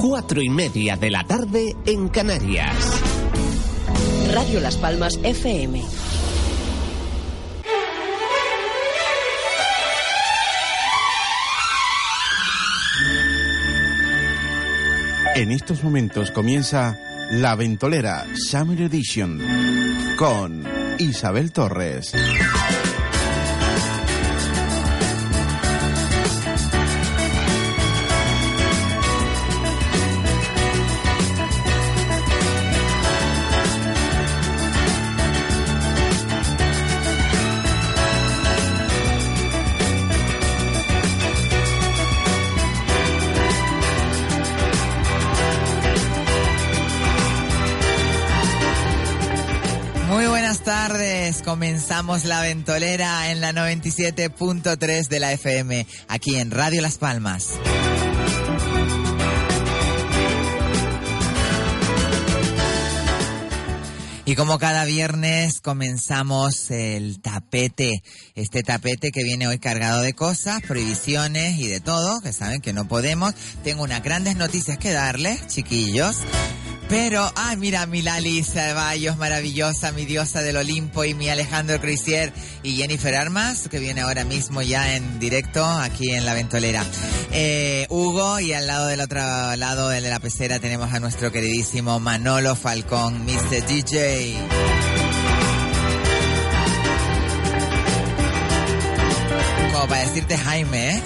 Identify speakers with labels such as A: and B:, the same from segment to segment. A: Cuatro y media de la tarde en Canarias.
B: Radio Las Palmas FM.
C: En estos momentos comienza La Ventolera Summer Edition con Isabel Torres.
D: Muy buenas tardes. Comenzamos la ventolera en la 97.3 de la FM, aquí en Radio Las Palmas. Y como cada viernes comenzamos el tapete, este tapete que viene hoy cargado de cosas, prohibiciones y de todo, que saben que no podemos. Tengo unas grandes noticias que darles, chiquillos. Pero, ah, mira, mi Lali Ceballos, maravillosa, mi diosa del Olimpo, y mi Alejandro Crisier y Jennifer Armas, que viene ahora mismo ya en directo aquí en La Ventolera. Eh, Hugo, y al lado del otro lado de la pecera tenemos a nuestro queridísimo Manolo Falcón, Mr. DJ. Como para decirte Jaime, ¿eh?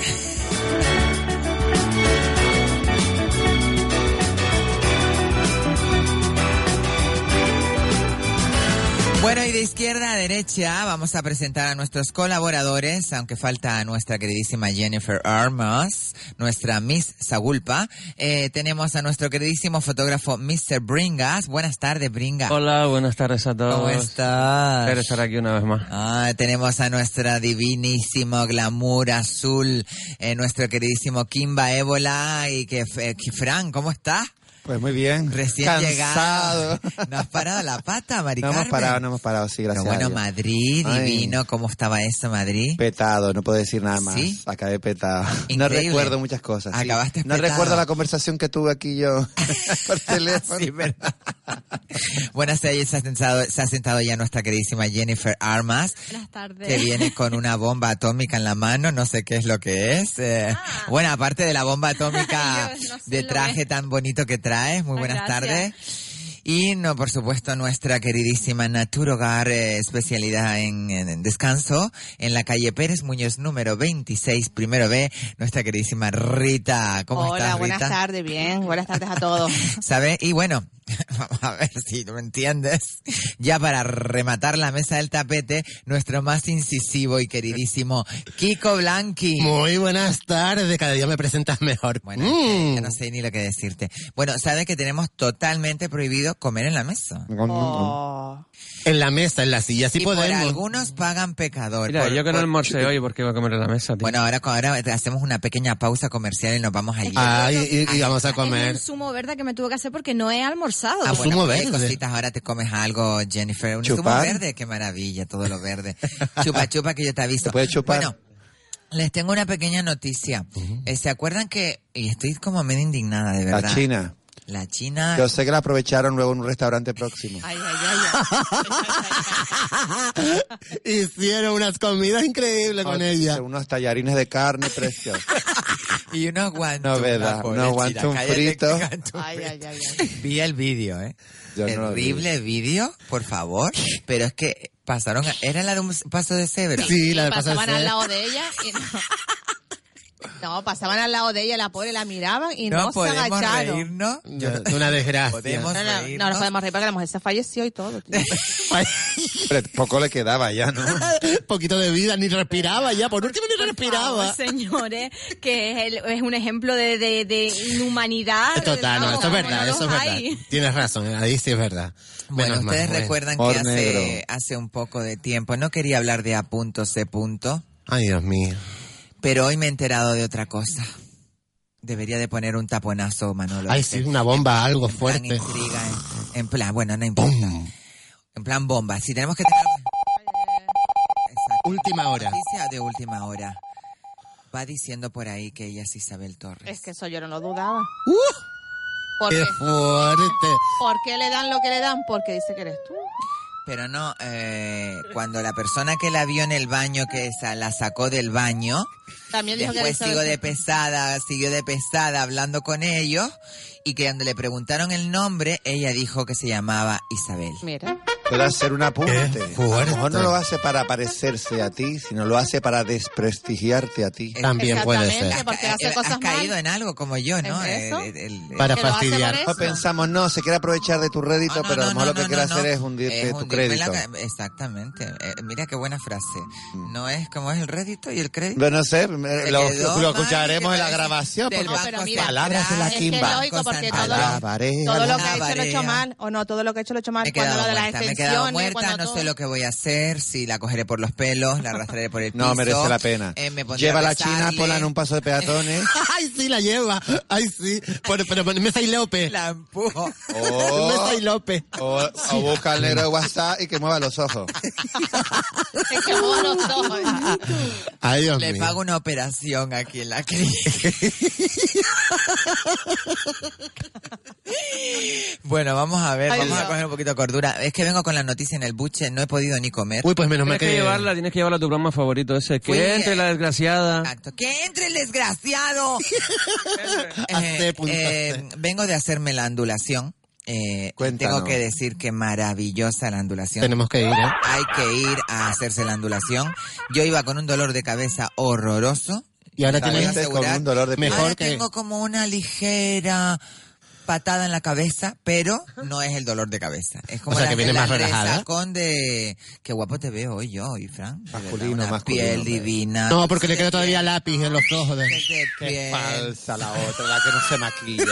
D: Bueno, y de izquierda a derecha vamos a presentar a nuestros colaboradores, aunque falta nuestra queridísima Jennifer Armas, nuestra Miss Sagulpa. Eh, tenemos a nuestro queridísimo fotógrafo Mr. Bringas. Buenas tardes, Bringas.
E: Hola, buenas tardes a todos.
D: ¿Cómo estás?
E: Espero estar aquí una vez más.
D: Ah, tenemos a nuestra divinísimo glamour azul, eh, nuestro queridísimo Kimba Ébola y que eh, que Fran, ¿cómo estás?
F: Pues muy bien.
D: Recién
F: Cansado.
D: llegado. No has parado la pata, Mari
F: No hemos
D: Carmen?
F: parado, no hemos parado, sí,
D: Pero
F: gracias. a
D: bueno,
F: Dios.
D: Madrid,
F: Ay.
D: divino, ¿cómo estaba eso, Madrid?
F: Petado, no puedo decir nada más.
D: ¿Sí?
F: Acabé petado. No
D: Increíble.
F: recuerdo muchas cosas. sí.
D: Acabaste
F: No
D: petado.
F: recuerdo la conversación que tuve aquí yo por teléfono.
D: Sí, verdad. Bueno, se ha, se ha sentado, se ha sentado ya nuestra queridísima Jennifer Armas,
G: Buenas tardes.
D: que viene con una bomba atómica en la mano, no sé qué es lo que es. eh, bueno, aparte de la bomba atómica
G: Ah. Dios, no sé
D: de
G: lo
D: traje
G: que-
D: tan bonito que traes, muy
G: Ay,
D: buenas
G: gracias.
D: tardes. Y no, por supuesto, nuestra queridísima Natur Hogar, eh, especialidad en, en- en descanso, en la calle Pérez Muñoz número 26, primero B, nuestra queridísima Rita. ¿Cómo
H: Hola,
D: estás, Rita?
H: buenas tardes, bien, buenas tardes a todos.
D: ¿Sabes? Y bueno, vamos a ver si lo entiendes. Ya para rematar la mesa del tapete, nuestro más incisivo y queridísimo Kiko Blanqui.
I: Muy buenas tardes, cada día me presentas mejor.
D: Bueno,
I: Mm.
D: ya- ya no sé ni lo que decirte. Bueno, sabes que tenemos totalmente prohibido comer en la mesa.
H: Oh.
I: En la mesa, en la silla, sí
D: y por
I: podemos.
D: algunos pagan pecador.
E: Mira,
D: Por-
E: yo que no
D: por-
E: almorcé hoy porque iba a comer en la mesa, tío.
D: Bueno, ahora, ahora hacemos una pequeña pausa comercial y nos vamos allí.
I: Ah, y, y- y vamos a
G: Es
I: comer.
G: un zumo verde que me tuve que hacer porque no he almorzado.
D: Ah, bueno,
I: zumo
D: pues,
I: verde.
D: cositas, ahora te comes algo, Jennifer. Un zumo
F: Chupar.
D: verde, qué maravilla, todo lo verde. chupa, chupa, que yo te aviso.
F: Se puede chupar.
D: Bueno, les tengo una pequeña noticia. Eh, ¿Se acuerdan que, y estoy como medio indignada, de verdad? Ah.
F: La China.
D: La China.
F: Yo sé que la aprovecharon luego en un restaurante próximo.
H: Ay, ay, ay,
I: Hicieron unas comidas increíbles con ella.
F: Unos tallarines de carne preciosos.
D: Y unos guantum.
F: Novedad,
D: la pobre
F: unos
D: China,
F: guantum
D: cállate,
F: frito.
D: guantum
H: ay, ay, ay, ay, ay.
D: Vi el vídeo, ¿eh?
F: Yo no lo vi.
D: Terrible vídeo, por favor. Pero es que pasaron, a- era la de un paso de cebra.
I: Sí, la de pasar
H: Pasaban al
I: ser.
H: lado de ella y no. No, pasaban al lado de ella, la pobre la miraban y no,
D: No
H: se
D: podemos
H: agacharon.
D: reírnos.
I: Yo- Una desgracia.
D: Podemos
H: No, no, no,
D: reírnos.
H: nos podemos reír porque la mujer se falleció y todo. tío.
F: Hombre, poco le quedaba ya, ¿no?
I: Poquito de vida, ni respiraba ya. Por último, ni respiraba.
G: favor, señores, que es, el- es un ejemplo de, de- de inhumanidad.
I: Total, no,
G: Vamos,
I: eso es verdad,
G: como no
I: eso es
G: los
I: verdad.
G: hay.
I: Tienes razón, eh, ahí sí es verdad.
D: Bueno,
I: Menos mal,
D: ustedes
I: bueno.
D: recuerdan
F: Por
D: que
F: negro.
D: hace, hace un poco de tiempo no quería hablar de A punto C punto,
I: Ay, Dios mío.
D: pero hoy me he enterado de otra cosa. Debería de poner un taponazo, Manolo.
I: Ay,
D: Este,
I: sí, una bomba, algo
D: en plan
I: fuerte.
D: intriga, en, en plan, bueno, no importa. En plan bomba. Si tenemos que tener... Exacto.
I: Última hora.
D: Noticia de última hora. Va diciendo por ahí que ella es Isabel Torres.
H: Es que eso yo no lo dudaba.
D: ¡Uh!
H: ¿Por
I: ¡Qué
H: qué?
I: fuerte!
H: ¿Por qué le dan lo que le dan? Porque dice que eres tú.
D: Pero no, eh, cuando la persona que la vio en el baño, que esa, la sacó del baño,
H: También dijo
D: después
H: que era
D: siguió de
H: Isabel.
D: pesada, siguió de pesada hablando con ellos, y que cuando le preguntaron el nombre, ella dijo que se llamaba Isabel.
H: Mira.
F: Pero hacer un apunte.
I: Qué
F: A lo mejor
I: fuerte.
F: no lo hace para parecerse a ti, sino lo hace para desprestigiarte a ti.
I: También puede
H: Exactamente,
I: ser.
H: Porque
D: Has
H: hace
D: ca-
H: cosas
D: Eh, has caído
H: mal.
D: en algo como yo, ¿no?
H: ¿Es eso?
D: El- el- el-
I: Para
H: Que lo hace por
I: fastidiar.
H: eso.
F: No pensamos, no, se quiere aprovechar de tu rédito,
D: Ah, No, no,
F: pero a lo
D: no, no,
F: mejor lo que
D: no,
F: quiere
D: no.
F: hacer es hundirte
D: Es
F: tu
D: hundirme la
F: crédito.
D: ca- exactamente. Eh, mira qué buena frase. No es como es el rédito y el crédito.
F: De no ser,
D: Se
F: Mm. lo,
D: quedó
I: lo
D: mal,
I: escucharemos
D: que
I: en la
D: parece
I: grabación,
D: del
H: porque- No, pero
D: Banco
H: mira,
I: palabras de la
D: Central,
H: Es que es
I: Banco
H: lógico porque
D: Central.
H: todo lo,
F: Alabaré,
H: todo lo que ha
D: alabaré.
H: hecho lo ha hecho mal. O no, todo lo que ha hecho lo ha hecho mal.
D: Me he
H: Cuando
D: quedado
H: lo de las
D: muerta, me he quedado
H: extensiones,
D: muerta,
H: cuando
D: no
H: todo.
D: sé lo que voy a hacer, si la cogeré por los pelos, la arrastraré por el piso.
F: No merece la pena.
D: eh, me pondré
F: Lleva
D: a
F: la China,
D: rezarle.
F: ponla en un paso de peatones.
I: Ay, sí, la lleva. Ay, sí. Pero, pero Mesa y López.
D: La empujo.
F: o,
I: Mesa y López.
F: o, o busca al negro de WhatsApp y que mueva los ojos.
H: Es que vos no sos.
I: Ay, Dios
D: Le
I: mío.
D: pago una operación aquí en la clínica. bueno, vamos a ver,
H: Ay,
D: vamos a
H: Dios.
D: coger un poquito de cordura. Es que vengo con la noticia en el buche, no he podido ni comer.
I: Uy, pues menos mal
E: Tienes que
I: que...
E: llevarla, tienes que llevarla a tu programa favorito ese.
D: Fui,
E: Que entre
D: eh,
E: la desgraciada.
D: Exacto. ¡Que entre el desgraciado! Eh,
I: Hazte, punto, hazte.
D: vengo de hacerme la ondulación. Eh,
F: Cuéntanos.
D: Tengo que decir que maravillosa la ondulación.
I: Tenemos que ir, ¿eh?
D: Hay que ir a hacerse la ondulación. Yo iba con un dolor de cabeza horroroso.
I: Y ahora
D: Te voy a
I: tienes...
F: Saliste con
D: asegurar,
F: un dolor de
I: Mejor
D: Ahora
I: que-
D: tengo como una ligera patada en la cabeza, pero no es el dolor de cabeza. Es como
I: O sea,
D: la,
I: que viene más
D: la
I: relajada.
D: resacón de... Qué guapo te veo hoy yo, y Fran. De verdad,
F: Masculino,
D: una
F: masculino,
D: piel
F: hombre.
D: divina.
I: No, porque le queda todavía lápiz en los ojos. De...
D: Ese
F: Qué
D: piel.
F: falsa la otra, la que no se maquilla.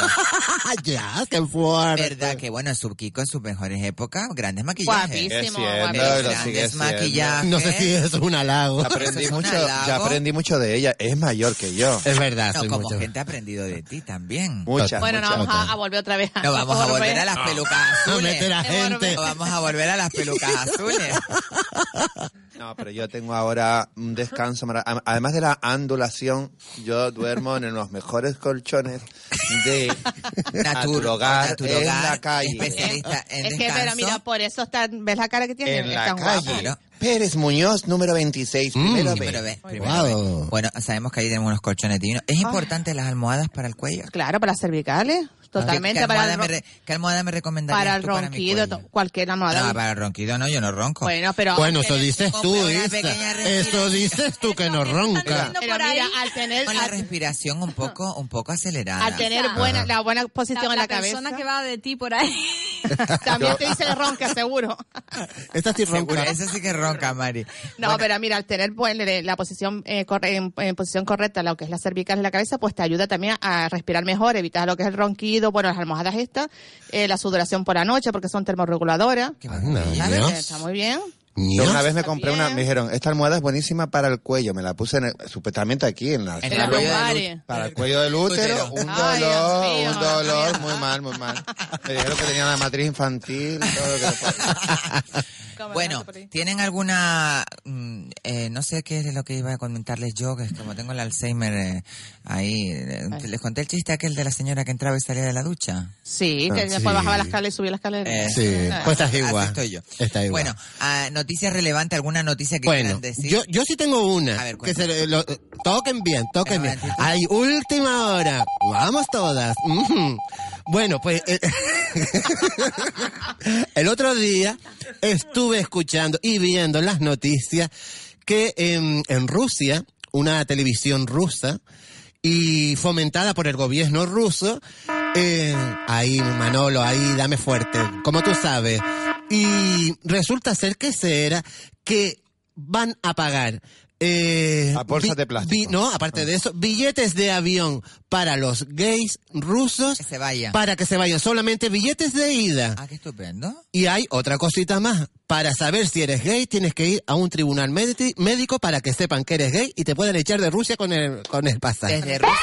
I: ya, qué fuerte.
D: Verdad que bueno, Subkiko en sus mejores épocas, grandes maquillajes.
H: Guapísimo.
F: Es cierto,
D: Eh,
F: Ay, lo
H: guapísimo.
F: sigue
D: grandes
F: siendo.
D: maquillajes.
I: No sé si eso es un halago.
F: Aprendí
D: Es un
F: mucho,
D: halago.
F: ya aprendí mucho de ella. Es mayor que yo.
I: Es verdad,
D: No,
I: soy
D: como
I: mucho.
D: gente ha aprendido de ti también.
F: Muchas,
H: Bueno, no
F: muchas.
H: vamos a, a volver otra vez.
D: No vamos a volver a las pelucas
I: No
D: azules.
I: meter a
H: Te
I: gente.
D: No vamos a volver a las pelucas azules.
F: No, pero yo tengo ahora un descanso mara- a- Además de la andulación, yo duermo en los mejores colchones de Naturogar, en
D: naturogar,
F: la calle.
D: Especialista en
H: Es que,
D: descanso.
H: pero mira, por eso está, ¿ves la cara que tiene?
F: En
H: es
F: la
H: tan guapo.
F: calle.
D: guapo, ¿no? Mm,
F: Pérez Muñoz, número 26,
I: Mm.
F: primero
D: Sí,
F: B.
D: pero ve, primero
I: Wow.
D: ve. Bueno, sabemos que ahí tenemos unos colchones divinos. ¿Es importante las almohadas para el cuello?
H: Claro, para las cervicales. Totalmente
D: ¿Qué, qué
H: para
D: almohada
H: el,
D: me
H: ro-
D: re- ¿Qué almohada me recomendarías
H: para el
D: tú para mi
H: ronquido,
D: cuello?
H: to- cualquier almohada.
D: No, para el ronquido no, yo no ronco.
H: Bueno, pero.
I: Bueno, eso dices tú,
D: Una pequeña
I: Isa.
D: respiración.
I: Eso dices tú que no ronca.
H: pero
G: por
H: mira,
G: ahí.
H: al tener,
D: con la
H: al,
D: respiración un poco, un poco acelerada.
H: al tener
G: Ajá.
H: buena, la buena posición en la cabeza.
G: persona que va de ti por ahí.
H: También te dice que ronca, seguro.
I: Esta sí
D: Seguro,
I: ronca.
D: esa sí que ronca, Mari.
H: No, pero mira, al tener buen- la posición eh, corre- en, en posición correcta, lo que es la cervical en la cabeza, pues te ayuda también a respirar mejor, evitar lo que es el ronquido, bueno, las almohadas estas, eh, la sudoración por la noche, porque son termorreguladoras.
D: Qué
I: Anda,
D: maravilla.
H: ¿Sabes?
I: Dios.
H: Eh, Está muy bien.
F: Yo
I: Ño.
F: una vez me compré
H: Está
F: una,
H: bien.
F: me dijeron, esta almohada es buenísima para el cuello. Me la puse en el- supuestamente aquí en la
D: En
H: En
D: la
H: las
D: cuello del
H: lumbares.
F: para el cuello del útero, un
H: Ay, Dios
F: dolor,
H: mío,
F: un dolor, muy mal, muy mal. Me dijeron que tenía una matriz infantil, todo lo que le puedo-
D: Bueno, ¿tienen alguna, mm, eh, no sé qué es lo que iba a comentarles yo, que es como tengo el Alzheimer eh, ahí, eh, les conté el chiste aquel de la señora que entraba y salía de la ducha.
H: Sí,
I: Ah,
H: que
I: sí.
H: después bajaba la escalera y subía la escalera.
D: Eh,
I: Sí,
D: Ah,
I: pues estás
D: así
I: igual.
D: estoy yo.
I: Está igual.
D: Bueno, ah, noticia relevante, alguna noticia que
I: Bueno,
D: quieran decir.
I: yo, yo sí tengo una.
D: A ver,
I: que se, Eh, lo- toquen bien, toquen
D: Espera
I: bien.
D: un momentito.
I: Hay última hora. Vamos todas. Mm. Bueno, pues eh, el otro día estuve escuchando y viendo las noticias que en, en Rusia, una televisión rusa, y fomentada por el gobierno ruso. Eh, ahí, Manolo, ahí, dame fuerte, como tú sabes. Y resulta ser que será que van a pagar. eh,
F: A bolsas
I: bi-
F: de plástico.
I: bi- no, aparte de eso, billetes de avión para los gays rusos.
D: Que se vayan.
I: Para que se vayan. Solamente billetes de ida.
D: Ah, qué estupendo.
I: Y hay otra cosita más. Para saber si eres gay, tienes que ir a un tribunal médi- médico para que sepan que eres gay y te puedan echar de Rusia con el, con el pasaje.
D: Desde Rusia.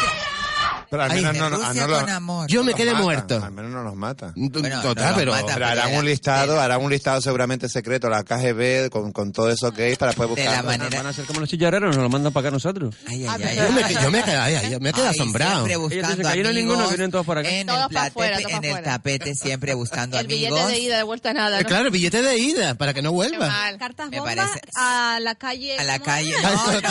F: Pero al
I: Ay,
F: menos
I: de
F: no, no-
D: Rusia
F: ah, no lo-
D: con amor.
I: Yo me
F: nos
I: quedé
F: matan,
I: muerto.
F: Al menos no nos mata.
I: Total,
D: Bueno, no lo
I: pero...
D: mata,
F: Pero
D: porque
F: harán
D: era-
F: un listado, harán un listado seguramente secreto, la KGB, con, con todo eso gays para poder
D: De
F: buscar.
D: la manera...
E: Van a ser como los chillarreros, nos lo mandan para acá nosotros.
D: Ay,
H: Ah,
D: ay, ay,
H: pero-
I: Yo me,
D: ay.
I: yo me quedé, ay, ay, yo me quedé
D: Ay,
I: asombrado.
D: Siempre
E: te
D: buscando
E: dicen que ahí no hay ninguno,
D: amigos,
E: vienen todos por acá.
D: En,
H: Todos
D: el,
H: pa'
D: platete-
H: fuera, todos pa'
D: en el
H: fuera.
D: tapete siempre buscando
H: El billete
D: amigos.
H: de ida, de vuelta, nada.
I: Eh,
H: ¿no?
I: Claro, billete de ida, para que no
H: Qué
I: vuelva.
H: mal.
G: Cartas
D: Me
G: bomba
D: parece-
G: a la calle.
D: A la
G: ¿cómo
D: calle.
G: era?
D: No, no, no,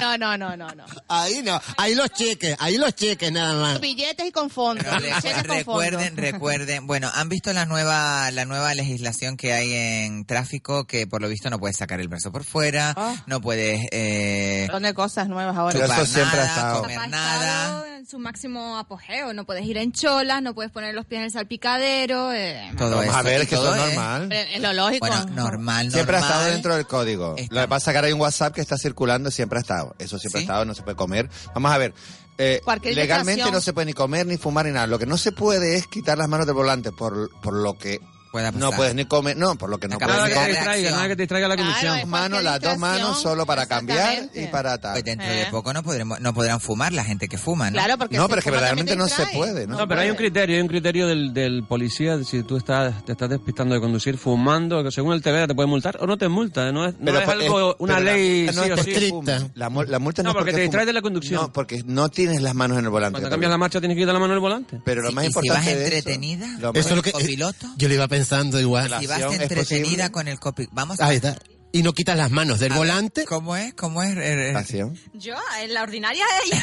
D: no, no.
H: No, no, no, no, no.
I: Ahí no, ahí los cheques, ahí los cheques nada más.
H: Billetes y con fondo.
D: Pero recu-
H: Cheques con fondo.
D: recuerden, recuerden. Bueno, han visto la nueva la nueva legislación que hay en tráfico que por lo visto no puedes sacar el brazo por fuera,
H: Ah.
D: no puedes eh,
H: Un montón de cosas nuevas ahora.
F: Pero
D: chupar
F: eso siempre ha
D: nada,
F: estado.
G: Eso ha
D: comer
G: estado
D: nada.
G: En su máximo apogeo. No puedes ir en cholas, no puedes poner los pies en el salpicadero. eh.
D: Todo
F: Vamos
D: eso.
F: a ver,
D: y
F: es que
D: todo
F: eso es normal.
H: Pero Es lo lógico.
D: Bueno, normal,
F: Siempre ha
D: normal.
F: estado dentro del código. Lo
D: Estamos.
F: que pasa es que ahora hay un WhatsApp que está circulando, siempre ha estado. Eso siempre
D: ¿Sí?
F: ha estado, no se puede comer. Vamos a ver. eh,
H: Cualquier
F: legalmente
H: distracción.
F: no se puede ni comer, ni fumar, ni nada. Lo que no se puede es quitar las manos del volante por, por lo que
D: Pueda pasar.
F: no puedes ni comer. No, por lo que no
D: Acá
F: puedes
E: Nada que
F: ni
E: te
D: Reacción.
F: comer.
E: distraiga, nada que te distraiga la
H: Claro,
E: conducción.
H: es-
F: Manos, las dos
H: distracción,
F: manos solo para cambiar
H: exactamente.
F: y para
D: Pues
F: tal.
D: dentro
H: Eh.
D: de poco no podremos no podrán fumar la gente que fuma, ¿no?
H: Claro, porque
F: No,
H: si
F: pero es que
H: fumas también
F: verdaderamente
H: te
F: no se
H: distrae.
F: puede, ¿no?
E: No, pero hay un
H: puede.
E: criterio, hay un criterio del, del policía. Si tú estás, te estás despistando de conducir, fumando, que según el te vea te puede multar o no te multa. No es, no es
F: pues,
E: algo,
F: es-
E: una
F: pero la
E: ley
F: multa no
E: sí
F: es
E: o
F: por
E: sí.
I: estricta.
F: fuma. La, mu- la multa no,
E: No,
F: es
E: porque te distraes de la conducción.
F: No, porque no tienes las manos en el volante.
E: Cuando cambias la marcha tienes que quitar la mano del volante.
F: Pero lo
D: Sí,
F: más
D: y si
F: importante
D: vas
F: de eso-
D: entretenida,
F: lo más-
I: Eso es lo que
D: ¿Copiloto?
I: eh, yo lo iba pensando igual.
D: Si vas
F: acción es
D: entretenida
F: posible.
D: con el copy, vamos a
I: Ahí está. Y no quitas las manos del
D: a ver,
I: volante.
D: ¿Cómo es? ¿Cómo es? Eh, eh,
F: Felación.
G: Yo, en la ordinaria ella.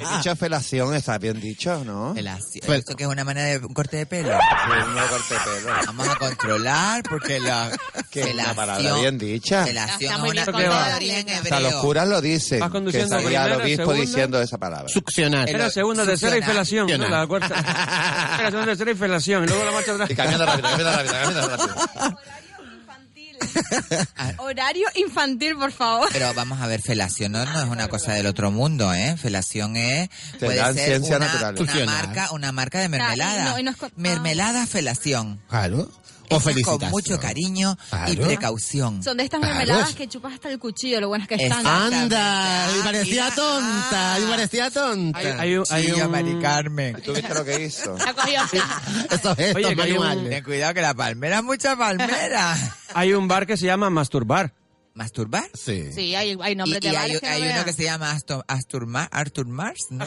F: He dicho felación, está bien dicho, ¿no?
D: el asio- ¿Esto que es una manera de un corte de pelo?
F: Un nuevo corte de pelo.
D: Vamos a controlar porque la
F: Que es una palabra
D: felación-
F: bien dicha.
D: Felación
H: Está
D: es
H: muy bien
D: una palabra
H: contada.
D: en
H: Hasta
F: Hasta
D: hebreo.
F: los curas lo dicen.
E: Vas
F: Que
E: conduciendo
F: salía el
E: primero,
F: obispo
E: segundo.
F: diciendo esa palabra.
I: Succionar.
E: Era segunda, tercera y
D: Succionar.
E: felación. ¿no?
I: Succionar.
E: La cuarta. Era segunda, tercera y felación. Y luego la marcha atrás.
F: Y cambiando rápido, cambiando rápido, cambiando rápido.
G: Horario infantil. Horario infantil, por favor.
D: Pero vamos a ver, felación no, no es una cosa del otro mundo, ¿eh? Felación es
F: Te
D: puede
F: dan
D: ser
F: ciencia
D: una,
F: natural.
D: una
I: Funciona.
D: marca, una marca de mermelada.
G: Ah, y no- y no es co-
D: mermelada felación.
I: Claro. O
D: Hechas con
I: felicitas.
D: mucho cariño y
I: Claro.
D: precaución.
G: Son de estas
I: Claro.
G: mermeladas que chupas hasta el cuchillo, lo bueno es que
D: Es
G: están.
D: fan.
I: Anda, y
D: Ah,
I: parecía
D: mira.
I: tonta, y parecía tonta.
E: Hay, hay un- hay
D: Sí,
E: un-
D: Mari Carmen.
F: ¿Tú viste lo que hizo?
H: La cogió.
I: Esos
E: Oye,
I: gestos
E: que hay un-
I: manuales.
D: Ten cuidado que la palmera es mucha palmera.
E: hay un bar que se llama Masturbar.
D: ¿Masturbar?
I: Sí.
H: Sí, hay, hay
D: Y,
H: nombres
D: y
H: de
D: hay,
H: bares que no
D: hay uno
H: veas.
D: que se llama Astor, Astur Ma- Artur Mars. ¿no?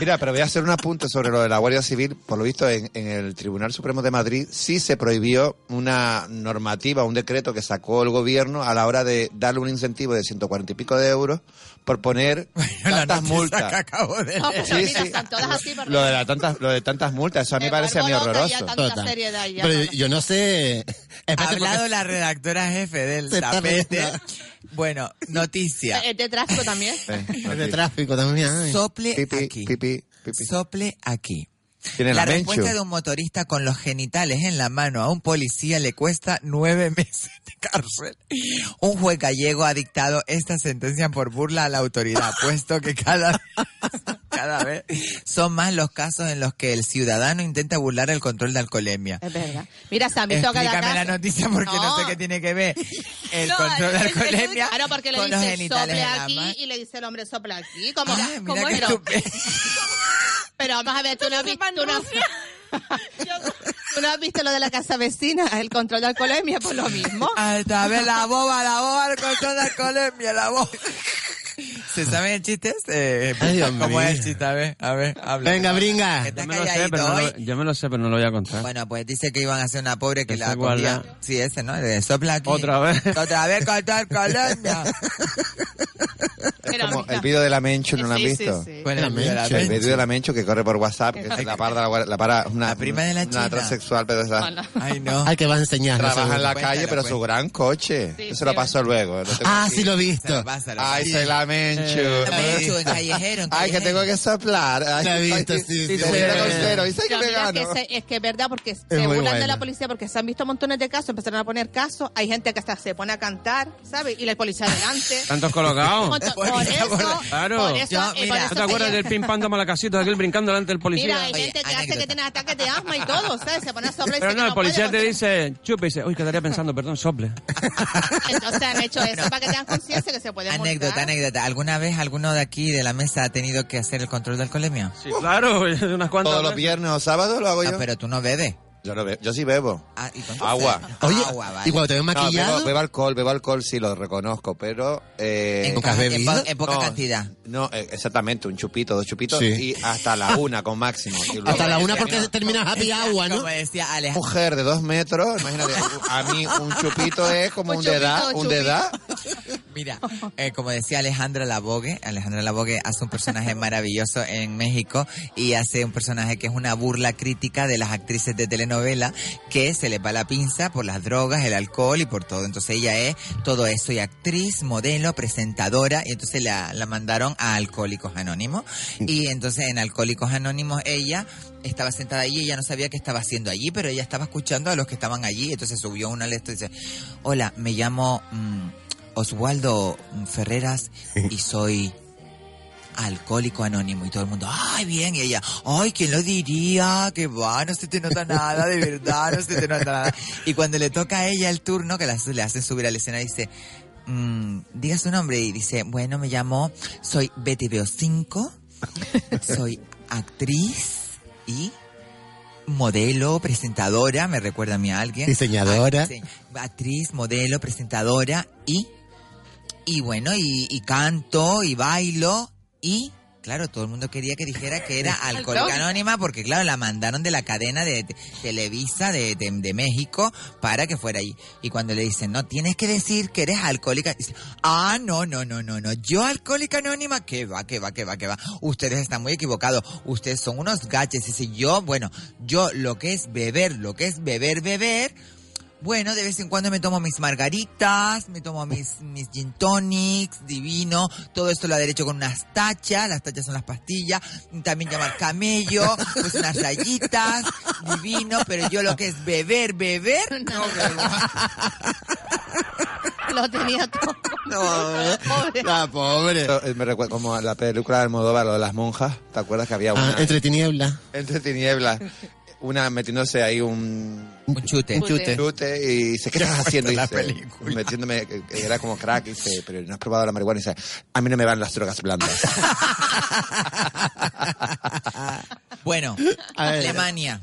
F: Mira, pero voy a hacer un apunte sobre lo de la Guardia Civil. Por lo visto, en, en el Tribunal Supremo de Madrid sí se prohibió una normativa, un decreto que sacó el gobierno a la hora de darle un incentivo de 140 y pico de euros por poner
D: la noticia
F: tantas
D: que
F: multas.
D: acabo de
G: Oh,
H: No, pues,
D: leer.
H: pero mira, están todas así, pero-
F: Lo de, la tantas, lo de tantas multas, eso a mí
H: Me
F: parece a mí
H: vuelvo loca ya
F: horroroso.
H: tanto.
I: Total.
H: Tanta seriedad ya,
I: Pero
H: no,
I: yo, yo no sé. Espérate,
D: Ha hablado
I: porque-
D: la redactora jefe del
I: Se está
D: tapete.
I: riendo.
D: Bueno, noticia.
H: Es de tráfico también.
F: Eh, no,
I: Es de
F: sí.
I: tráfico también. ay.
D: Sople
F: Pipi,
D: aquí.
F: pipi, pipi.
D: Sople aquí.
F: Tiene
D: La
F: la menchu.
D: respuesta de un motorista con los genitales en la mano a un policía le cuesta nueve meses de cárcel. Un juez gallego ha dictado esta sentencia por burla a la autoridad, puesto que cada, cada vez son más los casos en los que el ciudadano intenta burlar el control de alcoholemia.
H: Es verdad. Mira, se han visto cada
D: Explícame la
H: caso.
D: noticia porque no.
H: No.
D: sé qué tiene que ver el
G: No,
D: control de
G: el- el- el-
D: alcoholemia
H: Claro, Ah, porque le
D: con los
H: dice
D: genitales en
H: sopla
D: la
H: aquí
D: mano.
H: y le dice el hombre sopla aquí. Como,
D: Ah,
H: como
D: mira qué
H: pero,
D: estupendo.
H: pero vamos a ver, tú no, has visto,
G: sepan
H: tú, no,
G: Rusia.
H: tú no has visto lo de la casa vecina, el control de alcoholemia, por lo mismo.
D: Alta vez la boba, la boba, el control de alcoholemia, la boba. ¿Se saben el chiste? ese? Eh,
I: Ay, Dios
D: ¿Cómo es el
I: mío.
D: chiste? A ver, a ver, habla.
I: Venga, bringa.
D: Está
E: Yo me, lo sé,
D: calladito
E: pero no lo,
D: hoy.
E: yo me lo sé, pero no lo voy a contar.
D: Bueno, pues dice que iban a hacer una pobre que
E: Esa
D: la
E: igualdad.
D: cogía. Sí, ese, ¿no? De sopla aquí.
E: Otra vez.
D: Otra vez control de alcoholemia.
F: es como el vídeo de la Mencho, ¿no lo han
D: Sí, sí,
F: visto?
D: sí. ¿Cuál es el vídeo de la
F: El
D: Menchu?
F: vídeo de la Mencho que corre por WhatsApp, que es la para, la, guar- la para una,
D: prima de la
F: una
D: China.
F: transexual, pero esa-
D: Ay, no.
I: Al que va a enseñar. no
F: trabaja en la
I: seguro.
F: calle, pero su gran coche. Yo se lo paso luego. lo tengo
I: Ah,
F: aquí.
I: sí lo he visto.
F: Ay, soy Ah, la Mencho.
I: Eh, la
D: Menchu, en callejero, en
F: Ay, que tengo que soplar. Ay,
I: La he
F: ay,
I: visto, sí, sí,
F: te
I: sí.
F: voy a dar un cero. Y sé que
H: Pero
F: me
H: mira
F: gano.
H: Eh, que se- es que es verdad, porque se
I: muy
H: burlan de
I: buena.
H: la policía porque se han visto montones de casos, empezaron a poner casos, hay gente que hasta se pone a cantar, ¿sabes? Y la policía adelante.
E: Tantos
F: Oh,
E: colocados.
H: Monto- por eso,
E: Claro.
H: por eso,
D: Yo,
H: eh, por
D: mira,
H: eso
E: ¿No te acuerdas
H: se-
E: del pimpando malacasito aquel brincando delante del policía?
H: Mira, hay gente que hace que tiene ataques de asma y todo, ¿sabes? Se pone a soplar y
E: Pero
H: dice
E: no,
H: que
E: el policía
H: puede
E: te dice, chupa, y dice, uy, quedaría pensando, perdón, sople.
H: porque- Entonces han hecho eso para que tengan conciencia que se pueden
D: Anécdota,
H: multar.
D: anécdota. ¿Alguna vez alguno de aquí de la mesa ha tenido que hacer el control de alcoholemia?
E: Sí, claro, unas cuantas.
F: Todos los
E: veces.
F: viernes o sábados lo hago
D: Ah,
F: yo.
D: pero tú no bebes.
F: Yo, no bebo- yo sí bebo.
D: Ah, ¿y cuánto
F: Agua.
D: haces?
I: Oye,
D: Agua, vale.
I: y cuando te ves
F: No,
I: maquillado,
F: bebo, bebo alcohol, bebo alcohol, sí lo reconozco, pero... eh,
D: En,
I: ¿Nunca has
D: en po-
I: bebido?
D: en poca
F: no,
D: cantidad.
F: No, eh, exactamente, un chupito, dos chupitos
I: Sí.
F: y hasta la una con máximo. Y luego-
I: hasta la una porque termina happy hour, ¿no?
D: Como decía
F: Una
D: Alejandro.
F: mujer de dos metros, imagínate, a mí un chupito es como un,
H: Un
F: de
H: chupito,
F: edad,
H: un
F: un de
H: chupito.
F: edad.
D: Mira, eh, como decía Alejandra Labogue, Alejandra Labogue hace un personaje maravilloso en México y hace un personaje que es una burla crítica de las actrices de telenovela que se les va la pinza por las drogas, el alcohol y por todo. Entonces ella es todo eso y actriz, modelo, presentadora y entonces la, la mandaron a Alcohólicos Anónimos y entonces en Alcohólicos Anónimos ella estaba sentada allí, ella no sabía qué estaba haciendo allí, pero ella estaba escuchando a los que estaban allí, entonces subió una letra y dice, hola, me llamo... mm, Oswaldo Ferreras y soy alcohólico anónimo y todo el mundo, ay bien, y ella, ay, ¿quién lo diría? Que va, no se te nota nada, de verdad, no se te nota nada. Y cuando le toca a ella el turno, que la- le hacen subir al escenario, dice, mm, diga su nombre y dice, bueno, me llamo, soy Betty Veo 5, soy actriz y modelo, presentadora, me recuerda a mí a alguien.
I: Diseñadora.
D: Ah, sí. Actriz, modelo, presentadora y... Y bueno, y, y canto y bailo y... Claro, todo el mundo quería que dijera que era alcohólica anónima porque, claro, la mandaron de la cadena de, te- Televisa de, de- de México para que fuera ahí. Y cuando le dicen, no, tienes que decir que eres alcohólica, dice, ah, no, no, no, no, no, yo alcohólica anónima, que va, que va, que va, que va. Ustedes están muy equivocados, ustedes son unos gaches. Dice, yo, bueno, yo lo que es beber, lo que es beber, beber, bueno, de vez en cuando me tomo mis margaritas, me tomo mis, mis gin tonics, divino. Todo esto lo ha derecho con unas tachas. Las tachas son las pastillas. También llamar camello, pues unas rayitas, divino. Pero yo lo que es beber, beber, no bebo.
H: Lo tenía todo.
I: No, la pobre.
F: Esto, eh, Me recuerda como a la película de Almodóvar, lo de las monjas, ¿te acuerdas que había
I: Ah,
F: una
I: entre tinieblas.
F: entre tinieblas? Una metiéndose ahí un
D: Un chute.
I: Un chute.
F: chute y dice, ¿qué estás haciendo? Y
I: la
F: dice,
I: película.
F: metiéndome, que- que era como crack, y dice, pero no has probado la marihuana, y dice, a mí no me van las drogas blandas.
D: Bueno,
I: A ver.
D: Alemania.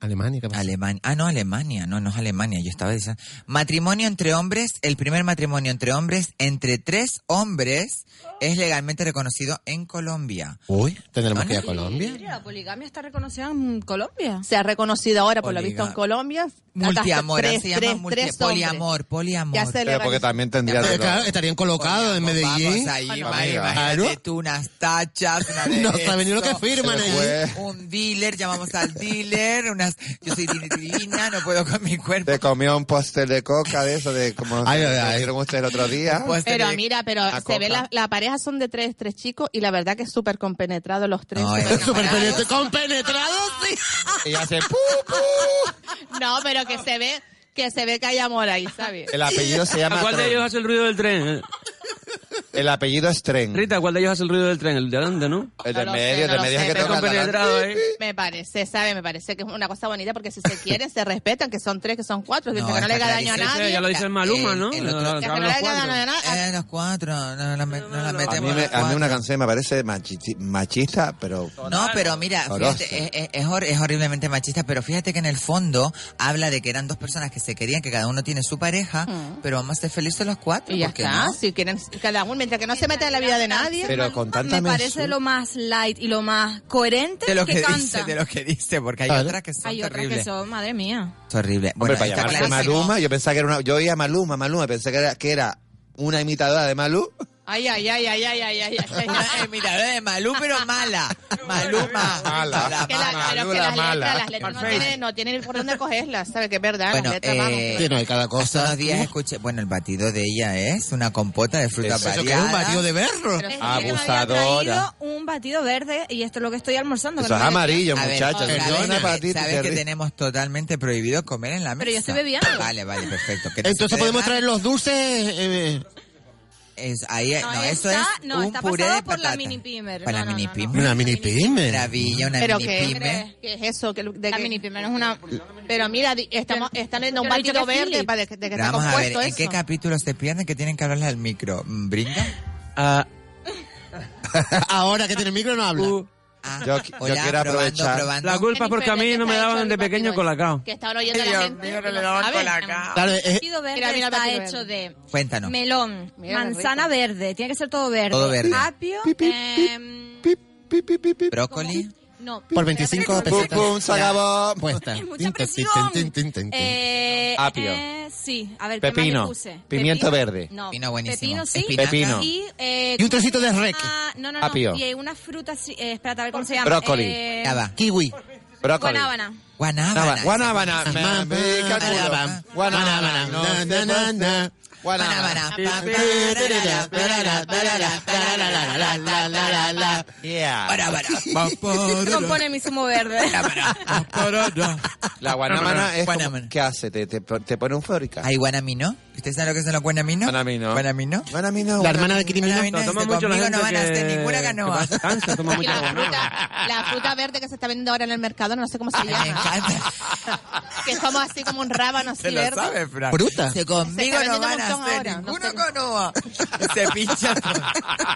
I: Alemania, ¿qué pasa?
D: Alemania. Ah, no, Alemania. No, no es Alemania. Yo estaba diciendo. Matrimonio entre hombres, el primer matrimonio entre hombres, entre tres hombres, es legalmente reconocido en Colombia.
I: Uy, tendremos
D: Ah,
I: que ir a
D: no.
I: Colombia.
G: La poligamia está reconocida en Colombia.
H: Se ha reconocido ahora, por lo
D: Poliga-
H: visto en Colombia. hasta
D: Multiamor,
H: tres-
D: se llama
H: tres-
D: multi-
H: tres hombres.
D: poliamor, poliamor.
H: Ya se le
F: Pero porque
H: organizó.
F: también tendría
I: Pero
F: drogas.
I: Eh, claro, estarían colocados en
D: Vamos
I: Medellín.
D: ahí,
F: Ah, no.
D: va,
F: Amiga.
D: imagínate
I: Claro.
D: tú unas tachas, una de
I: No saben ni lo que
D: esto.
I: firman
F: Se
I: allí.
F: fue.
D: Un dealer, llamamos al dealer, unas, yo soy divina, divina, no puedo con mi cuerpo.
F: Te comió un postel de coca de eso, de como
I: Ay,
F: se-
I: ay,
F: lo
I: ay.
F: dieron ustedes el otro día.
D: Pues,
H: Pero
D: eh,
H: mira, pero
F: este a
H: se ve
F: coca.
H: la, la pareja son de tres, tres chicos y la verdad que es súper compenetrado los tres.
D: Ay,
H: súper
I: Super
H: enamorados.
I: penetra- compenetrados, sí.
F: Y hace ¡pu!
H: No, pero que se ve que se ve que hay amor ahí, ¿sabes?
F: El apellido se llama.
E: ¿A cuál de
F: Tren.
E: ellos hace el ruido del tren?
F: El apellido es Tren.
E: Rita, ¿cuál de ellos hace el ruido del tren? El de adelante, ¿no?
F: El
H: No
F: del
H: lo sé,
F: medio,
H: no
F: el del
H: lo
F: medio es
H: sé,
F: el que
H: pero-
F: toca la-
E: Compenetrado, ¿eh?
H: Me parece, ¿sabes? Me parece que es una cosa bonita porque si se quieren, se respetan, que son tres, que son cuatro, que no,
D: está
H: le haga daño a
D: clarísimo.
H: nadie.
E: ya lo dice el Maluma, ¿no?
D: Eh, El- el otro-
E: No, no,
H: que
E: hablan
H: no
E: los
H: le haga
E: cuatro.
H: daño a nadie.
D: Eh, los cuatro, no, la, me- no la
F: A mí,
D: metemos.
F: me-
D: los
F: a mí una
D: cuatro.
F: canción me parece machi- machista, pero.
D: No, pero mira,
F: Horrorosa.
D: fíjate, es, es- es hor- es horriblemente machista, pero fíjate que en el fondo habla de que eran dos personas que se querían, que cada uno tiene su pareja, pero vamos a ser felices los cuatro.
H: Eh, Y ya
D: ¿por qué
H: está,
D: no?
H: si quieren cada uno, mientras que no se meta en la vida de nadie.
F: Pero con tanta
G: Me parece
F: mesura.
G: lo más light y lo más coherente
D: De lo que,
G: Este que, canta.
D: dice, de lo que dice, porque hay
I: Claro.
D: otras que son
G: Hay otras que
D: terribles.
G: son, madre mía.
D: Es horrible.
F: Hombre,
D: Bueno,
F: para
D: está
F: llamarse
D: clarísimo.
F: Maluma, yo pensaba que era una. Yo oía a Maluma, Maluma, pensé que era, que era una imitadora de Malú.
H: Ay, ay, ay, ay, ay, ay, ay, ay, ay.
D: Una- eh, mira, eh, Malú, pero mala. Maluma.
H: Mala, que la- pero que las
D: mala.
H: letras, las letras no tienen, no tienen por dónde cogerlas, ¿sabes? Que es verdad,
D: Bueno,
H: las letras, vamos,
D: eh,
H: que-
I: no hay cada
D: cosa. Todos los días escuché, bueno, el batido de ella es una compota de fruta
I: ¿Eso qué es, un
D: variada.
I: batido de berro?
G: Pero es que me había traído un batido verde y esto es lo que estoy almorzando. que no me lo he traído.
D: A ver,
I: perdona,
D: Sabes,
I: patito, te
D: sabes que
I: ríes.
D: tenemos totalmente prohibido comer en la mesa.
G: Pero yo estoy bebiendo.
D: Vale, vale, perfecto. ¿Qué te-
I: Entonces
D: te
I: podemos
D: da?
I: traer los dulces. eh,
D: Es, ahí, no,
G: No,
D: eso
G: está-
D: es
G: no,
D: un
G: está
D: puré
G: pasado
D: de
G: por la
D: patata.
G: mini pimer. No,
D: Para
G: no,
D: mini
G: no,
D: pimer.
I: Una mini pyme.
D: Maravilla, una
H: pero
D: mini
H: que,
D: pyme.
H: ¿qué es eso? Que- de
G: La
H: que-
G: mini pimer es una...
H: Pero mira, di- estamos, están en un
G: yo no he dicho
H: batido
G: que
H: verde
G: Philip.
H: para de, de que está
D: Vamos a ver,
H: compuesto
D: ¿en qué
H: eso.
D: capítulos te pierden que tienen que hablarle al micro? Mm, ¿Brinda?
E: Ah,
I: Ahora que tiene el micro no habla.
F: Uh,
D: Ah,
F: Yo qui- yo
D: hola,
F: quiero
D: probando,
F: aprovechar-
D: probando.
E: la culpa es porque a mí no me daban de pequeño colacao.
H: Que estaban oyendo la gente. que no saben.
I: Claro,
G: El
I: es-
G: batido verde
H: Mira, mira el
G: está
H: batido
G: hecho de
D: Cuéntanos.
G: melón,
H: Mira,
G: manzana verde, tiene que ser todo verde.
D: Todo verde.
G: Apio, em,
D: ¿Brócoli?
G: no.
I: por 25
G: Espérate,
I: pesetas.
F: Pum, pum, se acabó.
I: Puesta.
G: Mucha
I: Tin, tin,
G: presión.
I: tin, tin, tin, tin.
G: Eh,
F: Apio.
G: eh, sí, a ver, ¿qué
F: Pepino.
G: más le puse?
F: Pimiento
G: Pepino,
F: verde.
G: No.
D: Pepino buenísimo.
G: Pepino sí.
D: Espinaca.
F: Pepino.
G: Y, eh,
I: Y un trocito de reque.
G: ah, no, no, no.
F: Apio.
G: Y eh, una fruta, así, eh, espérate, a ver cómo se llama.
F: Brócoli.
G: Eh,
D: Ya va.
I: Kiwi.
F: Brócoli.
G: Guanábana.
D: Guanábana.
F: Guanábana.
I: Mamá,
F: Me- me dedica al culo.
I: guanábana,
F: Guanábana. no
I: na,
F: se
I: na, na,
F: puede.
I: na.
F: Guanábana. Yeah.
D: Guanábana.
G: Compone mi zumo verde.
F: La ah, guanábana es
D: Guanábana.
F: como- ¿Qué hace? ¿Te, te, te pone eufórica?
D: ¿Hay guanamino? ¿Ustedes saben lo que son los guanaminos?
F: Guanamino.
D: ¿Guanamino?
F: Guanamina,
I: La hermana de Kirimino.
D: Guanamino
E: Lo
D: es
E: toma
D: que
E: mucho la
D: conmigo
E: gente
D: no van a hacer
E: que-
D: ninguna
E: que
D: canoa.
E: pasa cáncer, toma
H: Y
E: mucho
H: la
E: guanábana.
H: fruta, la fruta verde que se está vendiendo ahora en el mercado, no sé cómo se
D: Me
H: llama.
D: encanta.
H: que es como así, como un rábano así
D: Se lo
H: verde.
D: sabe, Fran.
I: Fruta.
D: Que conmigo
H: Se está
D: no van a
H: vendiendo un montón
D: hacer
H: ahora, no
D: ninguna
H: sé.
D: canoa. Se pincha.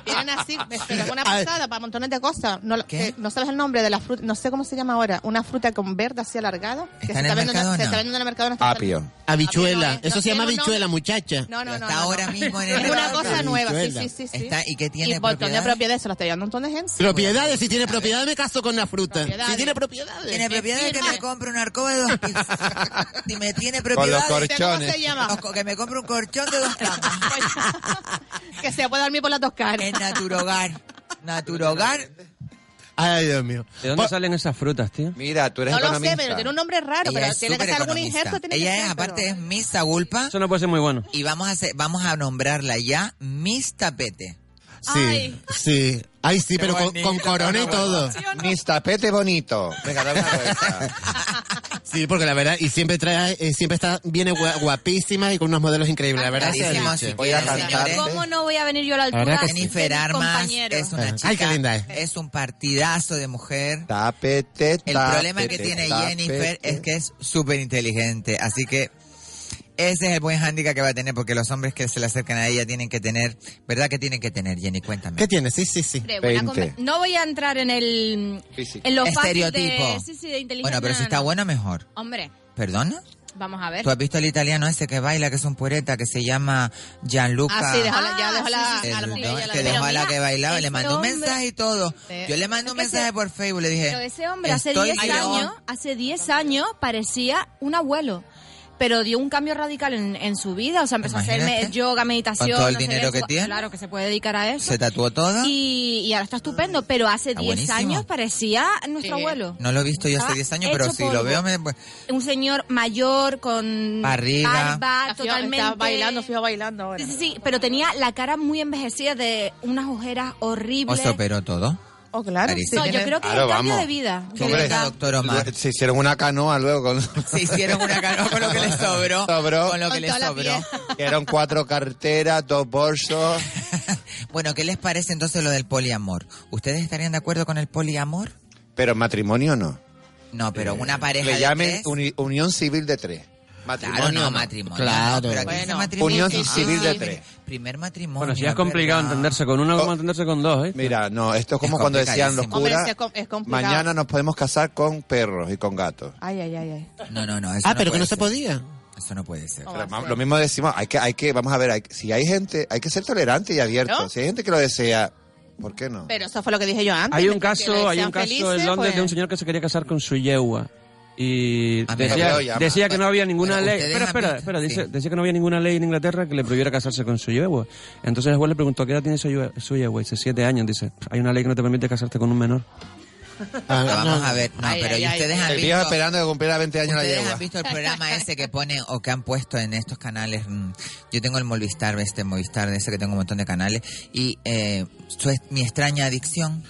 H: Tienen así, me- pero es una
I: Ay.
H: pasada para montones de cosas. No,
D: ¿Qué?
H: eh, no sabes el nombre de la fruta, no sé cómo se llama ahora. Una fruta con verde así alargado. Que
D: ¿Está
H: se
D: en el
H: vendiendo,
D: Mercadona?
H: se está vendiendo en el mercado.
F: Apio.
I: Habichuela.
H: Apio no es,
I: Eso
H: no
I: se llama
H: tiene un nombre.
I: habichuela, muchacha.
H: No, no, no.
D: Está
H: no,
D: ahora
H: no.
D: mismo en el
H: Es una
D: mercado.
H: cosa nueva, sí,
I: Habichuela.
H: sí, sí. sí.
D: Está- ¿Y qué
H: y
D: tiene
H: un montón de
D: propiedades?
H: propiedades, se lo está llevando un montón de gente.
I: Propiedades. Si tiene propiedad, me caso con la fruta.
H: Propiedades.
I: Si tiene propiedades.
D: Tiene propiedades que me compre una arcoba de dos pisos. Si me tiene
F: Con los
D: propiedades...
H: ¿Cómo
F: corchones.
H: se llama?
D: o co- Que me compre un corchón de dos camas.
H: Pues, que se pueda dormir por las dos caras.
D: En Naturogar. Naturogar.
I: Ay, Dios mío. Pues,
E: ¿De dónde
I: Bueno,
E: salen esas frutas, tío?
F: Mira, tú eres
H: No lo sé,
F: economista.
H: pero tiene un nombre raro,
D: Ella
H: pero
D: es
H: tiene que
D: súper
H: ser algún
D: economista.
H: injerto. Tiene
D: Ella
H: que
D: es,
H: ser,
D: aparte,
H: pero-
D: es Miss Agulpa.
E: Eso no puede ser muy bueno.
D: Y vamos a, hacer, vamos a nombrarla ya Miss Tapete.
I: Sí,
G: Ay.
I: sí. Ay, sí,
D: Qué
I: pero con,
D: bonito,
I: con corona y
D: qué
I: todo.
F: Mis tapete bonito. Venga, dame una vuelta.
I: Sí, porque la verdad, y siempre trae, eh, siempre está, viene gua- guapísima y con unos modelos increíbles. La verdad, sea
D: Clarísimo,
I: dicho.
D: si
F: Voy a
D: quieren,
F: cantar.
D: señores.
G: ¿Cómo no voy a venir yo a la
I: La verdad
G: altura?
I: que sí.
D: Jennifer
G: de mis
D: Armas
G: compañeros?
D: es una
I: Ah, Ay,
D: chica.
I: qué linda es.
D: un partidazo de mujer.
F: Tapete,
D: El
F: tapete,
D: problema que tiene
F: tapete.
D: Jennifer es que es súper inteligente. Así que ese es el buen hándicap que va a tener porque los hombres que se le acercan a ella tienen que tener. ¿Verdad que tienen que tener, Jenny? Cuéntame.
I: ¿Qué tiene? Sí, sí, sí.
G: Hombre, buena
F: 20.
G: conver- No voy a entrar en el...
F: Físico.
G: En lo fácil
D: Estereotipo.
G: de... Sí, sí, de inteligencia.
D: bueno, pero si
G: no,
D: está
G: no.
D: buena, mejor.
G: Hombre,
D: ¿Perdona?
G: vamos a ver.
D: ¿Tú has visto el italiano ese que baila, que es un pureta, que se llama Gianluca?
H: Ah, sí, déjala, ya déjala
G: Ah, sí, sí,
H: a la
D: El
G: sí,
H: mujer.
D: don
H: ya la-
D: que
H: pero
D: dejó a la
G: mira,
D: que bailaba,
G: ese
D: le mandó un
G: hombre-
D: mensaje y todo.
H: Sí.
D: Yo le mandé un
G: Es que
D: mensaje
G: ese-
D: por Facebook, le dije.
G: Pero ese hombre hace
D: estoy
G: 10
D: yo.
G: años, hace 10 años parecía un abuelo. Pero dio un cambio radical en, en su vida, o sea, empezó a hacer
D: Imagínate.
G: me- yoga, meditación.
D: Con todo el
G: no sé qué,
D: dinero que
G: su-
D: tiene.
G: Claro, que se puede dedicar a eso.
D: Se tatuó todo.
G: Y, y ahora está estupendo, pero hace
D: Está
G: 10
D: buenísimo.
G: años parecía nuestro
H: Sí.
G: abuelo.
D: No lo he visto yo hace
G: Estaba
D: 10 años,
G: hecho
D: pero si lo
G: polvo.
D: veo me... pues,
G: Un señor mayor con
D: Barriga.
G: barba,
H: Está fijo-
G: totalmente.
H: Está bailando, fijo bailando ahora.
G: Sí, sí, sí, pero tenía la cara muy envejecida de unas ojeras
D: O
G: horribles.
D: se operó todo.
H: Oh, claro.
D: Claro,
H: sí.
G: No, yo creo que es
F: Claro,
G: un cambio de
F: vamos.
G: vida. de
D: Hombre,
G: verdad.
D: doctor Omar.
F: Se hicieron una canoa luego con...
D: Se hicieron una canoa con lo que le sobró.
F: Sobró.
D: Con lo que
H: Con
D: le
H: toda la
D: sobró.
F: Eran cuatro carteras, dos bolsos.
D: bueno, ¿qué les parece entonces lo del poliamor? ¿Ustedes estarían de acuerdo con el poliamor?
F: Pero matrimonio no.
D: No, pero una pareja
F: Eh, Le
D: de
F: llamen
D: tres...
F: uni- unión civil de tres. Matrimonio
D: Claro, no,
F: no.
D: matrimonio.
I: Claro.
D: no, pero aquí
H: Bueno,
D: dice matrimonio.
F: unión
D: Ah,
F: civil de
D: mira,
F: tres.
D: Primer matrimonio.
E: Bueno, si ya
D: es
E: es complicado
D: verdad.
E: entenderse con uno, ¿cómo entenderse con dos, eh?
F: Mira, no, esto es como
D: Es
F: cuando decían los
D: complicadísimo.
H: Hombre,
F: curas,
H: es com- es complicado.
F: mañana nos podemos casar con perros y con gatos.
H: Ay, ay, ay, ay.
D: No, no, no. eso
I: Ah, pero que
D: puede
I: no se
D: ser.
I: podía.
D: Eso no puede ser.
H: ¿Cómo
F: Pero
H: va a
F: ma-
H: ser?
F: lo mismo decimos, hay que, hay que, vamos a ver, hay- si hay gente, hay que ser tolerante y abierto.
H: ¿No?
F: Si hay gente que lo desea, ¿por qué no?
H: Pero eso fue lo que dije yo antes.
E: Hay un
H: que- que
E: caso, hay
H: sean
E: un caso
H: felices,
E: en Londres
H: pues.
E: de un señor que se quería casar con su yegua. y
D: A mí
E: decía,
D: me llama.
E: decía que no había ninguna
D: Bueno,
E: ley.
D: ustedes
E: Espera,
D: han visto-
E: espera, espera.
D: sí.
E: dice- decía que no había ninguna ley en Inglaterra que le prohibiera casarse con su yegua. Entonces el juez le preguntó, ¿qué edad tiene su yegua? Su yegua? Dice, siete años. Dice, hay una ley que no te permite casarte con un menor.
D: Pero vamos a ver, no,
F: Ay,
D: pero
F: ay,
D: ¿y
F: ay.
D: ustedes han
F: El
D: visto...
F: viejo esperando que cumpliera 20 años la
D: ¿Ustedes
F: yegua.
D: han visto el programa ese que pone o que han puesto en estos canales? Mm, Yo tengo el Movistar, este Movistar de ese que tengo un montón de canales. Y eh, su- mi extraña adicción.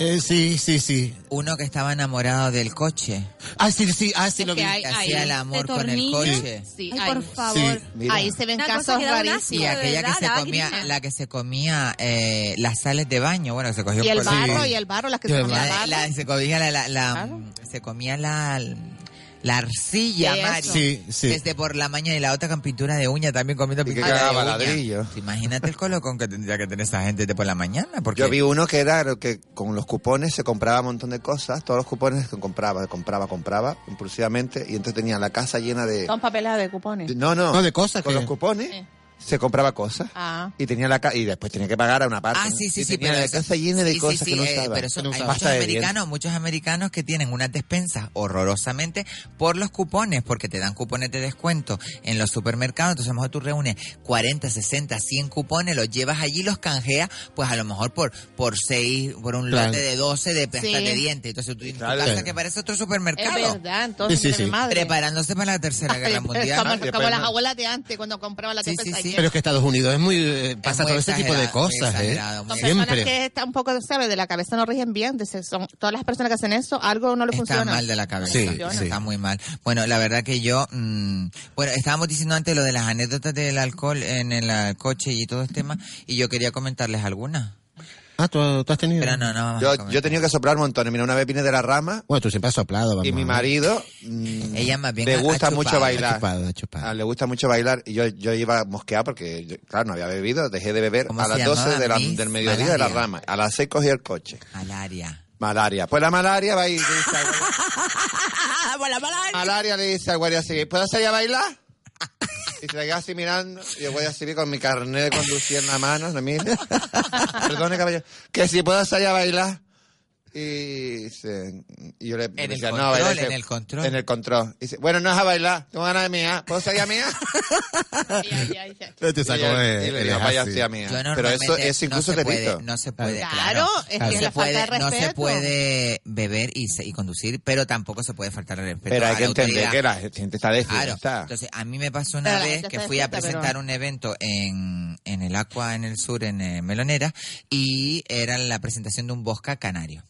I: Eh, sí, sí, sí.
D: Uno que estaba enamorado del coche.
I: Ah, sí, sí, ah, sí, lo vi.
D: que hay- hay- hacía el amor con el coche.
H: Sí,
G: Ay,
H: hay.
G: por favor.
I: mira.
H: Ahí se ven
G: Una cosa
H: casos
G: que da un asco,
H: rarísimos.
D: Y
G: de
D: aquella
G: verdad,
D: que se
G: la
D: comía,
G: grima.
D: la que se comía eh, las sales de baño, bueno, que se cogió
H: Y el
D: por-
H: barro, y el barro, las que se
D: La-
H: ponen el barro.
D: la- se comía la, la- la- se comía la, la arcilla,
H: Eso.
D: Mari.
I: Sí, sí.
D: Desde por la mañana y la otra con pintura de uña, también comiendo
F: Y que
D: pintura de
F: cagaba
D: uña.
F: ladrillo.
D: Imagínate el colocón que tendría que tener esa gente de por la mañana. Porque
F: Yo vi uno que era lo que con los cupones se compraba un montón de cosas, todos los cupones que compraba, compraba, compraba impulsivamente y entonces tenía la casa llena de...
H: Son papeles de cupones.
F: No, no,
I: No, de cosas
F: con
I: que-
F: los cupones
H: Sí.
F: se compraba cosas
H: Ah.
F: y tenía la ca- y después tenía que pagar a una parte.
D: Ah,
F: ¿no?
D: sí, sí,
F: Y
D: sí.
F: tenía
D: pero
F: la
D: eso-
F: casa llena de
D: sí, sí,
F: cosas
D: sí,
F: que no
D: eh,
F: usaba.
D: pero eso-
F: que no
D: hay
F: usaba.
D: muchos
F: Pasta de dientes.
D: americanos, muchos americanos que tienen unas despensas horrorosamente por los cupones, porque te dan cupones de descuento en los supermercados. Entonces, a lo mejor tú reúnes 40, 60, 100 cupones, los llevas allí, los canjeas, pues a lo mejor por por 6, por un
I: Claro.
D: lote de 12 de pastas
H: Sí.
D: de dientes. Entonces, tú tienes tu
F: Claro.
D: casa que parece otro
H: Es
D: supermercado.
H: verdad, pues, entonces,
I: Sí, sí,
H: de
I: sí.
H: madre.
D: Preparándose para la Tercera Guerra Mundial.
H: Como,
F: Ay,
H: como las
F: depende.
H: abuelas de antes, cuando compraban la
D: Sí,
H: despensa
D: sí, sí.
H: llena.
I: Pero es que Estados Unidos es muy eh, pasa
D: muy
I: todo ese tipo de
D: exagerado, muy
I: cosas, ¿eh?
D: exagerado, muy
H: Son personas
I: Siempre.
H: que están un poco, ¿sabes? De la cabeza no rigen bien. dice, son, todas las personas que hacen eso, algo no le
D: Está
H: funciona.
D: mal de la cabeza.
I: Sí,
D: Eso
I: sí.
D: Está muy mal. Bueno, la verdad que yo. mm, bueno, estábamos diciendo antes lo de las anécdotas del alcohol en el ah, coche y todo este tema, y yo quería comentarles algunas.
I: Ah, ¿tú, tú has tenido.
D: Pero no, no vamos a
F: Yo, yo he
D: comentar.
F: tenido que soplar montones. Mira, una vez vine de la rama
I: Bueno, tú siempre has soplado, vamos.
F: y mi marido mm,
D: Ella más bien
F: le
D: ha- ha
F: gusta
D: chupado,
F: mucho
D: ha
I: Ha
F: bailar.
I: chupado, ha chupado.
F: Ah, le gusta mucho bailar y yo, yo iba mosqueado porque, yo- claro, no había bebido, dejé de beber
D: ¿Cómo
F: a
D: se
F: las
D: llamaba?
F: 12 de la-
D: Miss
F: del mediodía de la
D: Malaria.
F: rama. A las 6 cogí el coche.
D: Al área.
F: Malaria. Pues la malaria va a ir.
D: ¡Ah, la
F: Malaria le dice al guardia civil, ¿puedo salir a bailar? Y se le queda así mirando, y el guardia civil con mi carnet de conducir en la mano, no mire. Perdone, caballero. Que si puedo salir a bailar. Y, se- y yo le
D: el
F: decía,
D: control,
F: bailar",
D: en el control.
F: En el control. Y dice, bueno, no es a bailar, tengo ganas de mía. ¿Puedo salir a mía?
H: Ay, ay, ay, ay.
I: Te sacó
F: y él-
I: el-
F: y le
I: el
F: dijo, vaya
I: así.
F: así a mía. Pero eso es incluso
D: no se
F: delito.
D: puede, no se puede,
H: Claro,
D: claro.
H: es
D: No
H: que es
D: se
H: la falta de
D: puede- no se
H: respeto.
D: puede beber y, se- y conducir, pero tampoco se puede faltar el respeto.
F: Pero hay
D: a
F: que
D: la
F: entender
D: autoridad.
F: que la gente está
D: Claro.
F: desfilada.
D: Entonces, a mí me pasó
H: Pero
D: una
H: la
D: vez
H: gente
D: que
H: está
D: fui a
H: despierta, pero-
D: presentar un evento en, en el Aqua, en el sur, en eh, Melonera, y era la presentación de un bosca canario.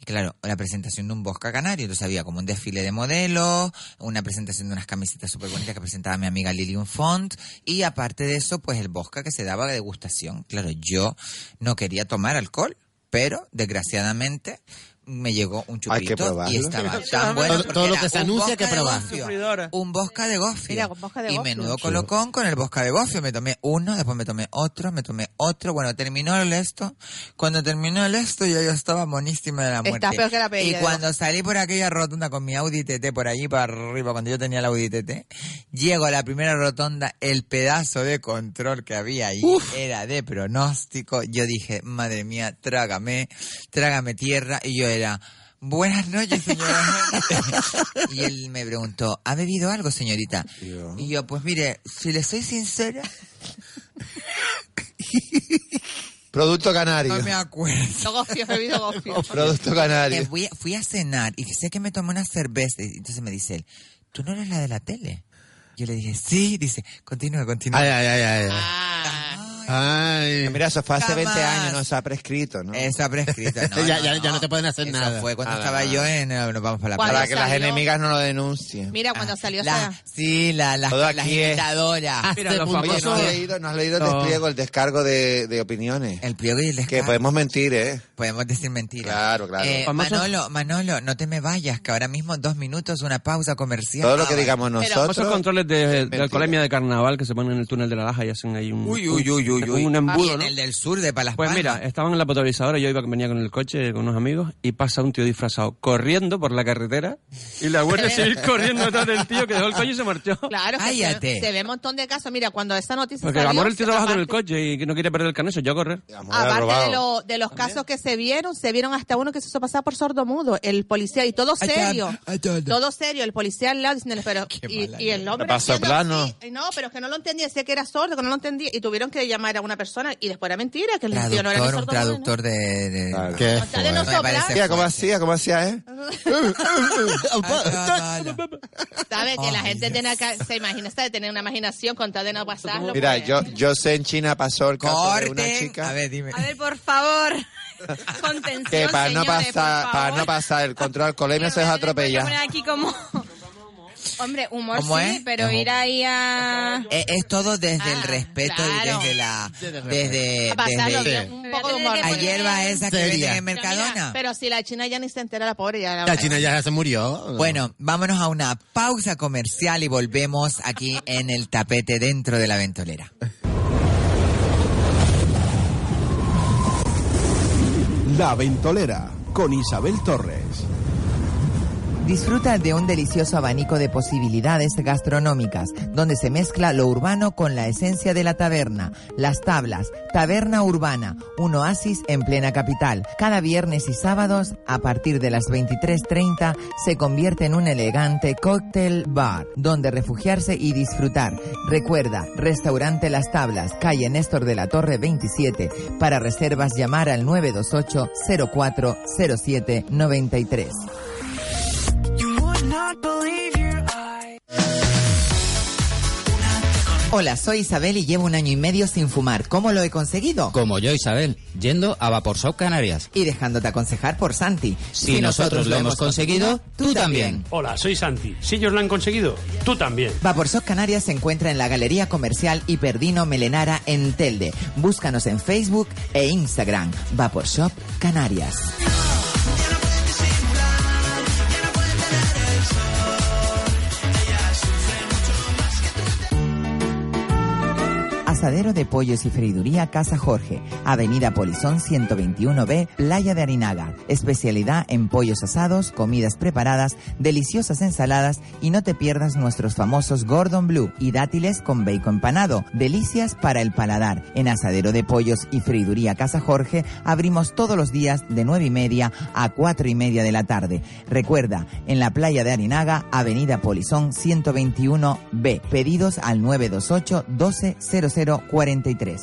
D: Y claro, la presentación de un bosca canario. Entonces había como un desfile de modelos, una presentación de unas camisetas súper bonitas que presentaba mi amiga Lilian Font. Y aparte de eso, pues el bosca que se daba de degustación. Claro, yo no quería tomar alcohol, pero desgraciadamente me llegó un
F: Hay que
D: chupito y
F: probarlo.
D: estaba tan bueno.
I: Todo-
D: porque
I: todo lo
D: era
I: que se
D: un
I: anuncia hay que
D: vodka de
I: probar.
D: gofio.
E: Sufridora.
D: Un bosca de gofio.
H: Mira, con vodka de
D: y
H: gofio.
D: menudo
I: Sí.
D: colocón con el bosca de gofio. Me tomé uno, después me tomé otro, me tomé otro. Bueno, terminó el esto. Cuando terminó el esto, yo, yo estaba monísima de la muerte.
H: Estás peor que la pella
D: Y
H: de
D: cuando salí por aquella rotonda con mi Audi TT por allí para arriba, cuando yo tenía la Audi TT, llego a la primera rotonda, el pedazo de control que había ahí era de pronóstico. Yo dije, madre mía, trágame, trágame tierra. Y yo era... Buenas noches, señora. y él me preguntó, ¿ha bebido algo, señorita? Y yo, pues mire, si le soy sincera,
F: Producto canario.
D: no me acuerdo.
H: No gofio, he bebido gofio.
F: Producto canario.
D: Me fui, fui a cenar y sé que me tomé una cerveza. Y entonces me dice él, ¿tú no eres la de la tele? Yo le dije, sí. Dice, continúa, continúa. Ah,
I: Ay, ay, ay, Ah. ay. ay.
D: Ay,
I: Ay.
F: Eh, Mira, eso fue hace 20
D: Jamás.
F: años, no se ha prescrito, ¿no?
D: Eso ha prescrito. No,
I: Ya- ya- ya no te pueden hacer
D: Eso
I: nada. Ah,
D: fue cuando
F: Nada,
D: estaba
F: nada.
D: yo en... eh, nos vamos para la
H: Cuando
F: Para que las
H: salió-
F: enemigas no lo denuncien.
H: Mira, cuando salió
D: La-
H: esa...
D: sí, la, las-
F: Todo aquí
D: las
F: es-
D: imitadoras.
I: Hazte
E: Mira, los
I: Este punto.
F: Oye, ¿no has
E: Famoso.
F: leído, no has leído el despliego, el descargo de, de opiniones?
D: El pliego y el
F: Que
D: descargo.
F: podemos mentir, ¿eh?
D: Podemos decir mentiras.
F: Claro, claro.
D: Eh,
E: Famoso-
D: Manolo, Manolo, no te me vayas, que ahora mismo dos minutos, una pausa comercial.
F: Todo lo que
D: Ah,
F: digamos
H: Pero-
E: Famosos
F: nosotros.
E: controles de, de
F: mentira.
E: alcoholemia de carnaval que se ponen en el túnel de la Laja y hacen ahí un...
D: Uy, uy, uy,
E: uy, uy. Un embudo, ¿no?
D: Ah, El del sur de Palas
E: Pues mira, estaban en la potabilizadora, yo iba venía con el coche con unos amigos y pasa un tío disfrazado corriendo por la carretera y la Guardia Civil corriendo detrás del tío que dejó el coche y se marchó.
H: Claro, que
E: Cállate.
H: se, se ve un montón de casos. Mira, cuando esa noticia
E: Porque el
H: salió,
E: amor el tío trabaja con el
H: aparte-
E: coche y que no quiere perder el carnet, se echó a correr.
H: Aparte de, lo- de los casos que se vieron, se vieron hasta uno que se hizo pasar por sordo mudo, el policía, y todo serio, todo serio, el policía al lado diciéndole, pero, y, y el hombre...
F: Paso
H: haciendo-
F: plano.
H: y- No, pero es que no lo entendía, decía que era sordo, que no lo entendía, y tuvieron que llamar a una persona, y después era mentira, que el tío no era ni
D: Traductor, un
H: sordo
D: traductor de... de-
F: Qué
H: de no
D: Me parece
H: soplar.
F: Tía, ¿cómo hacía? ¿Cómo hacía, eh? Ah,
H: ¿Sabe? Que la gente tiene acá, se imagina, sabe, tener una imaginación con tal de no pasarlo.
F: Mira,
H: pues.
F: yo, yo sé en China pasó el caso de una
D: Corten.
F: chica.
D: A ver, dime.
G: A ver,
H: pues,
G: por favor. Contención,
F: Que para no,
G: señores,
F: pasar,
G: por favor.
F: para no pasar el control alcoholemia se
G: Voy
F: dejó
G: a
F: atropellar.
G: poner aquí como... Hombre, humor
D: ¿Cómo
G: sí,
D: es?
G: pero
D: Ojo.
G: ir ahí a...
D: Eh, Es, todo desde el respeto
H: Ah, claro.
D: y desde la... Desde...
H: A pasarlo,
D: Eh, desde
H: un poco de humor.
D: a hierba esa que
I: Seria.
D: venden en
H: Pero mira,
D: Mercadona.
H: Pero si la China ya ni se entera, la pobre ya...
I: La China ya se murió.
D: Bueno, vámonos a una pausa comercial y volvemos aquí en el tapete dentro de la ventolera.
C: La Ventolera con Isabel Torres.
D: Disfruta de un delicioso abanico de posibilidades gastronómicas, donde se mezcla lo urbano con la esencia de la taberna. Las tablas, taberna urbana, un oasis en plena capital. Cada viernes y sábados, a partir de las 23.30, se convierte en un elegante cóctel bar, donde refugiarse y disfrutar. Recuerda, restaurante Las Tablas, calle Néstor de la Torre 27. Para reservas, llamar al 928 0407 93. Hola, soy Isabel y llevo un año y medio sin fumar. ¿Cómo lo he conseguido?
J: Como yo, Isabel, yendo a Vaporshop Canarias.
D: Y dejándote aconsejar por Santi.
J: Si nosotros lo hemos conseguido, tú también.
K: Hola, soy Santi. Si ellos lo han conseguido, tú también.
D: Vaporshop Canarias se encuentra en la Galería Comercial Hiperdino Melenara en Telde. Búscanos en Facebook e Instagram. Vaporshop Canarias. Asadero de Pollos y Freiduría Casa Jorge, Avenida Polizón 121B, Playa de Arinaga. Especialidad en pollos asados, comidas preparadas, deliciosas ensaladas y no te pierdas nuestros famosos Gordon Blue y dátiles con bacon empanado. Delicias para el paladar. En Asadero de Pollos y Freiduría Casa Jorge abrimos todos los días de 9 y media a 4 y media de la tarde. Recuerda, en la Playa de Arinaga, Avenida Polizón 121B. Pedidos al 928 12 0043.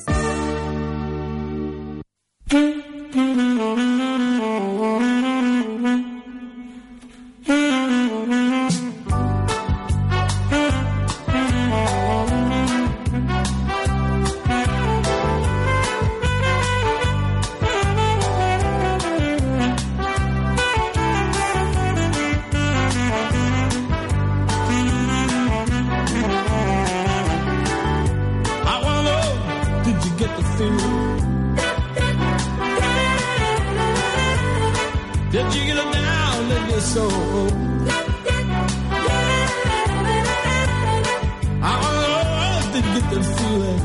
L: I wanna know, did you get the feeling? Did you get it down in your soul? I wanna know, did you get the feeling?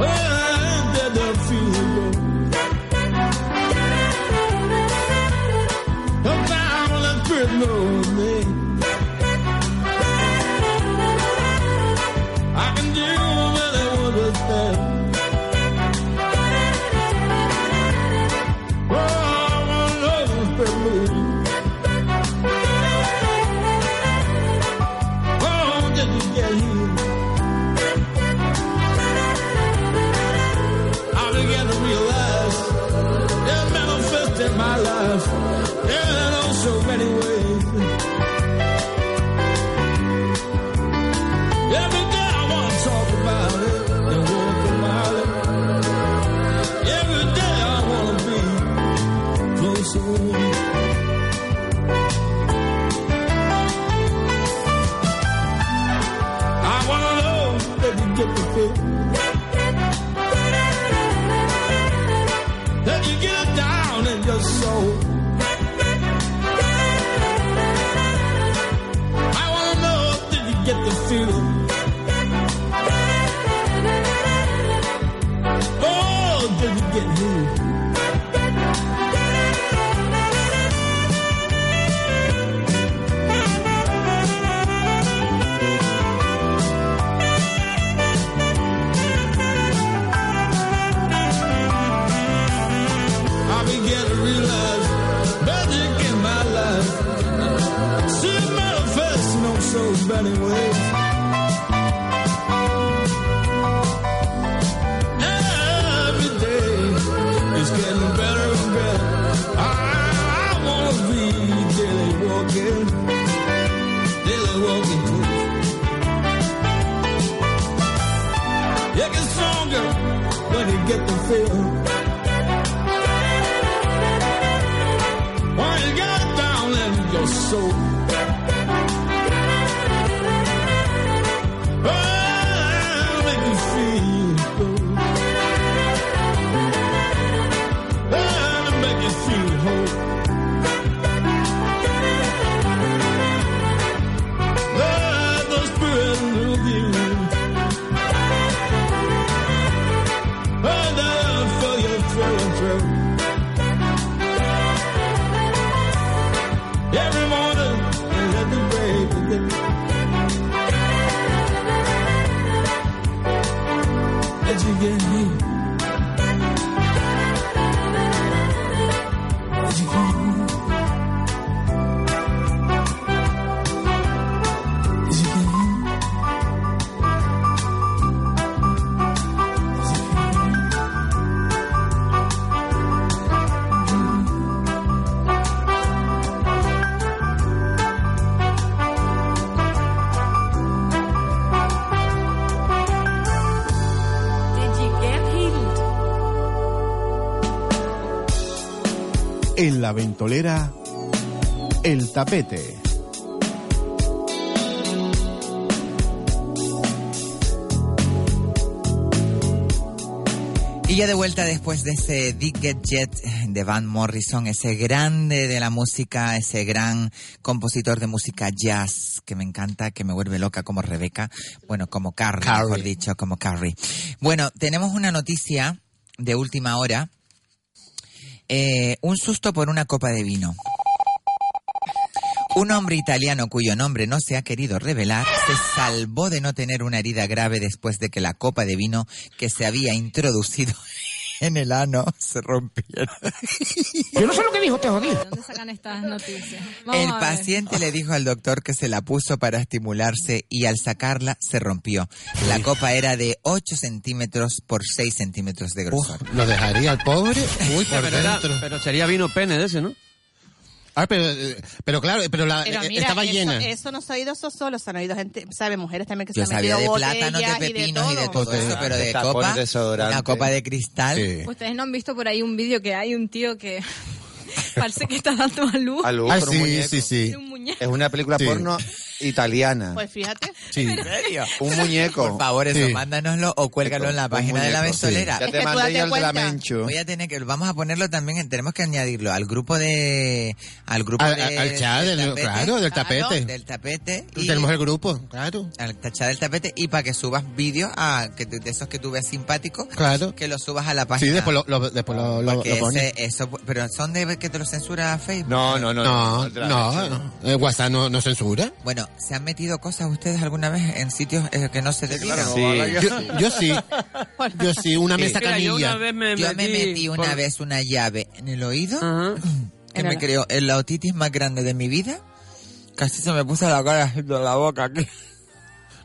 L: Where did the feeling go? Come down and put it on me. I can do what I want with them. Oh, I want love for me. Oh, did you get healed? I began to realize they're manifesting my life. They're in oh so many ways. Every day I want to talk about it and walk about it. Every day I want to be closer with you. I want to know that you get the fit. That you get down in your soul. Oh, anyway. Every day is getting better and better. I, I wanna be daily walking, daily walking proof. You get stronger when you get the feeling. When you got it down in your soul. Oh, make you feel good. Oh, make you feel whole. Let the spirit move you. Oh, now I feel you through and through. Every morning and every break of day. That you get here. That you get here. That you get here.
C: En la ventolera, el tapete.
D: Y ya de vuelta después de ese Dick Get Jet de Van Morrison, ese grande de la música, ese gran compositor de música jazz que me encanta, que me vuelve loca como Rebeca, bueno, como Carrie, mejor dicho, como Carrie. Bueno, tenemos una noticia de última hora. Eh, un susto por una copa de vino. Un hombre italiano cuyo nombre no se ha querido revelar se salvó de no tener una herida grave después de que la copa de vino que se había introducido en el ano se rompiera.
M: Yo no sé lo que dijo, te jodí.
G: ¿Dónde sacan estas noticias?
D: El paciente le dijo al doctor que se la puso para estimularse y al sacarla se rompió. La copa era de 8 centímetros por 6 centímetros de grosor.
I: ¿Lo dejaría al pobre? Uy, por
E: pero, era-
I: dentro.
E: pero sería vino pene de ese, ¿no?
I: Ah, pero, eh, pero claro, pero la,
H: Pero
I: eh,
H: mira,
I: estaba
H: eso,
I: llena.
H: eso no se ha ido eso solo, se han oído gente, sabe, mujeres también que
D: Yo
H: se han
D: sabía
H: metido
D: de
H: botellas
D: plátanos, de pepinos y de todo
I: Botellas,
D: eso, pero de
I: tapones,
D: copa,
I: desodorante.
D: una copa de cristal.
G: Ustedes no han visto por ahí un vídeo que hay un tío que parece que está dando a luz.
F: A luz
I: Ah,
F: por un
I: sí,
F: muñeco.
I: sí, sí.
F: Es una película
I: Sí.
F: porno italiana.
H: Pues fíjate.
I: Sí.
F: Un muñeco.
D: Por favor, eso,
F: Sí.
D: mándanoslo o cuélgalo en la
F: Un
D: página de la
F: muñeco, sí.
D: ventolera.
F: Ya te Es que tú mandé date yo el de la cuenta. Menchu.
D: Voy a tener que, vamos a ponerlo también, tenemos que añadirlo al grupo de, al grupo
I: Al-
D: de- Ah,
I: al chat del- claro, del tapete.
D: del tapete.
I: Y tenemos el grupo, claro.
D: Al chat del tapete y para que subas vídeos a, que, de esos que tú ves simpáticos,
I: Claro.
D: que los subas a la página.
I: Sí, después lo, lo- después lo, lo-
D: Porque
I: lo pones.
D: ese- eso, pero son de que te lo censura Facebook.
F: No, no, no.
I: No,
F: otra
I: no,
F: vez.
I: no. Eh, WhatsApp no, no censura.
D: Bueno, ¿se han metido cosas ustedes alguna vez en sitios eh, que no se debidan?
F: claro, Sí. ojalá que
I: Yo, yo sí, yo sí, una
D: Sí.
I: mesa
D: Mira,
I: camilla.
D: yo una vez me Yo me metí, metí una por- vez una llave en el oído que
I: En
D: me
I: el-
D: creó el- la otitis más grande de mi vida. Casi se me puso la cara de la boca aquí.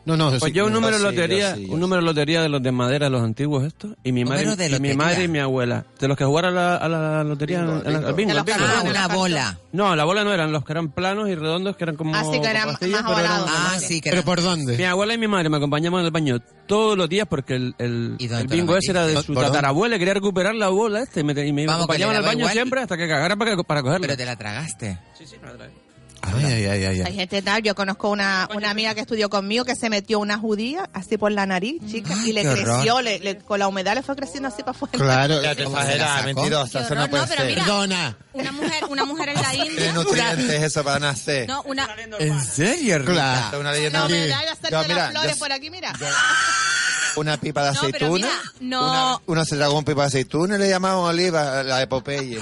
I: No, no,
E: Pues yo un número de lotería, un número de lotería de los de madera, de los antiguos estos, y mi
D: Número
E: madre,
D: de
E: y mi
D: lotería.
E: madre y mi abuela, de los que jugaron a la, a la lotería,
D: Bingo,
E: al- al- al
D: bingo.
E: bingo,
D: De los
E: al bingo.
D: cartones, Ah, de los una cartones. bola.
E: No, la bola no eran los que eran planos y redondos que eran como.
H: Así Ah, que eran
E: como
H: más
E: pastillas, pero eran-
H: ovalados. Ah,
D: sí,
I: ¿Pero por dónde?
E: Mi abuela y mi madre me acompañaban al baño todos los días porque el, el, el
D: te
E: bingo
D: la
E: ese era de
D: metiste?
E: su
D: ¿Por dónde?
E: tatarabuela, quería recuperar la bola este, y me, y me
D: Vamos, que le
E: acompañaban al
D: daba
E: baño
D: igual.
E: siempre hasta que cagara para, que- para cogerla.
D: Pero te la tragaste.
E: Sí, sí, me la tragué.
I: Ay, ay, ay, ay,
H: Hay gente tal, yo conozco una, una amiga que estudió conmigo que se metió una judía así por la nariz, chica, y le
I: qué horror.
H: creció, le, le- con la humedad le fue creciendo así para afuera.
I: Claro.
F: Ya te exageras, mentirosa, eso no puede ser.
I: Perdona.
G: Una mujer, una mujer en la
F: Tiene
G: India.
F: nutrientes eso para nacer.
G: No, una.
D: ¿En serio, Rita?
F: Claro. Una leyenda.
H: La humedad iba a
F: No,
H: salir de
F: mira,
H: las
F: yo
H: flores por aquí, mira.
F: Una pipa de
H: No, pero
F: aceituna.
H: mira,
G: no.
F: Una se tragó un pipa de aceituna y le llamaban oliva, la de Popeye.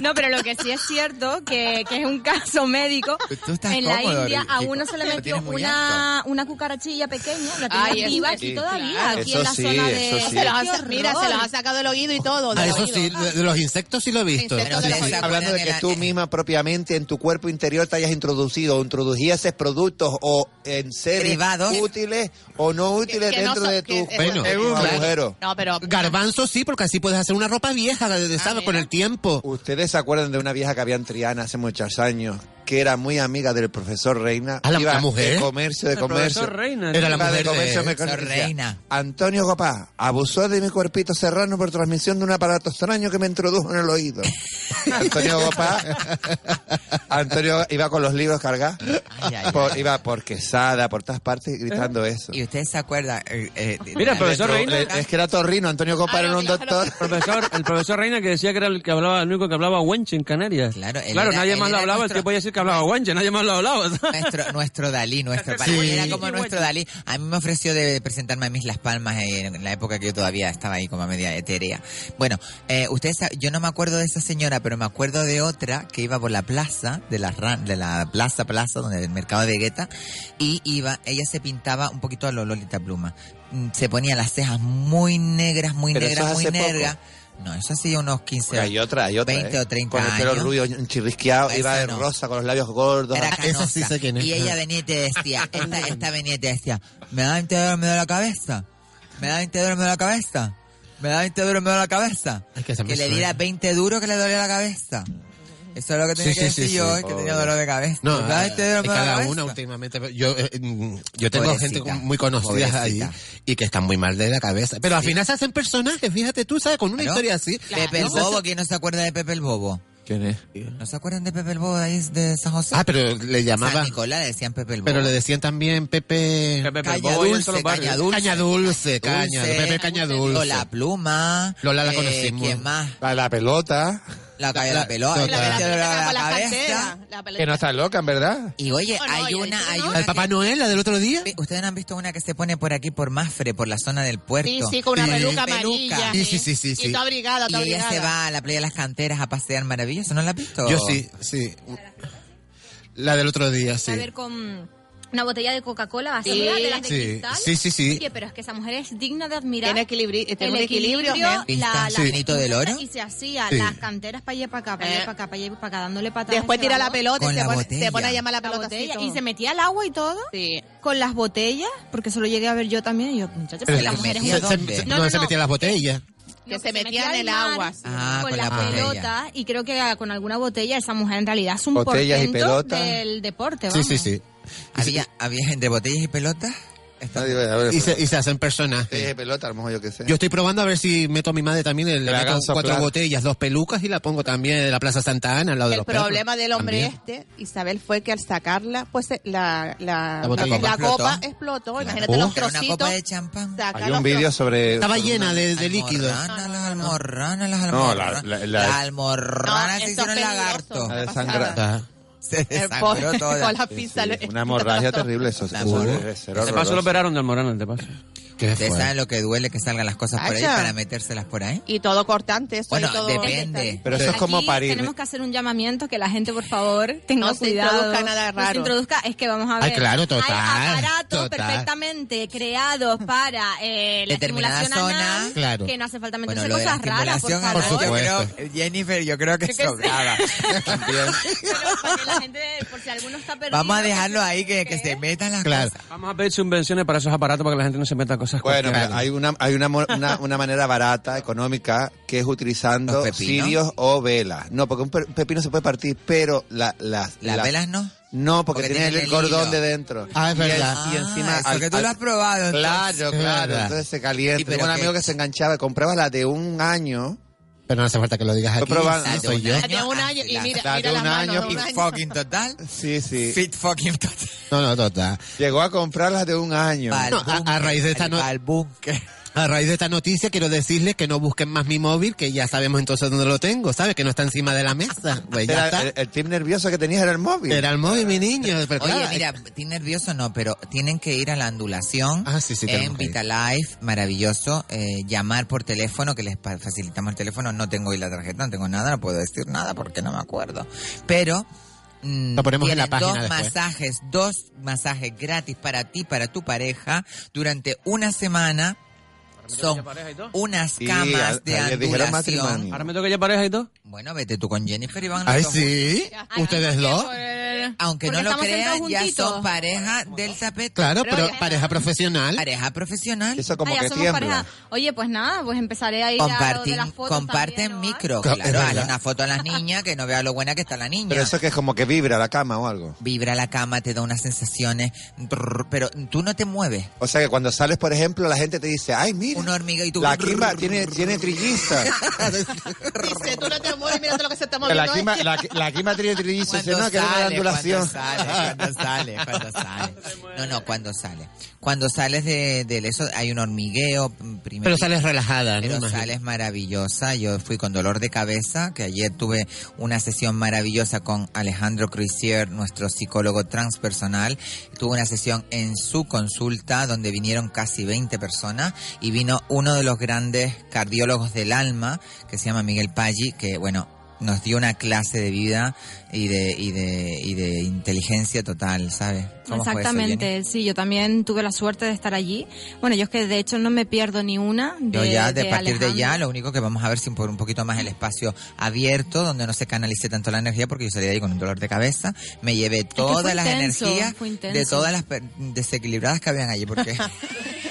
G: No, pero lo que sí es cierto, que, que es un caso médico.
D: estás
G: en la
D: cómodo,
G: India a
D: chico.
G: uno se le
D: Lo
G: metió
D: tienes muy
G: una, una cucarachilla pequeña, la
H: Ay,
G: tiene
H: eso
G: viva
H: sí.
G: aquí
H: Sí,
G: todavía,
H: claro.
G: aquí en la
I: Eso sí,
G: zona de...
I: eso sí.
H: Se los han
G: ¡Qué
H: sa- mira,
G: horror!
H: se los han sacado del oído y todo.
I: Ah,
H: del
I: eso
H: oído.
I: sí, de, de los insectos sí lo he visto.
H: Insectos de los oídos.
F: Hablando de que
D: eh,
F: tú misma propiamente en tu cuerpo interior te hayas introducido o introdujías productos o en seres
I: Derivados.
F: útiles o no útiles
H: Que- que no
F: dentro
H: son-
F: de tu
H: que-
I: Bueno,
F: en un
I: claro.
F: agujero.
H: No, pero
I: Garbanzo sí, porque así puedes hacer una ropa vieja, ¿sabes? Con el tiempo.
F: ¿Ustedes se acuerdan de una vieja que había en Triana hace muchos años? que era muy amiga del profesor Reina.
I: Ah, la-
F: Iba
I: la mujer.
F: De comercio, de
I: El
F: comercio.
I: profesor Reina, Era la
F: Iba
I: mujer de-
F: me
I: profesor
F: decía,
I: Reina.
F: Antonio Copá abusó de mi cuerpito serrano por transmisión de un aparato extraño que me introdujo en el oído. Antonio Copá. Antonio iba con los libros cargados. Por- iba por Quesada, por todas partes,
I: Eh.
F: gritando eso.
D: Y usted se acuerda. eh, eh, de-
E: Mira,
D: de-
E: profesor
D: de-
E: Reina.
F: Es que era torrino, Antonio Copá
I: Ah,
F: era un doctor.
E: Profesor, el profesor Reina que decía que era el que hablaba, el único que hablaba Wenche en Canarias. Claro,
D: era-
E: nadie
D: él
E: más lo
D: era nuestro-
E: hablaba,
D: Pues,
E: el tipo podía decir que hablaba Wenche, nadie más lo hablaba.
D: Nuestro, nuestro Dalí, nuestro para mí era como nuestro Dalí. A mí me ofreció de presentarme a mis Las Palmas eh, en la época que yo todavía estaba ahí como a media etérea. Bueno, eh, ustedes, sa- yo no me acuerdo de esa señora, pero me acuerdo de otra que iba por la plaza, de la, ran- de la plaza, plaza, donde el mercado de Guetta, y iba, ella se pintaba un poquito a lo Lolita Pluma. Mm, Se ponía las cejas muy negras, muy
F: Pero eso
D: negras,
F: es
D: muy
F: hace poco.
D: negras. No, eso hacía unos 15
F: Porque hay otra, hay otra.
D: 20
F: ¿eh?
D: o 30
F: Con el pelo
D: años.
F: rubio enchirrisqueado, iba
D: Esa
F: de
D: no.
F: rosa, con los labios gordos.
D: Era canosa. Y ella
F: Ah.
D: venía y te decía, esta, esta venía y te decía, me da 20 dólares, me da la cabeza. Me da 20 dólares, me da la cabeza. Me da 20 dólares, me da la cabeza.
I: que se me
D: le
I: suena.
D: diera 20 duros que le dolía la cabeza. Eso es lo que tenía
I: Sí,
D: que
I: sí, sí,
D: decir
I: sí.
D: yo, que tenía dolor de cabeza.
I: No,
D: Me da
I: eh,
D: 20 dólares, me da la
I: cada
D: cabeza.
I: una últimamente. Yo, eh, mm, yo tengo
D: Pobrecita,
I: gente con- muy conocida ahí
D: pobrecita.
I: y que están muy mal de la cabeza. Pero al
D: Sí.
I: final se hacen personajes, fíjate tú, ¿sabes? Con una
D: Claro.
I: historia así.
D: Pepe el
I: No sé si-
D: Bobo, ¿quién no se acuerda de Pepe el Bobo?
F: ¿Quién es?
D: ¿No se acuerdan de Pepe el Bobo de ahí de San José?
I: Ah, pero le
D: San
I: llamaba.
D: Nicolás decían Pepe el Bobo.
I: Pero le decían también Pepe.
D: Caña dulce, caña dulce.
I: Caña dulce, caña.
D: Dulce,
I: Pepe Caña dulce.
D: Lola Pluma.
I: Lola la
D: eh,
I: conocimos.
D: ¿Quién más?
F: La, la pelota.
D: La calle de la
I: La-
D: pelota. la,
I: la-
H: Con
D: de la- la
H: las
D: cabeza.
H: canteras, la pelota.
F: Que no está loca, en verdad.
D: Y oye,
H: Oh, no,
D: hay
H: yo he
D: una,
H: visto
D: hay
H: que no.
D: una
I: ¿El Papá Noel, la del otro día?
D: que- Ustedes no han visto una que se pone por aquí, por Mafre, por la zona del puerto.
H: Sí, sí, con una peluca amarilla.
I: Sí, sí, sí, sí, sí.
H: Y toda abrigada,
D: Y
H: toda
D: ella
H: abrigada.
D: se va a la playa de las canteras a pasear maravilloso. ¿No la has visto?
I: Yo sí, sí. La del otro día, sí.
G: A ver, con una botella de Coca-Cola vacía,
H: Sí.
G: de las de
I: Sí,
G: cristal.
I: sí, sí, sí.
G: Oye, pero es que esa mujer es digna de admirar.
H: Tiene, equilibri- eh, tiene
G: el
H: un equilibrio.
G: equilibrio,
H: ¿eh?
D: Pista,
G: la, la-
D: Sirenito del Oro.
G: Y se hacía
D: Sí.
G: las canteras para allá para acá, para allá para acá, para allá para acá, dándole patadas.
H: Después
G: a ese
H: tira la
G: balón.
H: pelota
D: Con
H: y se
D: la
H: pone,
D: botella.
H: se pone a llamar la
G: La
H: pelota. así,
G: botella,
H: todo.
G: y se metía al agua y todo
H: Sí.
G: con las botellas, porque eso lo llegué a ver yo también. Y yo, muchacha,
I: Pero
G: pero la
I: se-
G: mujer es
I: se-
G: un
I: se-
G: don.
I: se- no, se metían las botellas.
H: Que se metían en el
G: al
H: agua.
G: mar
D: Ah,
G: con,
D: con
G: la,
D: la botella.
G: pelota y creo que ah, con alguna botella esa mujer en realidad es un
F: Botellas y
G: portento
F: pelota.
G: del deporte.
I: Sí,
G: Vamos.
I: sí, sí.
D: Había, había gente de botellas y pelotas. Esta-
F: Nadie ve, a ver,
I: Y se, y se hacen personajes.
F: Eh, pelota, a lo mejor yo qué sé.
I: Yo estoy probando a ver si meto a mi madre también, el-
F: Que
I: le
F: la
I: meto
F: hagan
I: cuatro
F: soplar.
I: botellas, dos pelucas y la pongo también en la Plaza Santa Ana al lado de
H: El
I: los perros.
H: problema del hombre
I: También.
H: este, Isabel, fue que al sacarla, pues eh, la, la,
I: La botella.
H: la
D: Explotó.
H: copa explotó. Imagínate
I: Oh.
H: los
D: Era una
H: trocitos.
D: copa de champán.
H: saca
F: Hay
H: los
F: un vídeo
H: tro-
F: sobre...
I: Estaba llena de, de líquido.
D: Almorrana, las almorranas, las
F: No,
D: almorranas.
F: la- la- la-
D: Las almorranas
H: No,
D: se
H: eso
D: hicieron
H: es peligroso.
D: lagarto.
F: La de
H: pasada.
F: sangra-
D: Se
H: El
D: desangró
H: pobre
D: toda.
H: con la pizza. lo-
F: Una hemorragia terrible, eso.
D: La
F: sí,
D: hemorragia.
F: debe ser
E: De paso lo
F: horroroso.
E: operaron del Morano, de paso.
I: Qué
D: Ustedes
I: fuerte.
D: saben lo que duele que salgan las cosas por ahí
H: Cacha.
D: para metérselas por ahí.
H: Y todo cortante. Eso
D: Bueno,
H: y todo
D: depende.
F: Pero eso es
G: Aquí
F: como parir.
G: Tenemos que hacer un llamamiento que la gente, por favor, tenga
H: No se
G: cuidado.
H: introduzca nada
G: No se
H: raro.
G: introduzca, es que vamos a
I: Ay,
G: ver.
I: claro, total,
G: Hay aparatos
I: total.
G: perfectamente creados para eh, la
D: Determinada
G: estimulación
D: zona.
G: anal,
I: Claro.
G: que no hace falta meterse
D: Bueno, lo de la
G: cosas raras, por
D: estimulación
G: favor.
I: Por
D: anal, yo
I: supuesto.
D: creo- Jennifer, yo creo que
G: Yo qué sé.
D: sobraba.
G: Pero para que la gente, por si alguno está perdido.
D: Vamos a dejarlo ahí que, que se metan las
I: Claro.
D: cosas.
E: Vamos a pedir subvenciones para esos aparatos para que la gente no se meta cosas
F: Bueno,
E: cualquiera.
F: hay, una, hay una, mo- una, una manera barata, económica, que es utilizando
D: Los pepinos.
F: cirios o velas. No, porque un pe- pepino se puede partir, pero la, las-
D: Las
F: las-
D: velas no.
F: No, porque,
D: Porque
F: tiene el,
D: tienen el
F: cordón
D: hilo.
F: de dentro.
I: Ah, es
F: Y en-
I: verdad.
F: Y, encima...
D: Ah, eso
F: al-
D: que tú
F: al-
D: lo has probado. entonces.
F: Claro,
I: Es
F: claro.
I: verdad.
F: Entonces se
D: Y
F: calienta.
D: pero
F: Tengo un
D: que-
F: amigo que se enganchaba, compraba la de un año.
I: Pero no hace falta que lo digas
F: Estoy
I: aquí.
F: probando.
I: sí,
D: La de
I: soy
D: un
I: yo.
D: año. Ah,
H: De un año. Y
D: La-
H: mira,
F: la de
H: mira
F: un
H: las manos,
F: año.
H: de
D: Fit
H: un año.
D: fucking total.
F: Sí, sí.
D: Fit fucking total.
I: No, no, total.
F: Llegó a comprarlas de un año.
D: Pa'l
I: No, a- a raíz de esta
D: búnker,
I: no-
D: pa'l búnker.
I: A raíz de esta noticia quiero decirles que no busquen más mi móvil, que ya sabemos entonces dónde lo tengo, ¿sabes? Que no está encima de la mesa. Pues ya
F: Era- eh,
I: está.
F: el, el tip nervioso que tenías era el móvil.
I: Era el móvil, mi niño. pero
D: Oye,
I: claro,
D: mira, estoy nervioso no, pero tienen que ir a la ondulación
I: Ah, sí,
D: en
I: tenemos que ir.
D: Vitalife, maravilloso. eh, llamar por teléfono, que les pa- facilitamos el teléfono. No tengo hoy la tarjeta, no tengo nada, no puedo decir nada porque no me acuerdo. Pero mm,
I: Lo ponemos en la
D: tienen
I: página
D: dos
I: después.
D: masajes, dos masajes gratis para ti, para tu pareja, durante una semana. Son unas
E: Sí,
D: camas
E: a-
D: de
E: ayer dijeron matrimonio.
D: andulación.
E: Ahora me toca ya pareja y todo.
D: Bueno, vete tú con Jennifer y van
I: Ay,
D: los dos
I: sí.
D: Ah,
I: Ustedes dos.
D: aunque
G: Porque
D: no lo
G: estamos
D: crean,
G: sentados
D: ya
G: juntitos. Ah,
D: son pareja del tapete.
I: Claro, pero pareja profesional.
D: Pareja profesional.
I: Eso
G: Ah, ya somos pareja. Oye, pues nada, pues empezaré a ir a lo de
D: Compartir,
G: las fotos
D: comparten micro,
F: Claro, es
D: claro, hazle
F: verdad.
D: una foto a las niñas que no vea lo buena que está la niña.
F: Pero eso que es como que vibra la cama o algo.
D: Vibra la cama, te da unas sensaciones, brrr, pero tú no te mueves.
F: O sea que cuando sales, por ejemplo, la gente te dice, ay, mira.
D: Una hormiga y tú.
F: La Kimba tiene, tiene trilliza.
H: Dice, tú no te mueres, mira todo lo que se está moviendo. este".
F: la, Kimba, la, la Kimba tiene trilliza. Dice, no, que no me da ondulación.
D: cuando sale, cuando sale. No, no, cuando sale. Cuando sales de, del eso hay un hormigueo mm, primero.
I: Pero sales relajada, ¿no?
D: Pero
I: Imagino.
D: sales maravillosa. Yo fui con dolor de cabeza, que ayer tuve una sesión maravillosa con Alejandro Cruisier, nuestro psicólogo transpersonal. Tuve una sesión en su consulta donde vinieron casi 20 personas y vino uno de los grandes cardiólogos del alma, que se llama Miguel Paggi, que bueno, nos dio una clase de vida y de, y de, y de inteligencia total, ¿sabes? ¿Cómo fue eso, Jenny?
G: Exactamente, sí, yo también tuve la suerte de estar allí. Bueno, yo es que de hecho no me pierdo ni una. De,
D: Yo ya, de, partir
G: Alejandro.
D: de ya, lo único que vamos a ver si por un poquito más el espacio abierto, donde no se canalice tanto la energía, porque yo salí de ahí con un dolor de cabeza, me llevé
G: que
D: todas
G: fue
D: las
G: intenso,
D: energías
G: fue intenso.
D: de todas las per- desequilibradas que habían allí, porque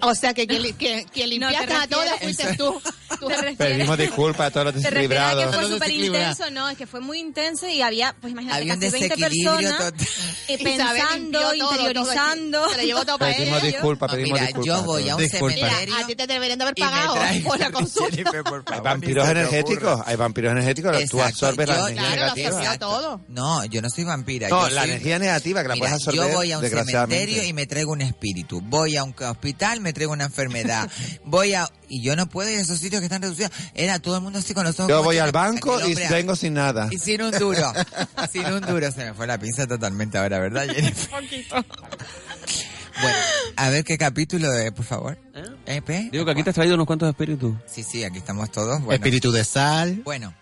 H: O sea, que quien, li- que, quien limpiaste a todas fuiste tú. tú.
F: Pedimos disculpas a todos los
G: Te refieres a que
F: desequilibrados.
G: fue súper intenso, no, es que fue muy intenso y había, pues imagínate,
D: Había un
G: casi 20
D: desequilibrio
G: personas
D: total.
G: eh,
H: Isabel
G: pensando,
H: limpió todo, todo,
G: interiorizando.
H: se lo llevó todo para
F: Pedimos disculpas, Ah, pedimos
D: mira,
F: disculpas.
D: yo voy a un cementerio.
H: Mira, a ti te deberían de haber pagado por la consulta.
F: Hay vampiros energéticos, hay vampiros energéticos, tú absorbes la
D: yo-
F: energía
D: claro, lo
F: negativa.
D: absorbió
H: todo.
D: No, yo no soy vampira.
F: No,
D: yo
F: la
D: soy-
F: energía negativa que la
D: Mira,
F: puedes absorber.
D: Yo voy a un
F: desgraciadamente.
D: cementerio y me traigo un espíritu. Voy a un hospital, me traigo una enfermedad. voy a. Y yo no puedo ir a esos sitios que están reducidos. Era todo el mundo así con los ojos.
F: Yo
D: como
F: voy al
D: chicas,
F: banco
D: aquel
F: y
D: hombre-
F: vengo sin nada.
D: Y sin un duro. sin un duro. Se me fue la pinza totalmente ahora, ¿verdad, Jennifer? Bueno, a ver qué capítulo, eh, por favor. ¿Eh, Pe?
E: Digo que aquí te has traído unos cuantos espíritus.
D: Sí, sí, aquí estamos todos. Bueno.
I: Espíritu de sal.
D: Bueno.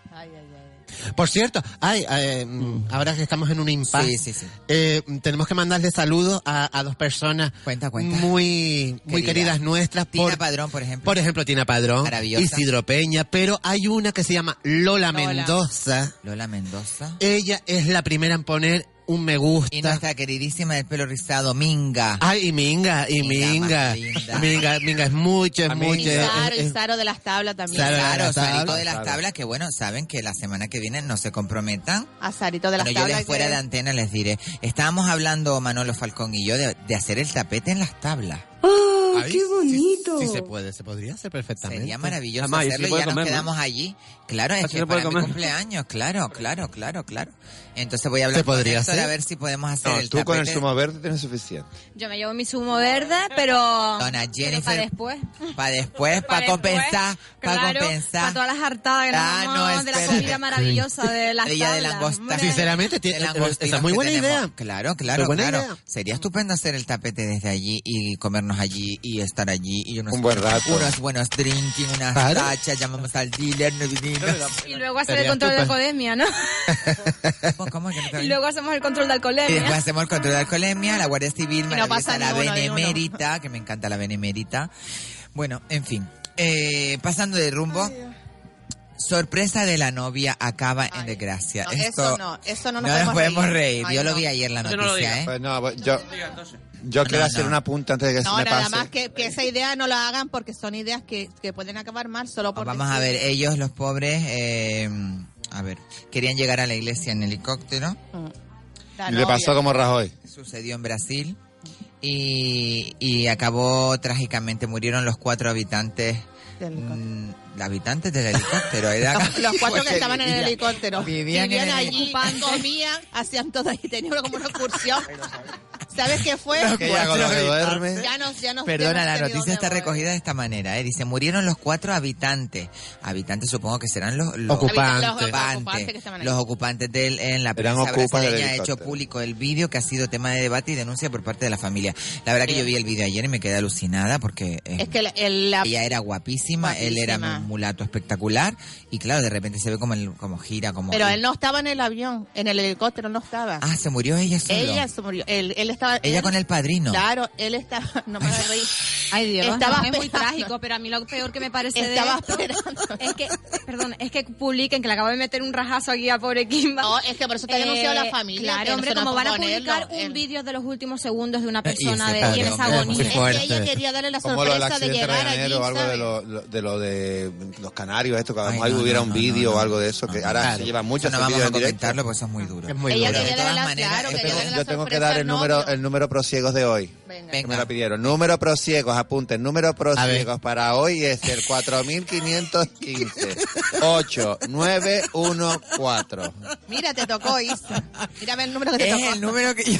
I: Por cierto, ay, eh, mm, ahora que estamos en un impasse,
D: Sí, sí, sí.
I: eh, tenemos que mandarle saludos a, a dos personas muy muy
D: Querida.
I: queridas nuestras.
D: Tina
I: por-
D: Padrón, por ejemplo.
I: Por ejemplo, Tina Padrón,
D: Maravillosa.
I: Isidro Peña, pero hay una que se llama Lola, Mendoza.
D: Lola Mendoza.
I: Ella es la primera en poner un me gusta.
D: Y nuestra queridísima del pelo rizado, Minga.
I: Ay, y Minga, y Minga.
D: Minga, más
I: Minga, Minga es mucho, es mucho. es-
H: Saro,
I: es-
H: y Saro de las tablas también.
D: Claro, Sarito
I: tablas.
D: de las
I: Claro.
D: tablas, que bueno, saben que la semana que viene no se comprometan.
H: A Sarito de las
D: Pero yo
H: tablas.
D: les fuera
H: que-
D: de antena les diré, estábamos hablando Manolo Falcón y yo de, de hacer el tapete en las tablas.
I: Ay, qué bonito! Sí, sí se puede, se podría hacer perfectamente.
D: Sería maravilloso
I: Además, y se
D: hacerlo y
I: puede
D: ya nos
I: comer, ¿no?
D: quedamos allí. Claro, es
I: Ah, se
D: que
I: puede
D: para mi
I: comer.
D: cumpleaños, claro, claro, claro, claro. Entonces voy a hablar
I: ¿Se podría
D: con Héctor
I: hacer?
D: a ver si podemos hacer
F: No,
D: el
F: tú
D: tapete. ¿Eh?
F: con el zumo verde tienes suficiente.
G: Yo me llevo mi zumo verde, pero,
D: Dona
G: pero
D: Jennifer,
G: para después.
D: para después, para,
G: después,
D: compensar, para
G: claro, Para
D: compensar.
G: todas las hartadas que nos
D: Ah,
G: damos
D: no,
G: de la
D: espérate.
G: comida maravillosa de las
D: Ella de
G: tablas.
D: langosta.
I: Sinceramente, tiene-
D: De langostinos
I: esa es muy
D: que
I: buena
D: tenemos.
I: idea.
D: Claro,
I: Muy
D: claro,
I: buena
D: claro.
I: idea.
D: Sería estupendo hacer el tapete desde allí y comernos allí y estar allí y unos,
F: Un buen rato.
D: unos buenos drinking, unas
I: Claro.
D: tachas, llamamos al dealer, no vinimos.
G: Y luego hacer el
D: Sería
G: control de
D: estupendo.
G: alcoholemia, ¿no?
D: ¿Cómo que no te-
G: Y luego hacemos el control de
D: Y después
G: alcoholemia.
D: hacemos el control de alcoholemia, la Guardia Civil,
G: Y no
D: maravillosa,
G: pasa
D: la
G: ni uno, ni uno.
D: Benemérita, que me encanta la Benemérita. Bueno, en fin. Eh, pasando de rumbo. Sorpresa de la novia acaba en desgracia.
H: No,
D: Esto
H: eso no, eso no
D: no
H: nos
D: nos
H: podemos
D: podemos
H: reír.
D: reír.
H: Ay,
D: Yo
H: no.
D: lo vi ayer en la
H: Eso
D: noticia,
H: no lo digas.
D: ¿eh?
F: Pues no, yo, yo quiero
D: No,
F: hacer
D: no.
F: una punta antes de que
H: No,
F: se me
H: nada
F: pase.
H: más que, que esa idea no la hagan porque son ideas que, que pueden acabar mal solo por
D: Vamos a ver, ellos, los pobres, eh, a ver, querían llegar a la iglesia en helicóptero.
H: La
F: Y le pasó
H: novia.
F: como Rajoy.
D: Sucedió en Brasil. Y, y acabó trágicamente. Murieron los cuatro habitantes.
H: Del
D: mm, habitantes del helicóptero. era-
H: Los cuatro que estaban en el
D: Mira,
H: helicóptero
D: vivían
H: vivían
D: en el
H: allí, comían, hacían todo y tenían como una excursión. ¿Sabes qué fue?
D: Que ya con lo que duerme.
H: Ya nos, ya nos, ya nos
D: Perdona, la
H: hemos
D: noticia
H: tenido
D: está recogida de esta manera. ¿eh? Dice, murieron los cuatro habitantes. Habitantes supongo que serán los, los-
I: Ocupantes.
D: Los
I: Ocupantes
D: ocupantes,
I: que estaban ahí.
D: los ocupantes del, en la
I: Eran
D: prensa
I: ocupas del
D: brasileña ha hecho
I: helicóptero.
D: público el vídeo que ha sido tema de debate y denuncia por parte de la familia. La verdad que yo vi el vídeo ayer y me quedé alucinada porque eh,
H: Es que el, el- la-
D: ella era guapísima, él era
H: Guapísima.
D: un mulato espectacular y claro, de repente se ve como, el- como gira, como...
H: Pero él no estaba en el avión, en el helicóptero no estaba.
D: Ah, se murió ella sola.
H: Ella se murió. Él, él estaba.
D: Ella
H: él-
D: con el padrino.
H: Claro, él estaba. No me hagas reír.
N: Ay, Dios,
H: Estaba
N: no, es muy
H: esperando.
N: trágico, pero a mí lo peor que me parece
H: Estaba
N: de esto es que, perdón, es que publiquen que le acabo de meter un rajazo aquí a pobre Kimba. Eh,
H: No, es que por eso te ha denunciado la familia, que
N: Claro,
H: no
N: hombre,
H: se lo
N: como van a
H: ponerlo,
N: publicar
H: él-
N: un vídeo de los últimos segundos de una
D: Eh, y
N: persona
D: ese
N: de
D: pobre
N: quien es
D: hombre, muy
N: agonía.
D: fuerte. Es que
H: Ella quería darle la
F: Como lo del
H: sorpresa de
F: accidente
H: llegar allí.
F: Rayanero o algo de
H: ¿sabes?
F: lo, lo- de lo de los canarios, esto, que a lo
D: Ay,
F: mejor
D: no,
F: hubiera
D: no,
F: un
D: no, no,
F: vídeo
D: Ah,
F: o algo de eso, que ahora
D: Claro.
F: se lleva mucho
D: Eso no
F: ese
D: vamos
F: vídeo
D: a
F: en directo.
D: comentarlo porque eso es muy duro.
F: Es muy
H: Ella
F: duro.
H: quería darle la claro,
D: maneras,
H: que ella
F: Yo tengo que dar el número, el número prosiegos de hoy. Que
D: Ah.
F: me lo pidieron. Número prosiegos, apunten. Número prosiegos para hoy es el 4515 8914.
H: Mira, te tocó, Isa. Mírame el número que te
D: Es
H: tocó.
D: el número que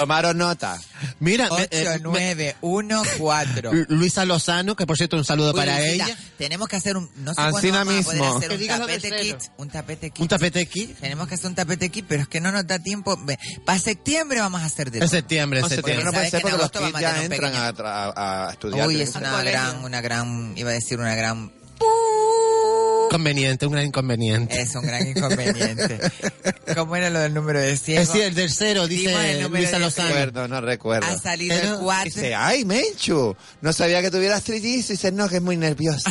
F: Tomaron nota.
I: Mira,
D: 8,
I: eh, eh,
D: 9, 1, 4.
I: Lu- Luisa Lozano, que por cierto un saludo para ella.
D: Tenemos que hacer un. No sé
I: Ancina
D: cuándo vamos a poder
I: mismo.
D: hacer
I: Que diga
D: un
I: lo del
D: tapete
I: cero.
D: kit. Un tapete kit.
I: Un tapete aquí.
D: Tenemos que hacer un tapete kit, pero es que no nos da tiempo. Ve, Para septiembre vamos a hacer de
I: En
D: todo.
I: septiembre,
F: No,
I: en
F: se tiene, no
I: septiembre.
F: puede
D: sabes
F: ser
D: que en
F: porque
D: agosto
F: los
D: va a
F: kids ya
D: mandar un
F: entran a, tra- a- a estudiar.
D: Uy, es
F: directamente.
D: una gran, una gran, iba a decir una gran,
I: Inconveniente, un gran inconveniente.
D: es un gran inconveniente. ¿Cómo era lo del número de ciego?
I: Es Eh, sí, el del cero, dice
D: Dimos el número
I: Luisa
D: de
I: Lozano.
D: ciego.
F: Recuerdo, no recuerdo.
D: Ha salido el 4.
F: Dice, ay, Menchu, no sabía que tuvieras trillizos. Dice, no, que es muy nervioso.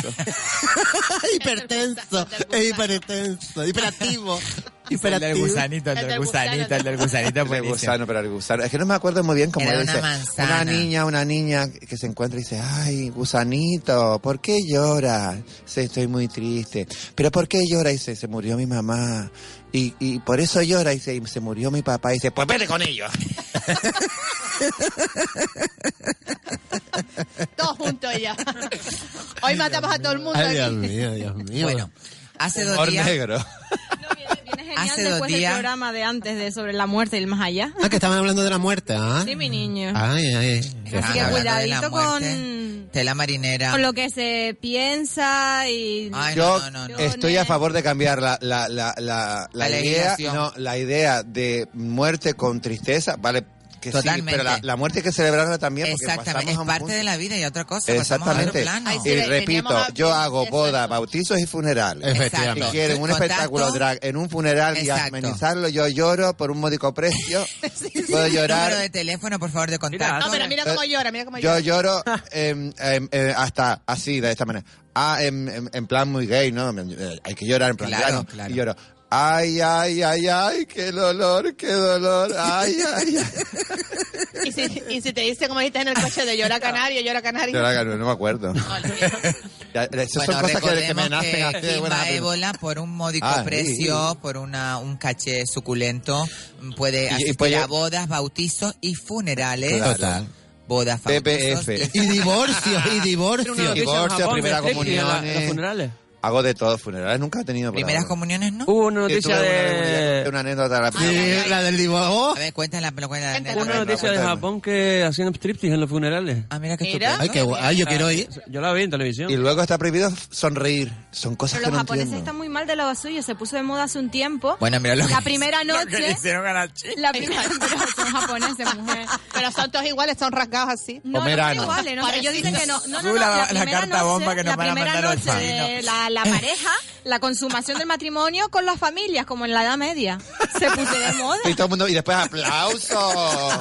I: hipertenso, es hipertenso, hiperactivo.
D: El del gusanito, el del gusanito, el del gusanito.
F: El
D: buenísimo.
F: gusano, pero el gusano. Es que no me acuerdo muy bien cómo
D: Era
F: le
D: una
F: dice.
D: manzana.
F: niña, una niña que se encuentra y dice, ay, gusanito, ¿por qué llora? Dice, estoy muy triste. Pero ¿por qué llora? Dice, se murió mi mamá. Y, y por eso llora, dice, y se murió mi papá. Dice, pues vete con ellos.
H: Todos juntos ya. Hoy matamos a todo el mundo.
I: Ay, Dios
H: aquí.
I: mío, Dios mío.
D: Bueno, hace dos
F: Humor
D: días.
F: negro.
N: Viene genial
D: Hace dos
N: después
D: días-
N: del programa de antes de sobre la muerte y el más allá.
I: Ah, que estaban hablando de la muerte, ¿ah?
N: Sí,
D: Mm.
N: mi niño.
I: Ay, ay, ay.
N: Así que
D: Hablando Ah, de la
N: cuidadito con,
D: Tela marinera.
N: con lo que se piensa y...
D: Ay,
F: Yo
D: no, no, no, no.
F: estoy a favor de cambiar la, la, la, la,
D: La
F: la idea,
D: legislación.
F: no, la idea de muerte con tristeza, vale, que
D: Totalmente.
F: sí, pero la, la muerte hay que celebrarla también. porque
D: Exactamente,
F: pasamos
D: es
F: a un
D: parte
F: punto-
D: de la vida y otra cosa. pasamos a otro
F: Exactamente.
D: plano.
H: Ay, sí,
F: Y
H: ve-
F: repito,
H: veníamos a-
F: yo hago bodas, bautizos y funerales.
I: Efectivamente.
F: Si quieren un
D: Contacto.
F: espectáculo drag en un funeral y
D: Exacto.
F: amenizarlo, yo lloro por un módico precio. Puedo
D: Número
F: llorar.
D: de teléfono, por favor, de contacto.
H: No, pero mira
D: Eh,
H: cómo llora, mira cómo
F: Yo
H: llora.
F: lloro em, em, em, hasta así, de esta manera. Ah, em, em, en plan muy gay, ¿no? Em, eh, Hay que llorar en plan
D: Claro,
F: llano.
D: claro.
F: Y lloro. Ay, ay, ay, ay, qué dolor, qué dolor. Ay, ay, ay.
H: Y si, y si te dice, como dijiste en el coche, de llora canario, llora canario.
F: Llora, no, no me acuerdo. Ya, Esas
D: Bueno,
F: son cosas que, que me
D: recordemos
F: nacen así de
D: Kimba
F: buenas a primeras.
D: Ébola, por un módico
F: Ah, sí,
D: precio, por una, un caché suculento, mm, puede
F: y
D: asistir
F: puede-
D: a bodas, bautizos y funerales.
F: Claro.
I: Total.
D: Bodas, bautizos.
F: BPF.
D: y-
I: Y divorcios, y divorcios.
F: Divorcio, primera comunión. eh.
E: Los funerales.
F: Hago de todo, funerales nunca he tenido. por
D: Primeras
F: ahora.
D: comuniones, ¿no?
E: Hubo una
F: Sí,
E: noticia
F: tuve una-
E: de...
F: Una anécdota la primera.
I: Sí, la del divorcio.
D: A ver, cuéntala, pero cuéntala. nena.
E: Una noticia de
F: cuéntame.
E: Japón que hacían striptease en los funerales.
D: Ah, mira qué
H: Mira.
D: estupendo.
I: Ay, qué guay. Ay, yo quiero ir.
E: Yo la vi en televisión.
F: Y luego está prohibido sonreír. Son cosas
N: Pero
F: que
N: los
F: no
N: japoneses
F: entiendo.
N: están muy mal de lo suyo, se puso de moda hace un tiempo.
D: Bueno, mira lo
N: la
D: que-
N: primera
D: lo que le
N: noche,
D: hicieron a la chica.
N: la primera pero son japoneses, mujer.
H: Pero son todos iguales, son rasgados así.
N: No, no son
F: Pomerano.
N: iguales, no, ellos dicen que no. No, no, no,
D: Tú la-
N: la,
D: la
N: primera
D: carta
N: noche,
D: bomba que nos
N: la
D: van a
N: primera
D: mandar al
N: noche de la, la pareja, la consumación del matrimonio con las familias, como en la Edad Media. Se puso de moda.
F: Y todo el mundo, y después aplausos.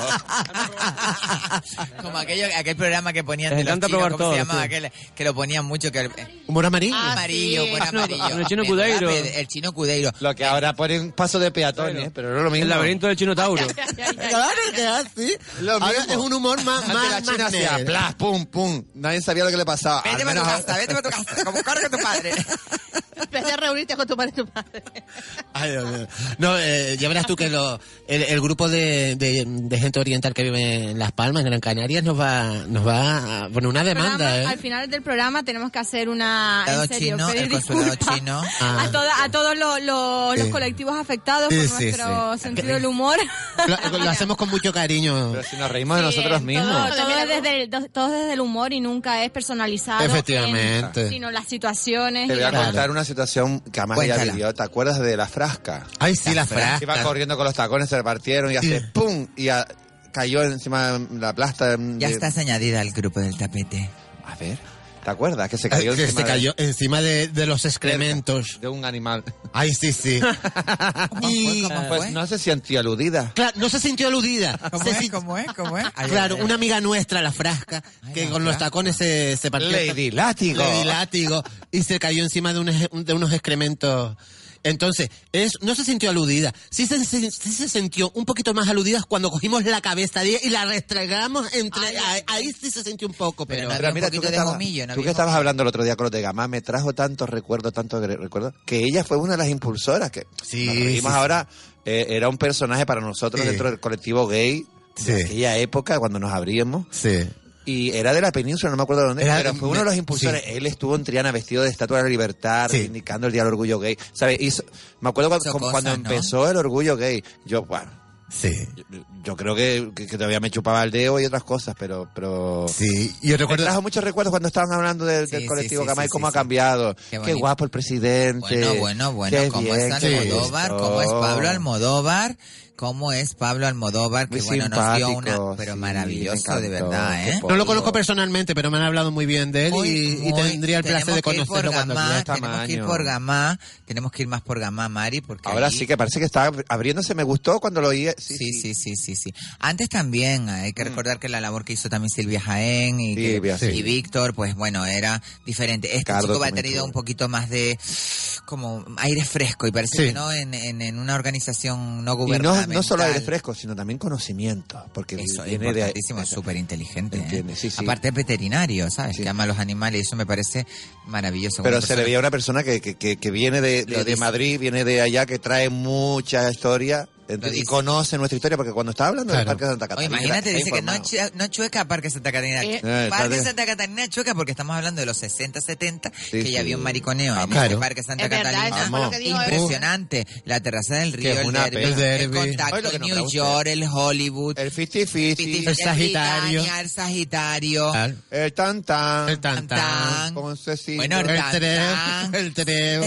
D: Como aquello, aquel programa que ponían
E: Les
D: de los
E: encanta
D: chinos,
E: probar
D: ¿cómo se
E: todo,
D: llamaba
E: sí.
D: aquel? Que lo ponían mucho, que...
I: Humor amarillo.
D: amarillo,
H: sí.
D: buen
H: Ah,
E: no,
D: amarillo.
E: ah, el chino
D: Menuda
E: Cudeiro.
D: ped- El chino Cudeiro.
F: Lo que ahora ponen paso de peatones, pero no es lo mismo.
E: El laberinto del chino Tauro.
I: Claro que así.
F: Lo mismo.
I: Ahora es un humor más,
F: Antes la
I: más,
F: china
I: más
F: hacía
I: negro.
F: plas, pum, pum. Nadie sabía lo que le pasaba.
D: Vete
F: Al
D: para tu
F: menos ahora-
D: casa, vete para tu casa, como carga tu padre.
H: vez de reunirte con tu padre y tu madre.
I: Ay, Dios mío. No, eh, ya verás tú que lo- el, el grupo de, de- de gente oriental que vive en Las Palmas, en Gran Canarias, nos va, nos va a poner una demanda,
G: Programa- Al
I: ¿eh?
G: final del programa tenemos que hacer una. en
I: Consulado
G: serio,
I: chino,
G: pedir
I: el consulado
G: disculpas
I: chino.
G: A,
I: Ah.
G: toda- a todos los, los- los
I: Sí.
G: colectivos afectados
I: Sí,
G: por
I: sí,
G: nuestro
I: sí.
G: sentido del humor.
I: Lo, lo hacemos con mucho cariño. Pero
F: si nos reímos de nosotros
G: Todo, todo desde el, do- todo desde el humor y nunca es personalizado.
F: Efectivamente.
G: en- sino las situaciones.
F: Te
G: y
F: voy a
G: las-
F: contar una situación que además ella
I: Cuéntala.
F: vivió. ¿Te acuerdas de la frasca?
I: Ay, sí, la frasca.
F: Iba corriendo con los tacones, se partieron y hace ¡pum! Y a- cayó encima de la plasta. de-
D: Ya estás añadida al grupo del tapete.
F: A ver, ¿te acuerdas? Que se cayó
I: Que
F: encima
I: se
F: de-
I: cayó encima de, de los excrementos.
F: De un animal.
I: Ay, sí, sí. Y-
D: Ah,
F: Pues no se sintió aludida.
I: Claro, no se sintió aludida. Se sin-
D: ¿Cómo es? ¿Cómo es? Ay,
I: Claro,
D: ay,
I: una amiga nuestra, la frasca, que con los tacones se, se partió.
F: Lady Látigo.
I: Lady Látigo. Y se cayó encima de, un eje- de unos excrementos. Entonces, es, no se sintió aludida. Sí se, se- sí se sintió un poquito más aludida cuando cogimos la cabeza de ella y la restregamos entre... ahí, ahí sí se sintió un poco, pero...
D: Pero mira, tú que estabas- no
F: Tú que estabas hablando el otro día con los de Gamá, me trajo tantos recuerdos, tantos gre- recuerdos, que ella fue una de las impulsoras que
I: Sí,
F: nos reímos
I: sí, sí.
F: ahora, eh, era un personaje para nosotros
I: Sí.
F: dentro del colectivo gay de aquella época cuando nos abríamos.
I: Sí.
F: Y era de la península, no me acuerdo de dónde,
I: Era-
F: pero fue uno de los impulsores.
I: sí.
F: Él estuvo en Triana vestido de estatua de la libertad, reivindicando el día del orgullo gay. ¿Sabes? Hizo- me acuerdo cuando,
I: Hizo
F: como-
I: cosas,
F: cuando
I: ¿no?
F: empezó el orgullo gay. Yo, bueno.
I: Sí.
F: Yo, yo creo que, que- que todavía me chupaba el dedo y otras cosas, pero. pero
I: Sí, yo recuerdo-
F: Me trajo muchos recuerdos cuando estaban hablando del, del
D: sí,
F: colectivo
D: sí,
F: Gamay,
D: sí, sí,
F: cómo ha
D: sí.
F: cambiado.
D: Qué
F: Qué,
D: bonito.
F: guapo el presidente.
D: Bueno, bueno, bueno,
F: Qué
D: cómo
F: bien
D: es
F: que
D: Almodóvar, cómo es
F: esto.
D: Pablo Almodóvar, cómo es Pablo Almodóvar, que
F: Muy
D: bueno, nos dio una,
F: simpático,
D: pero
F: sí,
D: maravilloso,
F: me
D: de
F: encantó,
D: verdad,
F: qué
D: ¿eh?
I: No lo conozco personalmente, pero me han hablado muy bien de él y- y,
D: Muy-
I: tendría el placer de
D: tenemos que ir por
I: conocerlo cuando este quiera.
D: Gamá, Tenemos que ir por Gamá, tenemos que ir más por Gamá, Mari, porque
F: Ahora
D: ahí-
F: sí que parece que está abriéndose. Me gustó cuando lo oí. Sí,
D: Sí, sí, sí, sí, sí. Antes también eh, hay que recordar que la labor que hizo también Silvia Jaén y, que-
F: Silvia, sí.
D: y Víctor, pues bueno, era diferente. Este
F: Cardo
D: chico va a
F: también
D: tener
F: tuvo.
D: un poquito más de como aire fresco y parece
F: Sí.
D: que no en, en- en una organización no
F: Y no,
D: gubernamental.
F: no solo aire fresco, sino también conocimiento. Porque
D: Eso es
F: viene de.
D: importantísimo, es súper inteligente.
F: Entiende, sí, sí.
D: Aparte es veterinario, ¿sabes? Que ama a los animales y eso me parece maravilloso.
F: Pero
D: Una
F: se le
D: persona-
F: veía a una persona que, que, que, que viene de, de-
D: Lo
F: de
D: dice.
F: Madrid, viene de allá, que trae mucha historia entonces, y
D: dice.
F: conoce nuestra historia, porque cuando estaba hablando del
D: Claro.
F: Parque de Santa
D: Oye,
F: Catalina.
D: imagínate,
F: está
D: dice que no,
F: informado.
D: chue- no chueca Parque Santa Catalina.
F: Eh, Eh,
D: Parque
F: tal-
D: Santa Catalina chueca porque estamos hablando de los 60, 70, que
F: sí.
D: ya había un mariconeo en
F: Claro.
D: ese Parque Santa
H: Es verdad,
D: Catalina.
H: eso fue lo que digo, ¿eh?
D: Impresionante. La terraza del
F: Que
D: río,
F: es
D: el
F: una
D: derby,
F: pena. El
D: el
F: derbi.
D: contacto,
F: Oye, lo que nos
D: New
F: gusta.
D: York, el Hollywood.
F: El 50-50.
D: El Sagitario. El Sagitario.
F: El tan tan.
I: El tan
D: tan.
F: Con Cecilio.
D: Bueno, el tan tan.
I: El treo.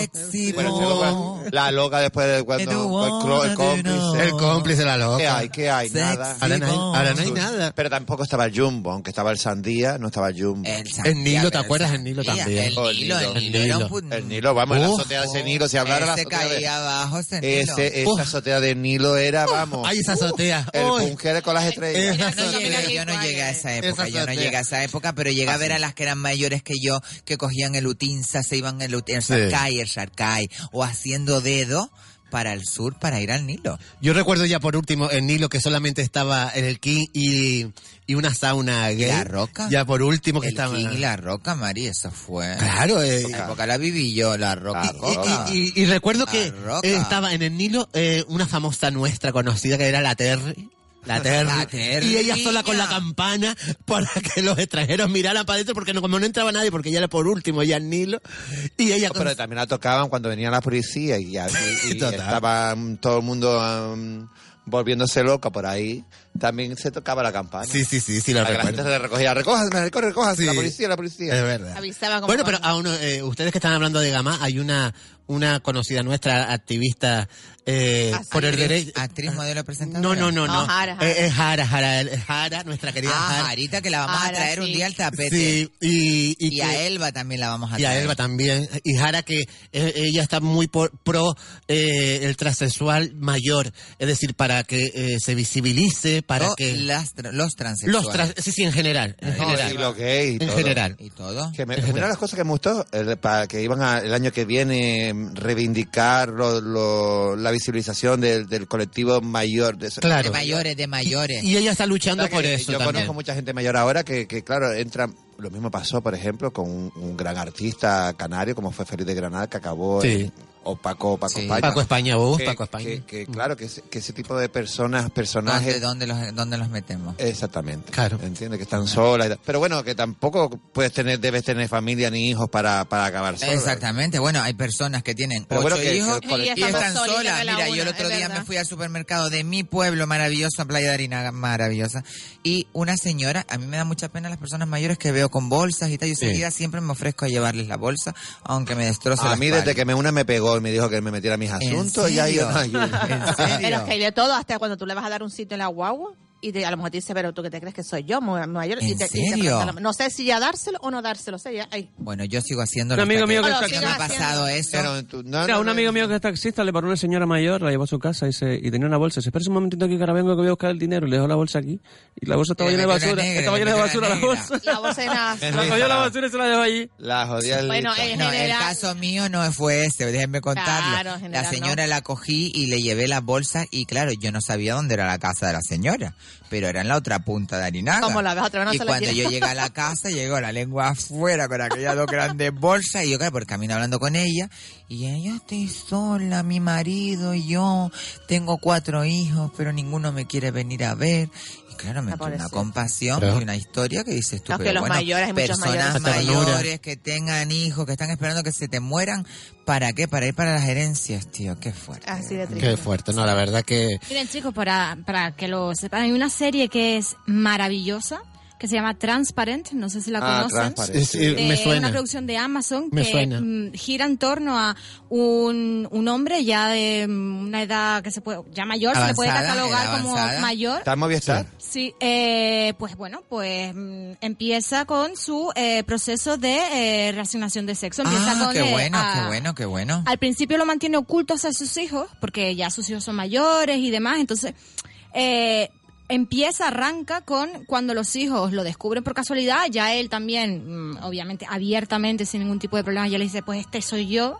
F: Bueno, luego, la loca después de cuando el, cro- el cómplice.
I: El cómplice, la loca.
D: Eh,
F: ¿Qué hay? ¿Qué hay?
I: Sexy
F: nada.
I: Ahora no hay- ahora no hay nada.
F: Pero tampoco estaba el Jumbo, aunque estaba el Sandía, no estaba el Jumbo.
D: El,
I: El Nilo, ¿te acuerdas? El Nilo también.
F: Oh,
D: El Nilo, el Nilo era un put-
F: El Nilo, vamos, la
I: Uf.
F: azotea de ese Nilo, si hablara la
D: Ese
F: azotea de-
D: caía abajo, ese Nilo.
F: Ese, esa azotea de Nilo era, vamos.
I: Ay, esa azotea.
D: Uh,
F: El
I: Uy.
F: mujer con las estrellas.
I: Esa
D: No, yo,
I: azotea.
D: no- yo no llegué a esa época,
I: Esa
D: yo no
I: azotea.
D: llegué a esa época, pero llegué a ver a las que eran mayores que yo, que cogían el utinza, se iban el, utin- el
I: Sí.
D: Sharkai, el Sharkai, o haciendo dedo para el sur para ir al Nilo.
I: Yo recuerdo ya por último el Nilo que solamente estaba en el King y, y una sauna gay.
D: la roca?
I: Ya por último que
D: el
I: estaba.
D: King y la Roca, Mari, eso fue.
I: Claro, eh.
D: Esa época la viví yo, la Roca.
I: Y- Y, y- y recuerdo que
D: La roca.
I: eh, estaba en el Nilo eh, una famosa nuestra conocida que era la Terry. La Terry.
D: La Terry.
I: Y ella sola con la campana para que los extranjeros miraran para adentro porque no, como no entraba nadie porque ella era por último, ya el Nilo. Y ella con-
F: Pero también la tocaban cuando venía la policía y, ya, y- y
I: Total.
F: estaba mm, todo el mundo mm, volviéndose loca por ahí. También se tocaba la campana.
I: Sí, sí, sí, sí, la
F: Para que la
I: recuerdo.
F: gente se le recogía. Recójanse, recójanse, recójanse,
I: Sí. Eh,
F: la policía, la policía.
I: Es verdad.
H: Avisaba como
I: Bueno, pero aún, eh, ustedes que están hablando de Gama, hay una una conocida nuestra activista eh, por el derecho.
D: Ah, Actriz, modelo, presentadora.
I: No, no, no, no.
H: No, Jara, Jara.
I: Eh, Es Jara, Jara, el- Jara, nuestra querida
D: Ah,
I: Jara.
D: Jarita, que la vamos a
H: Jara,
D: traer un
H: sí.
D: día al tapete.
I: Sí, y, y,
D: Y a
I: que-
D: Elba también la vamos a
I: y
D: traer.
I: a Elba también. Y Jara, que eh, ella está muy por- pro eh, el transexual mayor. Es decir, para que eh, se visibilice, para que...
D: las tra- los transexuales.
I: Los trans... Sí, sí, en general. En
F: No,
I: general.
F: y lo gay y
I: En
F: todo.
I: general.
D: ¿Y todo?
F: Que me-
I: En general.
F: una de las cosas que me gustó, el- para que iban a- el año que viene mm, reivindicar lo- lo- la visibilización del, del colectivo mayor. De, eso.
I: Claro.
D: De mayores, de mayores.
I: Y ella está luchando
F: ¿Verdad
I: por
F: que
I: eso
F: Yo
I: también.
F: conozco mucha gente mayor ahora que, que, claro, entra... Lo mismo pasó, por ejemplo, con un, un gran artista canario como fue Feliz de Granada, que acabó
I: Sí.
F: en- o Paco, Paco España.
I: Paco España, vos,
F: Que-
I: Paco España. Mm.
F: Que, que, claro, que ese, que ese tipo de personas,
D: ¿Dónde,
F: personajes...
D: dónde los, ¿Dónde los metemos?
F: Exactamente. Claro. Entiende que están solas. y tal. Pero bueno, que tampoco puedes tener, debes tener familia ni hijos para, para acabar sola.
D: Exactamente, bueno, hay personas que tienen
F: Pero
D: ocho
F: bueno, que-
D: hijos
F: que
D: y,
F: el colectivo-
D: están
F: Estamos solitas
D: solas.
F: de la
D: Mira, yo el
F: una,
D: otro
F: es
D: día
F: verdad.
D: me fui al supermercado de mi pueblo maravilloso, Playa de Harina maravillosa, y una señora, a mí me da mucha pena las personas mayores que veo con bolsas y tal, yo
F: Sí.
D: enseguida siempre me ofrezco a llevarles la bolsa, aunque me destroce
F: A
D: las
F: mí desde
D: palmas.
F: que me una me pegó y me dijo que me metiera mis
D: ¿En
F: asuntos y ahí yo no
D: serio?
F: ayudo.
H: Pero es que hay de todo, hasta cuando tú le vas a dar un sitio en la guagua y te- a lo mejor te dice, pero tú que te crees que soy yo, mu- mayor. y
D: ¿En
H: te- y te
D: serio?
H: presta la- no sé si ya dárselo o no dárselo. O sea, ya, ahí.
D: Bueno, yo sigo haciendo
E: Un amigo mío que
D: no
E: está-
D: me ha pasado eso.
E: Mira, un amigo mío que es taxista le paró una señora mayor, la llevó a su casa y, se, y tenía una bolsa. Dice, espera un momentito aquí que ahora vengo que voy a buscar el dinero. Y Le dejó la bolsa aquí y la bolsa estaba
D: Le
E: llena de
D: metió una
E: basura.
D: negra,
E: estaba
D: le
E: llena de
D: metió
E: basura
D: una
E: la bolsa.
H: La bolsa de nada.
E: La cogió la basura y se la dejó allí.
F: La jodía
H: Bueno, en
D: No, el
H: general-
D: caso mío no fue ese, déjenme contarlo.
H: Claro, en general
D: la señora la cogí y le llevé las bolsas y claro, yo no sabía dónde era la casa de la señora, pero era en la otra punta de Arinaga.
H: Como la ves otra vez, no
D: y
H: se la
D: cuando
H: lleva.
D: yo llegué a la casa, llegó la lengua afuera con aquellas dos grandes bolsas y yo, claro, por el camino hablando con ella y ella, yo estoy sola, mi marido y yo, tengo cuatro hijos, pero ninguno me quiere venir a ver. Y Claro, me
H: La
D: entró una
H: pobrecita.
D: compasión
I: Claro.
D: y una historia que dices tú,
H: No, que
D: pero
H: los
D: bueno,
H: mayores, hay muchos
D: personas
I: mayores. La ternura.
D: mayores que tengan hijos, que están esperando que se te mueran, ¿para qué? Para ir para las herencias, tío, qué fuerte.
O: Así de triste.
I: Qué fuerte, no, la verdad que...
G: Miren, chicos, para, para que lo sepan, hay una serie que es maravillosa que se llama Transparent, no sé si la
I: Ah,
G: conocen.
I: Transparent, sí. Sí,
G: De
I: me suena.
G: Una producción de Amazon
I: Me
G: que
I: suena.
G: mm, gira en torno a un, un hombre ya de mm, una edad que se puede ya mayor, se le puede
D: Avanzada,
G: catalogar
D: edad
G: como
D: avanzada.
G: mayor.
F: ¿Está en Movistar?
G: Sí, eh, pues bueno, pues mm, empieza con su eh, proceso de eh, reasignación de sexo. Empieza
D: Ah,
G: con,
D: qué
G: eh,
D: bueno,
G: a-
D: qué bueno, qué bueno.
G: al principio lo mantiene oculto hacia sus hijos, porque ya sus hijos son mayores y demás. Entonces, eh, empieza, arranca con cuando los hijos lo descubren por casualidad, ya él también, mm, obviamente, abiertamente, sin ningún tipo de problema, ya le dice, pues este soy yo.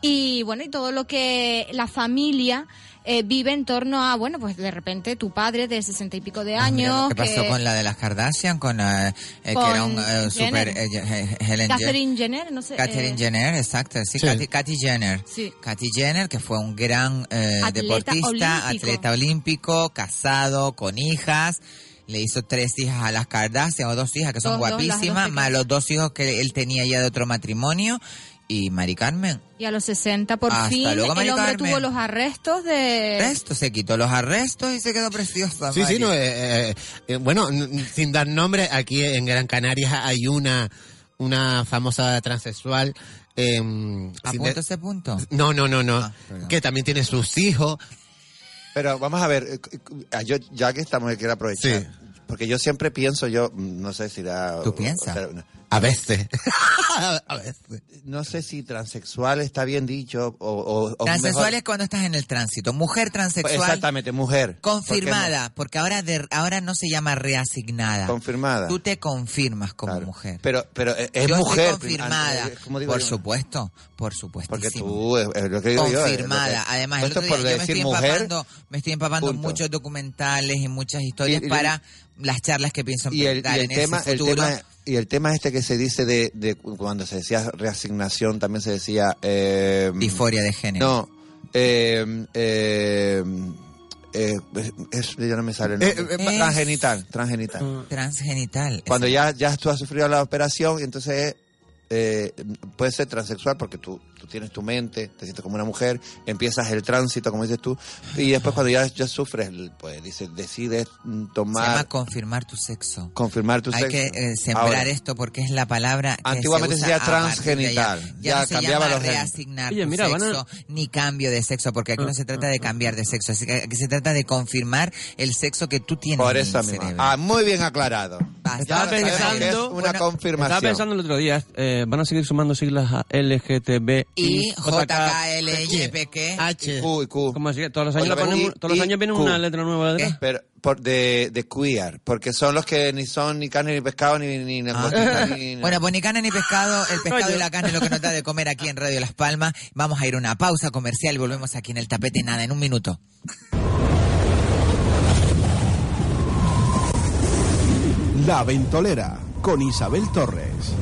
G: Y bueno, y todo lo que la familia eh, vive en torno a, bueno, pues de repente tu padre de sesenta y pico
D: Ah,
G: de años.
D: ¿Qué pasó
G: que-
D: con la de las Kardashian? Con, eh, eh, que era un
G: Con
D: eh,
G: Jenner.
D: super... eh, eh, Helen Jenner.
G: Catherine Jenner, no sé. eh,
D: Katherine Jenner, exacto, sí,
I: Sí.
D: Katy, Katy Jenner.
G: Sí.
D: Katy Jenner, que fue un gran eh,
G: Atleta
D: deportista,
G: olímpico.
D: atleta olímpico, casado, con hijas. Le hizo tres hijas a las Kardashian, o dos hijas que son
G: Dos, dos, las dos
D: guapísimas,
G: pequeñas.
D: más los dos hijos que él tenía ya de otro matrimonio. Y Mari Carmen,
G: Y a los 60 por
D: Hasta
G: fin
D: luego, Mari
G: el hombre
D: Carmen.
G: tuvo los arrestos de...
D: esto se quitó los arrestos y se quedó preciosa.
I: Sí, sí,
D: Mari.
I: no, eh, eh, eh, bueno, n- sin dar nombre, aquí en Gran Canarias hay una, una famosa transexual. eh, sin
D: Apunto
I: de-
D: ese punto.
I: no, no, no, no,
F: Ah,
I: que también tiene sus hijos.
F: Pero vamos a ver, eh, eh, yo, ya que estamos, quiero aprovechar. Porque yo siempre pienso, yo mm, no sé si la...
I: ¿Tú piensas? A
J: Este,
I: veces. a veces.
F: No sé si transexual está bien dicho o... o- o
D: Transexual
F: mejor- pues,
D: es cuando estás en el tránsito. Mujer transexual.
F: Exactamente, mujer.
D: Confirmada, porque ahora de- ahora no se llama reasignada.
F: Confirmada.
D: Tú te confirmas como mujer.
F: Pero, pero eh, es
D: Yo estoy
F: mujer.
D: confirmada.
F: antes, ¿cómo digo
D: por
F: yo?
D: supuesto, por supuesto.
F: Porque tú, es, es lo que digo yo, es lo que-
D: confirmada. Además, el
F: esto es
D: otro
F: por
D: día yo me
F: decir
D: estoy
F: mujer,
D: empapando, me estoy empapando en
F: punto.
D: muchos documentales y muchas historias
F: Y- y-
D: para las charlas que pienso
F: y el, y
D: dar
F: el
D: en
F: tema,
D: ese
F: el
D: futuro.
F: tema y el tema este que se dice de, de cu- cuando se decía reasignación también se decía eh,
D: Disforia de género.
F: no eh, eh, eh, es- ya no me sale el nombre.
D: Eh, eh,
F: transgenital transgenital
D: Transgenital.
F: cuando ya ya tú has sufrido la operación y entonces eh, puedes ser transexual porque tú, tú tienes tu mente, te sientes como una mujer, empiezas el tránsito, como dices tú, y después cuando ya, ya sufres, pues dices, decides mm,
D: Se llama
F: tomar,
D: confirmar tu sexo.
F: confirmar tu
D: Hay
F: sexo.
D: que eh, sembrar
F: Ahora,
D: esto porque es la palabra que
F: Antiguamente
D: se
F: se
D: usa
F: decía
D: a partir de
F: transgenital.
D: allá. Ya,
F: Ya
D: no se
F: cambiaba
D: llama
F: los genes.
D: reasignar
E: Oye,
D: tu
E: mira, van a-
D: sexo ni cambio de sexo porque aquí no se trata de cambiar de sexo, así que aquí se trata de confirmar el sexo que tú tienes
F: Por
D: en
F: eso
D: el
F: mismo.
D: cerebro.
F: Ah, muy bien aclarado.
E: Estaba
F: sabemos que es
E: pensando-
F: una confirmación.
E: Estaba pensando el otro día, eh, van a seguir sumando siglas a LGTB
D: I, JKLYPQ,
E: Ah,
I: H.
F: Q, y Q.
E: ¿Cómo así? Todos los años,
F: Oye,
E: la ponen-
F: I,
E: todos los
F: I,
E: años viene
F: Q.
E: una letra nueva detrás.
F: Pero, por, de, de queer, porque son los que ni son ni carne ni pescado ni ni, ni, ni-
D: Bueno, pues ni carne ni pescado, el pescado y la carne es lo que nos da de comer aquí en Radio Las Palmas. Vamos a ir a una pausa comercial y volvemos aquí en el tapete nada, en un minuto.
C: La Ventolera con Isabel Torres.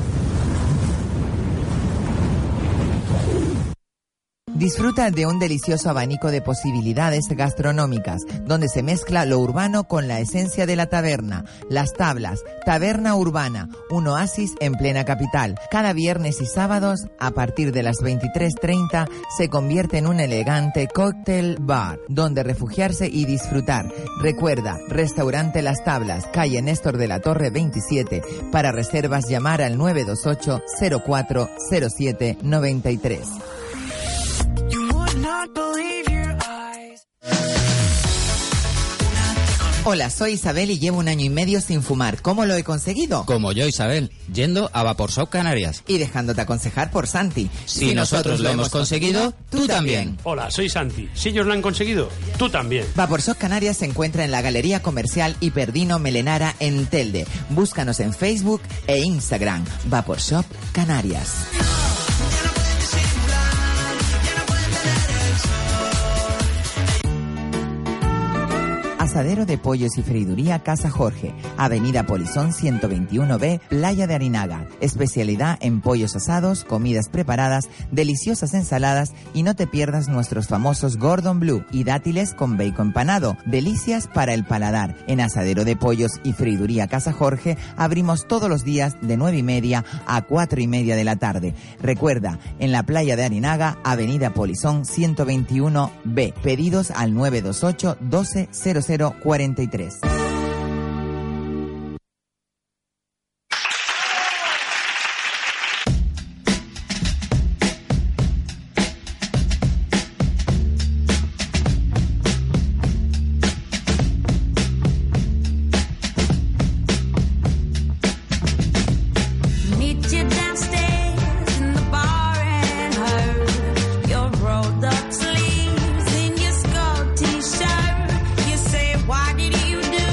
D: Disfruta de un delicioso abanico de posibilidades gastronómicas, donde se mezcla lo urbano con la esencia de la taberna. Las Tablas, Taberna Urbana, un oasis en plena capital. Cada viernes y sábados, a partir de las 23.30, se convierte en un elegante cóctel bar, donde refugiarse y disfrutar. Recuerda, Restaurante Las Tablas, calle Néstor de la Torre 27. Para reservas, llamar al 928 0407 93. Hola, soy Isabel y llevo un año y medio sin fumar. ¿Cómo lo he conseguido?
J: Como yo, Isabel, yendo a Vaporshop Canarias.
D: Y dejándote aconsejar por Santi.
J: Si, nosotros, lo hemos conseguido, tú también.
K: Hola, soy Santi. Si ellos lo han conseguido, tú también.
D: Vaporshop Canarias se encuentra en la Galería Comercial Hiperdino Melenara en Telde. Búscanos en Facebook e Instagram. Vaporshop Canarias. Asadero de Pollos y Freiduría Casa Jorge, Avenida Polizón 121B, Playa de Arinaga. Especialidad en pollos asados, comidas preparadas, deliciosas ensaladas y no te pierdas nuestros famosos Gordon Blue y dátiles con bacon empanado. Delicias para el paladar. En Asadero de Pollos y Freiduría Casa Jorge abrimos todos los días de 9 y media a 4 y media de la tarde. Recuerda, en la playa de Arinaga, Avenida Polizón 121B. Pedidos al 928 12 0043.
P: Meet you downstairs in the bar and her. Your rolled up sleeves in your skull t shirt. You say, Why did you do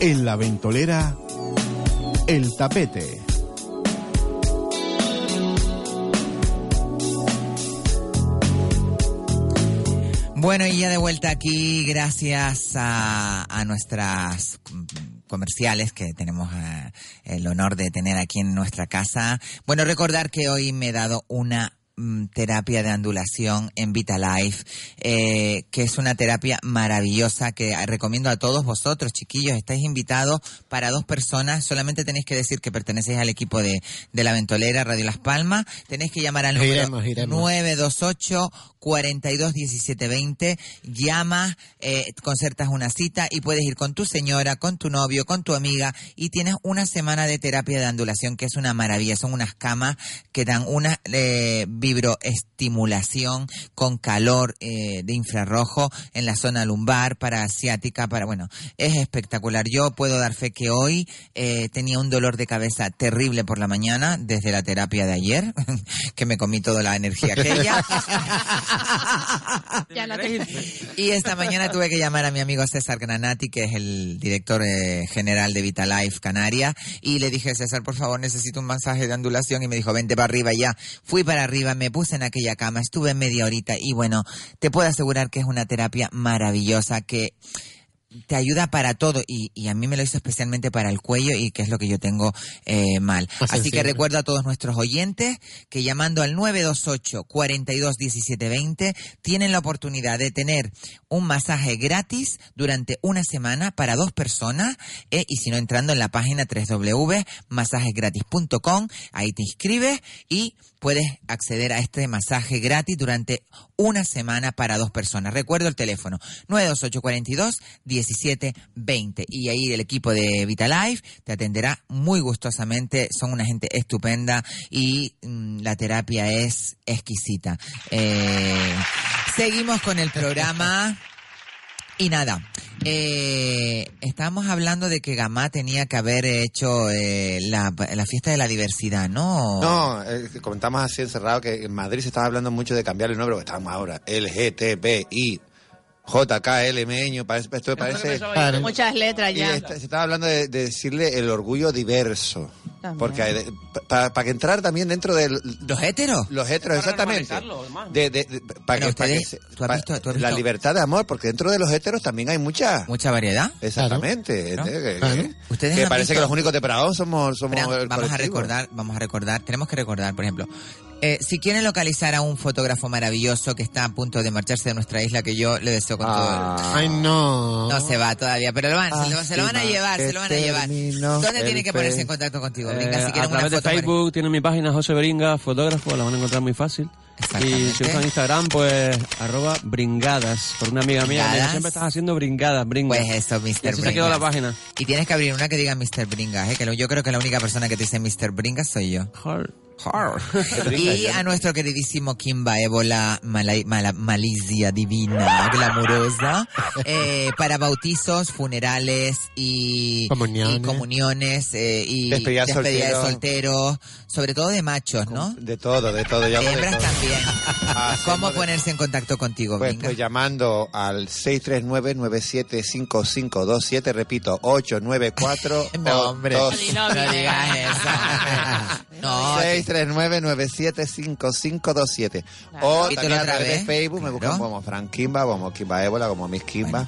C: En la ventolera, el tapete.
D: Bueno, y ya de vuelta aquí, gracias a, a nuestras comerciales que tenemos eh, el honor de tener aquí en nuestra casa. Bueno, recordar que hoy me he dado una mm, terapia de andulación en Vitalife, eh, que es una terapia maravillosa que recomiendo a todos vosotros, chiquillos. Estáis invitados para dos personas. Solamente tenéis que decir que pertenecéis al equipo de, de La Ventolera, Radio Las Palmas. Tenéis que llamar al número
I: Iremos, iremos.
D: 928 42 17 20. Llamas, eh, concertas una cita y puedes ir con tu señora, con tu novio, con tu amiga y tienes una semana de terapia de andulación que es una maravilla. Son unas camas que dan una eh, vibroestimulación con calor eh, de infrarrojo en la zona lumbar, para asiática, para bueno, es espectacular. Yo puedo dar fe que hoy eh, tenía un dolor de cabeza terrible por la mañana desde la terapia de ayer, que me comí toda la energía aquella. Y esta mañana tuve que llamar a mi amigo César Granati, que es el director eh, general de Vitalife Canaria, y le dije, César, por favor, necesito un masaje de ondulación, y me dijo, vente para arriba ya. Fui para arriba, me puse en aquella cama, estuve media horita, y bueno, te puedo asegurar que es una terapia maravillosa que te ayuda para todo y, y a mí me lo hizo especialmente para el cuello y que es lo que yo tengo eh, mal.
I: Más
D: Así que
I: sensible.
D: recuerdo a todos nuestros oyentes que llamando al 928 42 17 20 tienen la oportunidad de tener un masaje gratis durante una semana para dos personas eh, y si no entrando en la página www.masajesgratis.com ahí te inscribes y puedes acceder a este masaje gratis durante una semana para dos personas. Recuerdo el teléfono 928-42-1720. Y ahí el equipo de Vitalife te atenderá muy gustosamente. Son una gente estupenda y mm, la terapia es exquisita. Eh, seguimos con el programa. Y nada, eh, estábamos hablando de que Gamá tenía que haber hecho eh, la, la fiesta de la diversidad, ¿no?
F: No, eh, comentamos así encerrado que en Madrid se estaba hablando mucho de cambiar el nombre, porque estamos ahora LGTBI, JKLMeño, parece, esto parece...
H: Muchas letras
F: Y
H: ya.
F: esta- se estaba hablando de, de decirle el orgullo diverso.
H: También.
F: Porque para que entrar también dentro de
D: los héteros.
F: Los héteros, exactamente. De, de- de- pa- que- pa- que se- pa- la
D: visto-
F: libertad de amor, porque dentro de los héteros también hay mucha
D: mucha variedad.
F: Exactamente.
D: Claro.
F: eh, que-
D: Claro.
F: que-
D: Ustedes
F: que
D: han
F: parece
D: visto-
F: que los únicos de Prado somos, somos
D: Espera,
F: el
D: vamos a
F: colectivo.
D: recordar, vamos a recordar, tenemos que recordar, por ejemplo, eh, si quieren localizar a un fotógrafo maravilloso que está a punto de marcharse de nuestra isla, que yo le deseo con
F: Ah.
D: todo el-
I: Ay, no.
D: No se va todavía, pero lo van, se, lo, se lo van a
I: Lástima
D: llevar, se lo van a
I: que
D: llevar.
I: terminó
D: ¿Dónde
I: el
D: tiene que ponerse en
I: pe-
D: contacto contigo?
E: Eh,
D: Venga, si
E: a
D: quieren una
E: través de
D: foto para-
E: Facebook tiene mi página José Beringa, fotógrafo, la van a encontrar muy fácil. Y si usan Instagram, pues arroba bringadas, por una amiga mía. me dice,
D: Bringadas.
E: siempre estás haciendo bringadas, bringas.
D: Pues eso, Mr.
E: Y así se quedó la
D: Bringas.
E: página.
D: Y tienes que abrir una que diga Mr. Bringas, ¿eh? que lo- yo creo que la única persona que te dice Mr. Bringas soy yo. Har. Y a nuestro queridísimo Kimba Ébola, mala- mala- malicia divina, glamurosa, eh, para bautizos, funerales y y comuniones,
I: Comuniones.
D: y, eh, y
F: Despedidas
D: despedidas de
F: solteros.
D: solteros, sobre todo de machos, ¿no?
F: De todo, de todo. yo hago de
D: Hembras
F: todo. Ah,
D: también. ¿Cómo ponerse en contacto contigo,
F: Pues,
D: Minga?
F: pues llamando al 639-975527, repito, 894
D: No, hombre. No digas eso. No,
F: 639-975527. O
D: Repítelo
F: también
D: otra
F: a través de
D: vez.
F: Facebook me buscan como Frank Kimba, como Kimba Ébola, como Miss Kimba.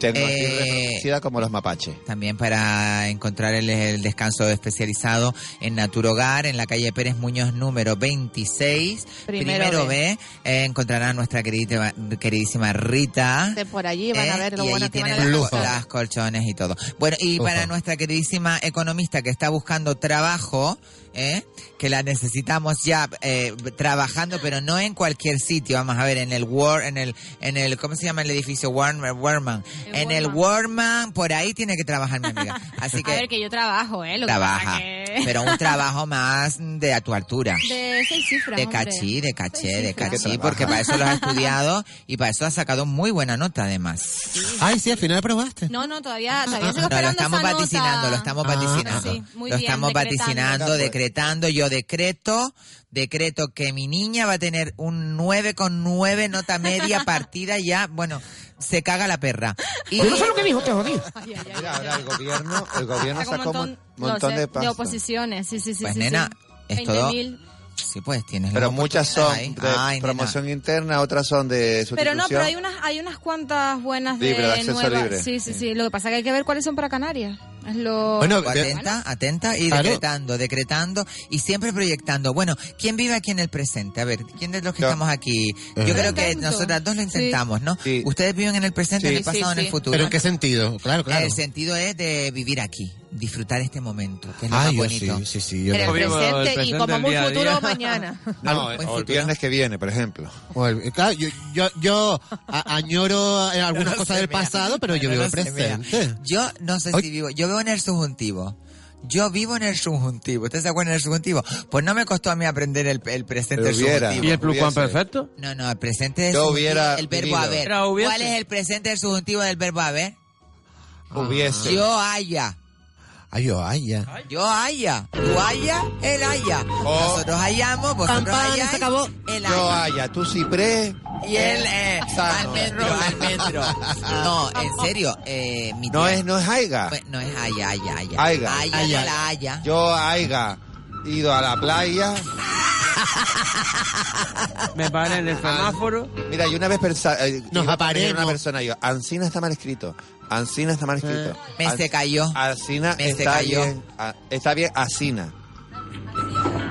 F: Tengo aquí
D: Eh,
F: reconocida como los mapaches.
D: También para encontrar el, el descanso especializado en Naturogar, en la calle Pérez Muñoz número 26,
H: Primero
D: primero,
H: B.
D: B, eh, encontrarán a nuestra queridísima, queridísima Rita.
H: De por allí van a
D: ¿eh?
H: ver lo
D: y
H: bueno
D: allí
H: que van a
D: tienen
H: las
D: las,
H: cosas.
D: las colchones y todo. Bueno, y
H: Ufa.
D: para nuestra queridísima economista que está buscando trabajo, ¿eh? que la necesitamos ya eh, trabajando, pero no en cualquier sitio. Vamos a ver, en el War, en el, en el, ¿cómo se llama el edificio? Warman, Warman. en el Warman, por ahí tiene que trabajar mi amiga. Así
N: A ver,
D: que
N: que yo trabajo, ¿eh? Lo que
D: trabaja,
N: pasa que-
D: pero un trabajo más de a tu altura.
N: De seis cifras,
D: De
N: hombre.
D: cachí, de caché, de
I: cifras.
D: cachí,
I: Que
D: porque
I: trabaja.
D: para eso lo has estudiado y para eso has sacado muy buena nota además.
I: Ay, sí, al final probaste.
N: No, no, todavía, todavía sigo
D: No, lo
N: esperando
D: estamos
N: esa
D: vaticinando,
N: nota.
D: lo estamos
I: Ah.
D: vaticinando.
N: Sí, muy
D: lo
N: bien,
D: estamos
N: decretando.
D: vaticinando,
N: Pues.
D: decretando. Yo decreto, decreto que mi niña va a tener un 9,9 nota media partida ya, bueno, se caga la perra.
M: Yo no sé lo que dijo este jodido.
F: Mira, ahora el gobierno, el gobierno
G: Saca un
F: sacó un montón,
G: no sé,
F: de pasta.
G: De oposiciones, sí, sí, sí.
D: Pues,
G: sí,
D: nena,
G: sí.
D: es todo-
G: 20.000.
D: Sí, pues tienes.
F: Pero
D: la
F: muchas son
D: oportunidad ahí.
F: de
D: Ay, nena.
F: promoción interna, otras son de
G: Pero
F: sustitución.
G: no, pero hay unas, hay unas cuantas buenas
F: Libre, de
G: de
F: acceso
G: nuevas.
F: libre.
G: Sí, sí, sí. Lo que pasa es que hay que ver cuáles son para Canarias. Es lo...
D: Bueno, atenta, atenta y
G: Claro.
D: decretando, decretando y siempre proyectando. Bueno, ¿quién vive aquí en el presente? A ver, ¿quién de los que estamos aquí? Yo
I: Yo
D: creo que
I: intento.
D: nosotras dos lo
I: Sí.
D: intentamos, ¿no? Ustedes viven en el presente, en el pasado, en el futuro.
I: ¿Pero en qué sentido? Claro, claro.
D: El sentido es de vivir aquí, disfrutar este momento, que es lo
I: Ah,
D: más
I: yo
D: bonito.
I: sí, sí, sí, yo En el
F: también. presente y como muy futuro
H: mañana.
F: No, o el viernes que viene, por ejemplo.
I: O el- claro, yo, yo, yo a- añoro eh, algunas cosas del pasado, pero yo
D: Pero
I: vivo
D: no
I: el
D: se vea.
I: presente.
D: Yo no sé si vivo, yo vivo en el subjuntivo. Yo vivo en el subjuntivo. ¿Ustedes se acuerdan del subjuntivo? Pues no me costó a mí aprender el, el presente
E: Pero
D: del
E: hubiera,
D: subjuntivo.
E: ¿Y el perfecto?
D: No, no, el presente del
E: Yo
D: subjuntivo,
E: hubiera
D: el verbo
E: vivido.
D: haber.
E: Pero hubiese.
D: ¿Cuál es el presente del subjuntivo del verbo haber?
F: Hubiese.
D: Yo haya.
I: Ay, yo, ay, ya.
D: Yo haya. Tú haya, él haya.
F: Oh.
D: Nosotros hayamos, vosotros
F: Campana,
D: hayáis,
F: se acabó.
D: él
F: Yo
D: haya.
F: haya, tú ciprés.
D: Y él, eh, al metro, al metro. No, en serio, eh, mi
F: No
D: tía-
F: es, no es aiga.
D: Pues, no es haya, haya, haya.
F: Aiga.
D: Haya, no la haya.
F: Yo aiga, ido a la playa.
E: Me paré en el semáforo.
F: Mira, yo una vez pensa- eh,
I: Nos
F: iba a poner
I: aparemos.
F: una persona y yo, Ancina está mal escrito. Ancina está mal escrito.
D: Eh, Me se cayó.
F: Ancina
D: Me se
F: está
D: cayó.
F: bien. a- está bien Asina.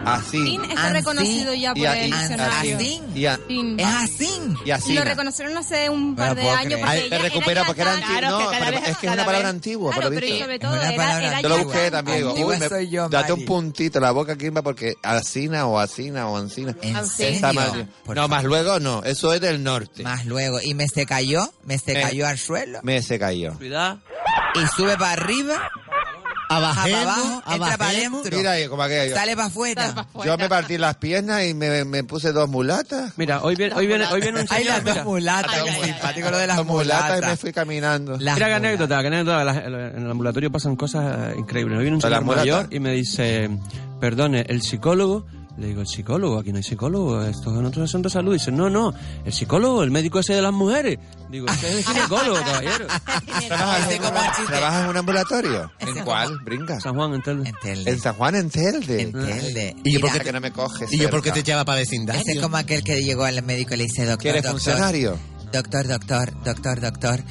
F: Así.
G: Tin está reconocido ya por
F: Y a-
G: el
F: y-
G: diccionario.
F: así. Y a-
G: Tin.
D: Es así.
F: y
G: Lo
F: Asina.
G: reconocieron hace un par de años. porque
F: Ay,
G: ella
F: se
G: era
F: recupera
G: ya
F: porque era
G: tan-
F: antiguo.
G: Claro,
F: No,
G: cada
F: pero
G: vez-
F: es que es
G: cada
F: una palabra
G: vez-
F: antigua,
G: Claro,
F: por lo
G: pero
F: visto.
G: sobre todo era, era
F: Yo lo
G: ya
F: busqué
G: tan-
F: también. digo,
D: Antigua
F: uy, me-
D: soy yo,
F: date
D: Mari.
F: un puntito en la boca, Kimba, porque Asina o Asina o Ancina.
D: serio?
F: Está mal.
D: Por
F: No, más luego no. Eso es del norte.
D: Más luego. Y me se cayó, me se
F: Eh.
D: cayó al suelo.
F: Me se cayó.
E: Cuidado.
D: Y sube para arriba, baja para abajo, entra para adentro.
F: Mira ahí, como aquello.
D: Sale para afuera.
F: Yo me partí las piernas y me, me puse dos mulatas.
E: Mira, hoy viene, hoy viene, hoy viene un
D: Hay
E: señor.
D: las dos
E: Mira,
D: mulatas. qué simpático lo de las
F: Dos
D: mulatas.
F: mulatas y me fui caminando.
D: Las
E: Mira qué
D: mulatas.
E: anécdota, qué anécdota. Las- En el ambulatorio pasan cosas eh, increíbles. Hoy viene un
F: Pero
E: señor
F: las mulatas.
E: mayor y me dice, perdone, el psicólogo. Le digo, el psicólogo, aquí no hay psicólogo, esto es en otro asunto de salud. Dice, no, no, el psicólogo, el médico ese de las mujeres. Digo, usted es el ginecólogo, caballero.
F: ¿Trabajas en, un, trabajas en un ambulatorio? ¿En cuál? Brinca.
E: San Juan, en Telde.
F: En San Juan, en Telde.
D: Telde.
F: ¿Y yo
D: Mira,
F: por qué te- que no me coges?
I: ¿Y yo por qué te
F: cerca?
I: lleva para vecindario?
D: Ese es como aquel que llegó al médico y le dice, doctor,
F: ¿Quieres
D: doctor,
F: funcionario?
D: Doctor, doctor, doctor, doctor,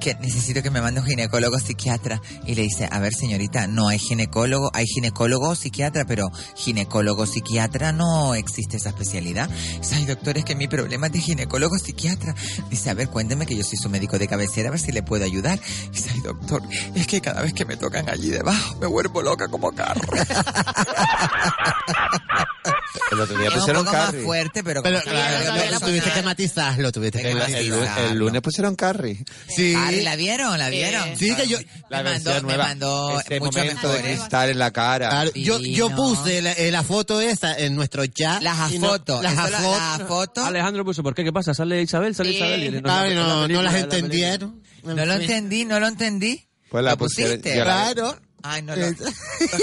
D: que necesito que me mande un ginecólogo psiquiatra. Y le dice, a ver señorita, no hay ginecólogo, hay ginecólogo psiquiatra, pero ginecólogo psiquiatra no existe esa especialidad. Dice, ay doctor, es que mi problema es de ginecólogo psiquiatra. Dice, a ver, cuénteme que yo soy su médico de cabecera, a ver si le puedo ayudar. Dice, ay doctor, es que cada vez que me tocan allí debajo me vuelvo loca como carro.
F: El otro día
D: Es un
F: pusieron
D: poco más
F: Carrie.
D: fuerte, pero...
I: Pero
D: como
I: claro,
D: carro,
I: lo-
D: no
I: lo
D: es
I: tuviste que
D: nada.
I: matizarlo, tuviste que
D: Tengo que
F: El, lu-
I: matizarlo.
F: el lunes pusieron Carrie.
I: Sí.
D: Ari, ¿la vieron? ¿La vieron?
I: Sí, que yo...
F: La
D: me
F: versión
D: mandó, me
F: nueva.
D: mandó
F: Ese
D: mucho
F: momento de
D: mejor. ¿eh?
F: cristal en la cara.
I: Claro, yo, yo
D: Divino.
I: puse la, eh, la foto esa en nuestro chat.
D: Las
I: y no-
D: fotos,
I: las
D: eso lo-
I: fotos.
D: las fotos.
E: Alejandro puso, ¿por qué? ¿Qué pasa? ¿Sale Isabel? ¿Sale
D: Sí.
E: Isabel? Y le-
I: Ay, no, no,
E: película,
I: las
E: la película.
I: entendieron.
D: No lo entendí, no lo entendí.
F: Pues la
D: ¿Lo
F: pusieron-
D: pusiste?
F: yo la-
I: Claro.
D: Ay, no lo... Entonces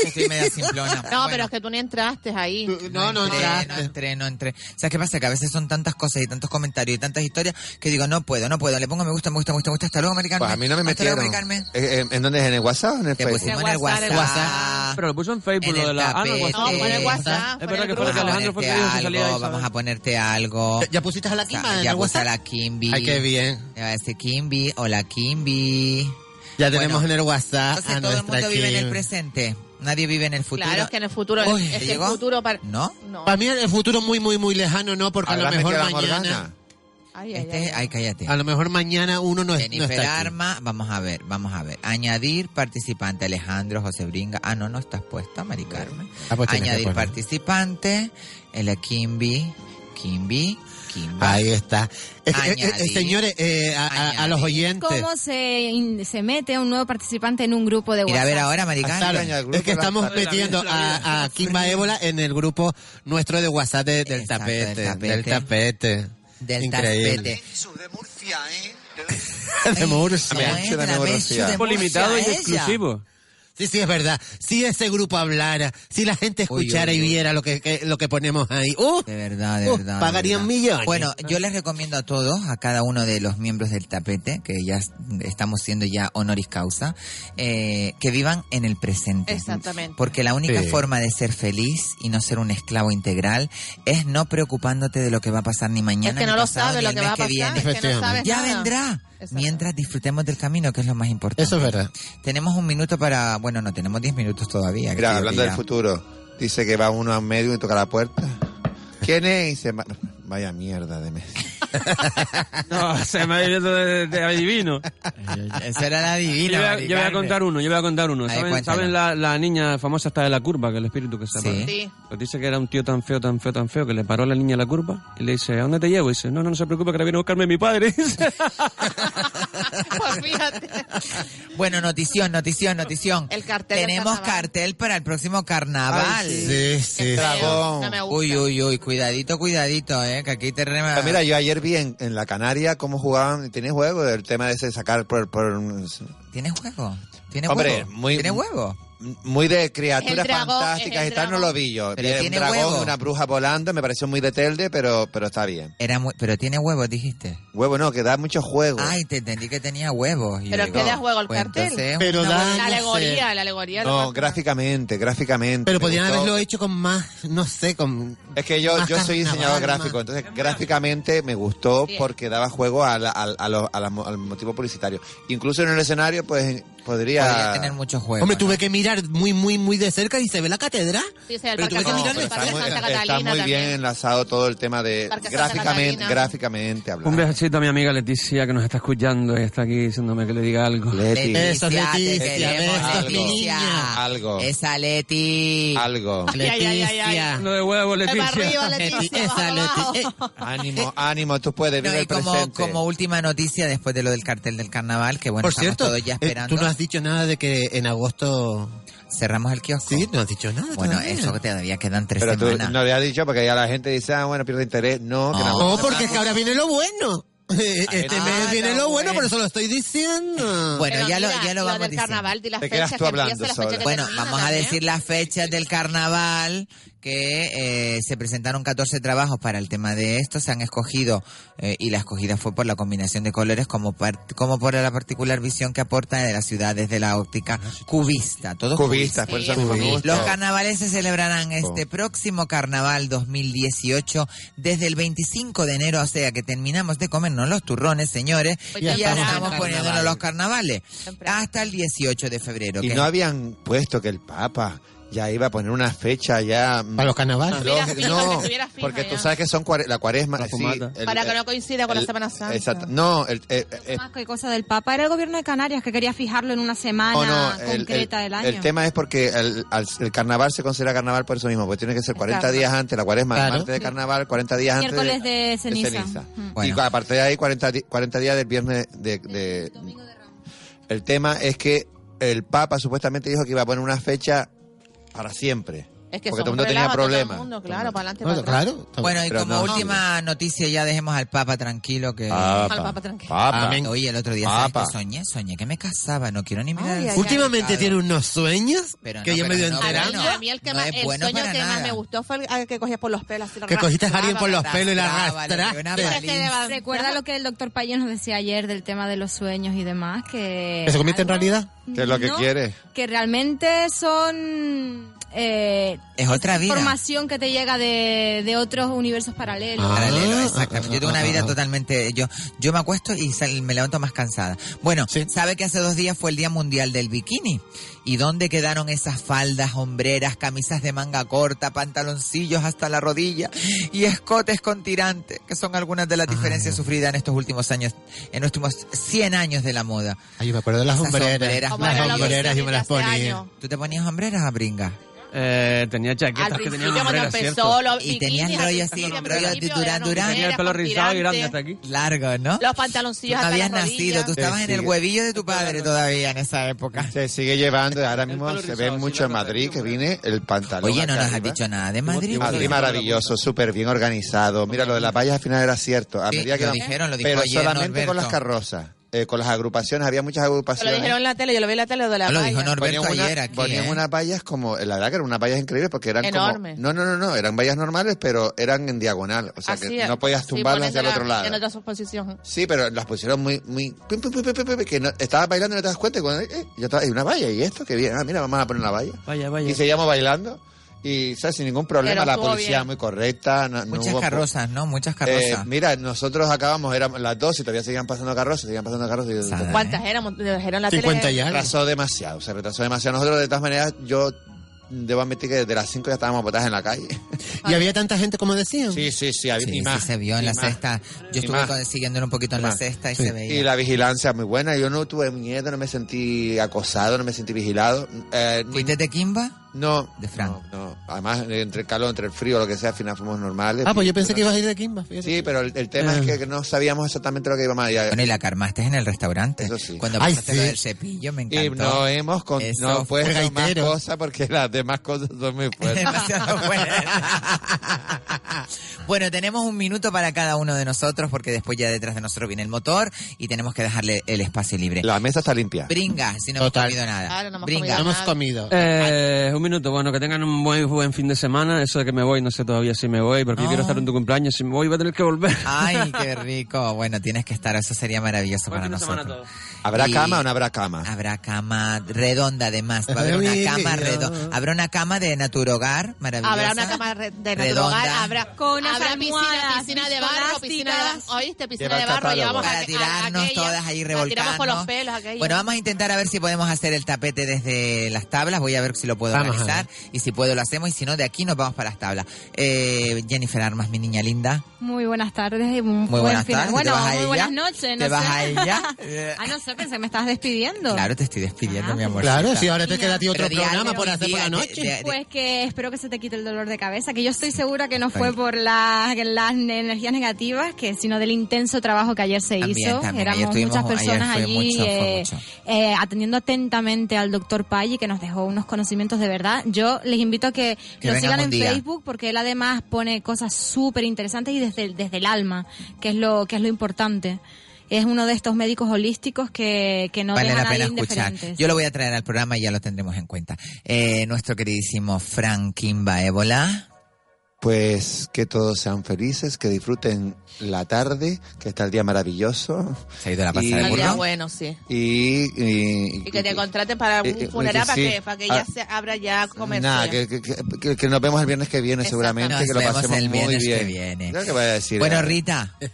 D: estoy media simplona.
H: No, pero es que tú ni entraste ahí.
I: No, no,
D: entré,
I: entraste.
D: no entré, no entré. ¿Sabes qué pasa? Que a veces son tantas cosas y tantos comentarios y tantas historias que digo, no puedo, no puedo. Le pongo me gusta, me gusta, me gusta. Hasta luego, americano.
F: Pues a mí no me
D: Hasta
F: metieron.
D: luego, americano.
F: Eh, eh, ¿En dónde es? ¿En el WhatsApp o en el
D: Te
F: Facebook?
D: pusimos en el WhatsApp.
E: Pero lo puso en Facebook,
D: eh. En
E: lo de
D: el
E: la... Ah, no,
D: tapete.
E: WhatsApp.
D: No, pone WhatsApp,
E: Es verdad que fue lo
D: Vamos
E: que
D: a
E: Alejandro fue
D: ponerte
E: que dijo que salía
D: algo,
E: Isabel.
D: vamos a ponerte algo.
I: ¿Ya- ¿Ya pusiste a la
D: Ya,
I: Kimba en el
D: ya puse a
I: WhatsApp?
D: la Kimby.
I: Ay, qué bien.
D: Le va a decir Kimby, hola Kimby.
I: Ya tenemos
D: Bueno,
I: en el WhatsApp
D: Entonces
I: a
D: todo el
I: Ah, nuestra
D: mundo vive en el
I: Kim.
D: presente. Nadie vive en el futuro.
H: Claro, es que en el futuro.
D: Uy,
H: es que
D: ¿llegó?
H: el futuro para.
D: ¿No?
I: Para mí el futuro muy, muy, muy lejano, ¿no? Porque a lo
F: Háblame que
I: mejor
F: la
I: mañana...
F: Morgana.
H: Ay, ay,
D: Este,
H: ay.
D: ay, cállate.
I: A lo mejor mañana uno Ah, no, es, no
D: Jennifer
I: está aquí.
D: Arma, vamos a ver, vamos a ver. Añadir participante Alejandro José Bringa. Ah, no, no estás puesta, Mari Carmen.
I: Ah, pues tienes que
D: Añadir
I: poner.
D: participante, el Kimby, Kimby, Kimby.
I: Ahí está. Es- es- es-
D: Añadir.
I: señores, eh, a, a- a los oyentes...
N: ¿Cómo se, in- se mete un nuevo participante en un grupo de
D: Mira,
N: WhatsApp?
D: a ver ahora, Mari Carmen.
I: Claro,
F: Extraña, el grupo
I: es que
F: de la
I: estamos
F: tarde.
I: metiendo a, a Kimba Ébola en el grupo nuestro de WhatsApp de- del,
D: Exacto,
I: tapete,
D: del tapete.
I: Del tapete.
D: Del
I: Increíble. De
D: tapete.
I: Murcia. ¿eh?
D: Ay,
F: Murcia, de
D: la
F: Murcia.
D: Mechu de
E: Tiempo limitado y
D: Murcia, ella.
E: exclusivo.
I: Sí, sí, es verdad. Si ese grupo hablara, si la gente escuchara
D: uy,
I: y viera lo que, que- lo que ponemos ahí, ¡uh!
D: De verdad, de
I: Uh,
D: verdad. de
I: pagarían
D: verdad.
I: millones.
D: Bueno, yo les recomiendo a todos, a cada uno de los miembros del tapete, que ya s- estamos siendo ya honoris causa, eh, que vivan en el presente.
H: Exactamente.
D: Porque la única
H: Sí.
D: forma de ser feliz y no ser un esclavo integral es no preocupándote de lo que va a pasar ni mañana.
H: Es que no
D: ni
H: lo
D: pasado,
H: sabe
D: ni
H: lo
D: el
H: que
D: mes
H: va a pasar,
D: viene.
H: es que no sabes
D: ya
H: nada.
D: vendrá. Mientras disfrutemos del camino, que es lo más importante. Eso es verdad. Tenemos un minuto para... Bueno, no, tenemos diez minutos todavía. que creo
F: Mira,
D: que
F: hablando del
D: ya-
F: futuro, dice que va uno a medio y toca la puerta. ¿Quién es? Y dice, "Ma- vaya mierda de mes.
E: No, se me ha ido de, de adivino.
D: Esa era la divina.
E: Yo voy, a,
D: Mari
E: yo voy a
D: Carmen.
E: contar uno, yo voy a contar uno.
D: Ahí,
E: ¿Saben,
D: cuéntalo.
E: saben la, la niña famosa está de la curva, que el espíritu que se
D: Sí.
E: para?
D: Sí.
E: Pues dice que era un tío tan feo, tan feo, tan feo, que le paró a la niña a la curva y le dice, ¿a dónde te llevo? Y dice, no, no, no se preocupe, que ahora viene a buscarme mi padre.
H: Pues
D: Bueno, notición, notición, notición. El cartel Tenemos cartel para el próximo carnaval.
I: Ay, sí. Sí, sí, Qué sí. feo, no me gusta.
D: Uy, uy, uy, cuidadito, cuidadito, eh, que aquí te rema.
F: Ah, Mira, yo ayer vi en, en la Canaria cómo jugaban, tenía juego del tema de ese sacar por... por-
D: ¿Tiene juego? ¿Tiene
F: Hombre,
D: huevo?
F: muy-
D: ¿Tiene huevo?
F: muy de criaturas
D: El dragón,
F: fantásticas
D: es
F: y
D: el
F: tal, no
D: dragón.
F: lo vi yo.
D: Pero
F: Vi un
D: tiene
F: dragón,
D: huevo.
F: una bruja volando, me pareció muy de telde, pero, pero está bien.
D: Era muy, pero tiene huevos, dijiste.
F: Huevo no, que da mucho juego.
D: Ay, te entendí que tenía huevos. Y
H: Pero
D: digo,
H: que da juego el
D: pues
H: cartel.
D: entonces es
I: Pero
D: una
I: da-
D: buena-
H: La
I: no sé.
H: alegoría, la alegoría.
F: No,
H: lo-
F: gráficamente, gráficamente.
I: Pero
F: me
I: podrían
F: gustó.
I: haberlo hecho con más, no sé, con...
F: Es que yo,
I: más
F: yo soy diseñador
I: carnaval,
F: gráfico,
I: más-
F: entonces gráficamente me gustó
H: Bien.
F: porque daba juego a la- al- a lo- a la mo- al motivo publicitario. Incluso en el escenario, pues podría.
D: Podría tener muchos juegos.
I: Hombre, tuve que mirar muy, muy, muy de cerca y se ve la catedral.
H: Sí, sí, el
I: Pero
H: parque,
I: tuve que
H: no,
I: mirar de
H: el parque
I: cerca.
F: Está muy,
H: Santa
F: está
H: Catalina
F: muy bien
H: también.
F: enlazado todo el tema de
H: Parque Santa
F: gráficamente,
H: Catalina.
F: gráficamente hablando.
E: Un besito a mi amiga Leticia que nos está escuchando y está aquí diciéndome que le diga algo.
F: Leti.
D: Leticia, te
E: Leticia,
D: queremos,
E: besos,
D: Leticia.
F: Algo.
D: Esa Leti.
F: Algo.
D: Leticia.
E: No de huevo, Leticia.
D: Esa Leti. Eh,
F: Ánimo, ánimo, tú puedes,
D: No,
F: vive
D: y
F: el
D: como,
F: presente.
D: como última noticia después de lo del cartel del carnaval, que bueno,
I: Por
D: estamos
I: cierto,
D: todos ya
I: eh,
D: esperando.
I: tú no has dicho nada de que en agosto...
D: Cerramos el kiosco.
I: Sí, no has dicho nada.
D: Bueno,
I: todavía.
D: eso todavía quedan tres
F: Pero tú
D: semanas.
F: no le has dicho porque ya la gente dice, ah, bueno, pierde interés. No, que nada
I: No,
F: más.
I: porque es que ahora viene lo bueno. Eh, Este
F: Ah,
I: mes viene
D: lo
I: lo bueno,
D: bueno.
I: por eso lo estoy diciendo.
D: Bueno, ya lo, ya lo
H: Lo
D: vamos
H: del
D: diciendo.
H: carnaval, di las
I: Te
H: fechas
I: quedas tú
H: que
I: hablando
H: empiezan, las fechas
I: sola.
H: que
D: Bueno,
H: terminan
D: vamos a
H: también.
D: decir las fechas del carnaval, que eh, se presentaron 14 trabajos para el tema de esto, se han escogido, eh, y la escogida fue por la combinación de colores, como, par- como por la particular visión que aporta de las ciudades de la óptica
I: Ah,
D: cubista. Todos cubistas.
F: Cubistas, por eso a mí me gusta.
D: Los carnavales se celebrarán este próximo carnaval 2018 desde el 25 de enero, o sea que terminamos de comernos los turrones, señores,
F: Pues
D: y
F: ya
D: ya
F: estamos en
D: estamos poniéndonos
F: carnaval.
D: los carnavales hasta el 18 de febrero.
F: Y
D: que
F: no habían puesto que el Papa ya iba a poner una fecha
H: Ah,
F: ya...
I: Para los carnavales.
D: Ah,
F: No,
H: Estuviera fija,
F: no,
H: que estuviera fija
F: porque tú
H: ya.
F: sabes que son cuare- la cuaresma. sí, el-
H: Para que
F: el-
H: no coincida con la
F: el-
H: Semana Santa.
F: Exacto. No, el, el- el-
N: Más que cosa del Papa, era el gobierno de Canarias que quería fijarlo en una semana
F: eh. Oh, no, no, el-
N: concreta
F: el-
N: del año.
F: el tema es porque el, al- el carnaval se considera carnaval por eso mismo, porque tiene que ser 40
N: Claro.
F: días antes, la cuaresma,
N: Claro.
F: martes de carnaval, 40 días antes.
N: Miércoles de ceniza. Mm.
F: Y aparte de ahí, 40, di- 40 días del viernes de... de- el tema es que el Papa supuestamente dijo que iba a poner una fecha para siempre.
H: Es que
F: porque todo
H: son
F: el mundo tenía
H: relajo, todo el
F: problemas.
H: mundo, claro, para adelante,
F: Bueno,
H: para atrás.
D: Bueno, y
F: Pero
D: como
F: no.
D: última noticia ya dejemos al Papa tranquilo que...
F: Papa. Al Papa tranquilo. Ah, Papa.
D: Amén. Oye, el otro día ¿sabes
I: Papa.
D: qué soñé, soñé que me casaba, no quiero ni mirar... el
I: Últimamente
D: significado.
I: tiene unos sueños
D: Pero
I: que
D: no,
I: yo
D: pero
I: me dio
D: no,
I: enterado.
D: pero
H: No, a mí el, que
D: No
H: más,
D: es
H: el
D: bueno
H: sueño
D: para
H: que más
D: nada.
H: me gustó fue el al que cogías por los pelos. así lo
I: Que cogiste a alguien
H: arrastraba,
I: por los
H: arrastraba.
I: pelos y la
D: Arrastraba, le dio una
I: arrastras.
D: paliza.
H: Ah.
N: Recuerda lo que el doctor Payón nos decía ayer del tema de los sueños y demás, que...
I: ¿Que se convierte en realidad?
F: Que es lo que
N: No,
F: quiere.
N: Que realmente son... eh,
D: Es otra vida.
N: Información que te llega de, de otros universos paralelos.
D: Ah. Paralelo, exactamente. Yo tengo una vida totalmente. Yo yo me acuesto y sal- me levanto más cansada. Bueno, sabe que hace dos días fue el Día Mundial del Bikini. ¿Y dónde quedaron esas faldas, hombreras, camisas de manga corta, pantaloncillos hasta la rodilla y escotes con tirante, que son algunas de las diferencias sufridas en estos últimos años, en los últimos 100 años de la moda?
I: Ay, yo me acuerdo de las
D: Esas
I: hombreras.
D: hombreras,
I: Las
D: bueno, lo
I: hombreras
D: que
I: yo me las
D: hice hace
I: ponía.
D: años. ¿Tú te ponías hombreras a bringa?
E: Eh, tenía
H: Al
E: chaquetas que
H: principio
E: tenían
H: cuando
E: hombreras,
H: empezó,
E: ¿cierto?
H: los
D: Y tenías
H: bikinis, al
D: rollo así,
H: principio, al
D: rollo de
H: principio
D: Durán
H: eran
D: Durán.
E: Tenía el pelo
H: con
E: rizado y grande
H: tirantes.
E: hasta aquí.
D: Largo, ¿no?
H: Los
D: Tú no
H: pantaloncillos hasta
D: habías
H: las rodillas.
D: nacido, tú
F: Sí,
D: estabas en el
F: sigue.
D: huevillo de tu padre todavía en esa época.
F: Se sigue llevando, y ahora mismo se ve mucho en Madrid que viene el pantalón.
D: Oye, no
F: acá
D: nos has
F: arriba.
D: dicho nada de Madrid.
F: Madrid Ah, maravilloso, súper bien organizado. Mira, lo de las vallas al final era cierto. A
D: Sí,
F: medida que
D: lo
F: van-
D: dijeron, lo dijo
F: Pero
D: ayer
F: solamente
D: Norberto.
F: con las carrozas. eh, con las agrupaciones, había muchas
H: Lo
F: agrupaciones.
H: dijeron en la tele, yo lo vi en la tele de la valla.
F: Ponían una-
D: ¿eh?
F: Ponían unas vallas como, la verdad que eran unas vallas increíbles porque eran
H: Enormes.
F: como... No, no, no, no, eran vallas normales, pero eran en diagonal, o sea
H: Así
F: que
H: es.
F: no podías
H: Sí, ponen
F: tumbarlas hacia el
H: en
F: otro
H: la-
F: lado.
H: En otra posición.
F: Sí, pero las pusieron muy, muy, pim, pim, pim, pim, pim, pim, que no- estabas bailando y no te das cuenta. y Cuando, eh, eh, yo estaba, hay una valla y esto, que bien, ah, mira, vamos a poner una valla.
E: Vaya,
F: Y seguíamos bailando y, ¿sabes? Sin ningún problema,
D: Pero
F: la
D: estuvo
F: policía
D: bien.
F: muy correcta. No, no
D: Muchas
F: hubo-
D: carrozas, ¿no? Muchas
F: Eh,
D: carrozas.
F: mira, nosotros acabamos, éramos las dos y todavía seguían pasando carrozas, seguían pasando carrozas. y-
H: ¿Cuántas éramos? Lo dijeron en la tele.
F: Se retrasó demasiado, se retrasó demasiado. Nosotros, de todas maneras, yo debo admitir que desde las 5 ya estábamos botadas en la calle.
I: ¿Y había tanta gente como decían?
F: Sí, sí, sí, había
D: Sí,
F: y
D: sí,
F: más,
D: se vio en
F: y
D: la
F: más,
D: cesta.
F: y
D: Yo estuve
F: más.
D: con- siguiéndolo un poquito en la cesta y
F: Sí.
D: se veía.
F: Y la vigilancia muy buena. Yo no tuve miedo, no me sentí acosado, no me sentí vigilado. Eh,
D: ¿Fuiste de Kimba?
F: No.
D: De Frank.
F: No, no. Además, entre el calor, entre el frío, lo que sea, al final fuimos normales.
I: Ah, pues yo pensé que ibas a ir de Kimba. fíjate.
F: Sí, pero el, el tema es que- que no sabíamos exactamente lo que íbamos a ir.
D: Bueno, y la carmaste en el restaurante. Cuando
F: Ay,
D: pasaste
F: Eh. sí.
D: lo del cepillo, me
F: Y
D: encantó.
F: no eh. hemos con,
D: Eso
F: no he
D: fue
F: puesto más
D: gaitero.
F: cosas porque las demás cosas son muy fuertes.
D: Demasiado bueno. Bueno, tenemos un minuto para cada uno de nosotros porque después ya detrás de nosotros viene el motor y tenemos que dejarle el espacio libre.
F: La mesa está limpia.
D: Bringa, si no hemos comido nada. Bringa.
E: Eh, un minuto, bueno, que tengan un buen, buen fin de semana. Eso de que me voy, no sé todavía si me voy, porque yo quiero estar en tu cumpleaños. Si me voy, voy a tener que volver.
D: Ay, qué rico. Bueno, tienes que estar. Eso sería maravilloso para nosotros.
F: ¿Habrá
D: Y-
F: cama o no habrá cama?
D: Habrá cama redonda, además. Va a haber una
F: Ay,
D: cama
F: Dios.
D: redonda. Habrá una cama de Naturogar, maravillosa.
H: Habrá una cama re- de
D: Redonda.
H: natural, habrá,
N: Con unas
H: habrá piscina,
N: almohadas
H: piscina de barro, piscina de barro, oíste, piscina de barro, llevamos
D: para
H: a, a-
D: tirarnos
H: aquella,
D: todas ahí
H: la tiramos con los
D: revolcando.
H: pelos, aquella.
D: Bueno, vamos a intentar a ver si podemos hacer el tapete desde las tablas. Voy a ver si lo puedo
I: Vamos a
D: organizar y si puedo lo hacemos y si no de aquí nos vamos para las tablas. Eh, Jennifer Armas, mi niña linda.
N: Muy buenas tardes y muy
D: Muy
N: buen
D: buenas
N: final.
D: tardes, ¿te
N: Bueno,
D: vas a
N: muy
D: ir
N: buenas
D: ya?
N: noches. No
D: ¿Te vas
N: sé.
D: a ir ya?
N: ah, no sé, pensé que me estabas despidiendo.
D: Claro, te estoy despidiendo, mi amor.
I: Claro, sí, ahora te queda a ti otro
D: Pero di
I: programa
D: algo,
I: por hacer
D: di-
I: por la
D: de-
I: noche.
D: de- de-
N: Pues que espero que se te quite el dolor de cabeza, que yo estoy segura que no fue
D: Tranquila.
N: por las, las energías negativas, que sino del intenso trabajo que ayer se
D: También,
N: hizo.
D: también. Ayer
N: Éramos
D: tuvimos-
N: muchas personas
D: ayer fue
N: allí
D: mucho, fue
N: eh,
D: mucho.
N: eh, atendiendo atentamente al doctor Paggi, que nos dejó unos conocimientos de verdad. Yo les invito a que,
D: Que
N: lo
D: vengan
N: sigan
D: un
N: en
D: día.
N: Facebook, porque él además pone cosas súper interesantes y desde, el- desde el alma, que es lo, que es lo importante. Es uno de estos médicos holísticos que, que no
D: vale
N: deja
D: la
N: a nadie
D: pena escuchar.
N: indiferente.
D: Yo lo voy a traer al programa y ya lo tendremos en cuenta. Eh, nuestro queridísimo Frank Kimba Ébola.
F: Pues que todos sean felices, que disfruten la tarde, que está el día maravilloso.
D: Se ha ido la
H: El día bueno, sí.
F: Y, y-
H: Y que te contraten para
F: Eh, eh,
H: un funeral para
F: sí.
H: que, para que ya
F: Ah,
H: se abra ya comercio.
F: nada, que, que- que- que nos vemos el viernes que viene seguramente,
D: Nos
F: que lo
D: vemos
F: pasemos
D: el
F: muy
D: viernes
F: bien.
D: que viene.
F: Yo qué voy a decir,
D: Bueno,
F: eh,
D: Rita.
H: Pues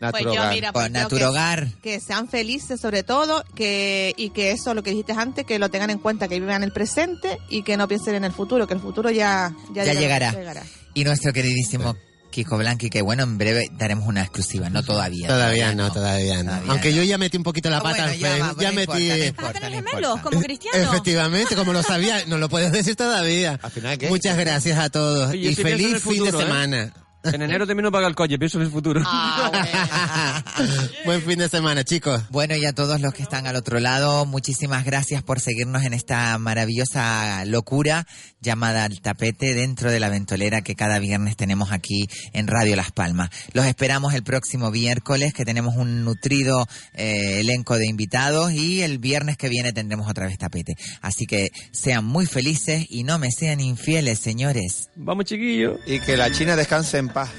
F: Natural
H: yo,
F: Hogar.
H: mira, pues yo
D: Naturogar.
H: Que, que sean felices sobre todo que y que eso, lo que dijiste antes, que lo tengan en cuenta, que vivan el presente y que no piensen en el futuro, que el futuro ya,
D: Ya llegará. Y nuestro queridísimo Kiko Blanqui, que bueno, en breve daremos una exclusiva. No todavía.
I: Todavía no, todavía no. Aunque yo ya metí un poquito la
D: Ah,
I: pata
D: bueno,
I: al
D: ya
I: Facebook,
D: va,
I: ya
D: no
I: metí...
D: importa, no importa, no importa.
N: como cristiano.
I: Efectivamente, como lo sabía, no lo puedes decir todavía. Muchas gracias a todos
E: Oye, yo
I: y
E: sí pienso en
I: feliz
E: el
I: fin de
E: futuro, ¿eh?
I: semana.
E: En enero termino de pagar el coche, pienso en el futuro.
I: Buen fin de semana, chicos.
D: Bueno, y a todos los que están al otro lado, muchísimas gracias por seguirnos en esta maravillosa locura llamada al tapete dentro de la ventolera que cada viernes tenemos aquí en Radio Las Palmas. Los esperamos el próximo miércoles, que tenemos un nutrido eh, elenco de invitados, y el viernes que viene tendremos otra vez tapete. Así que sean muy felices y no me sean infieles, señores.
E: Vamos, chiquillos.
F: Y que la China descanse en paz.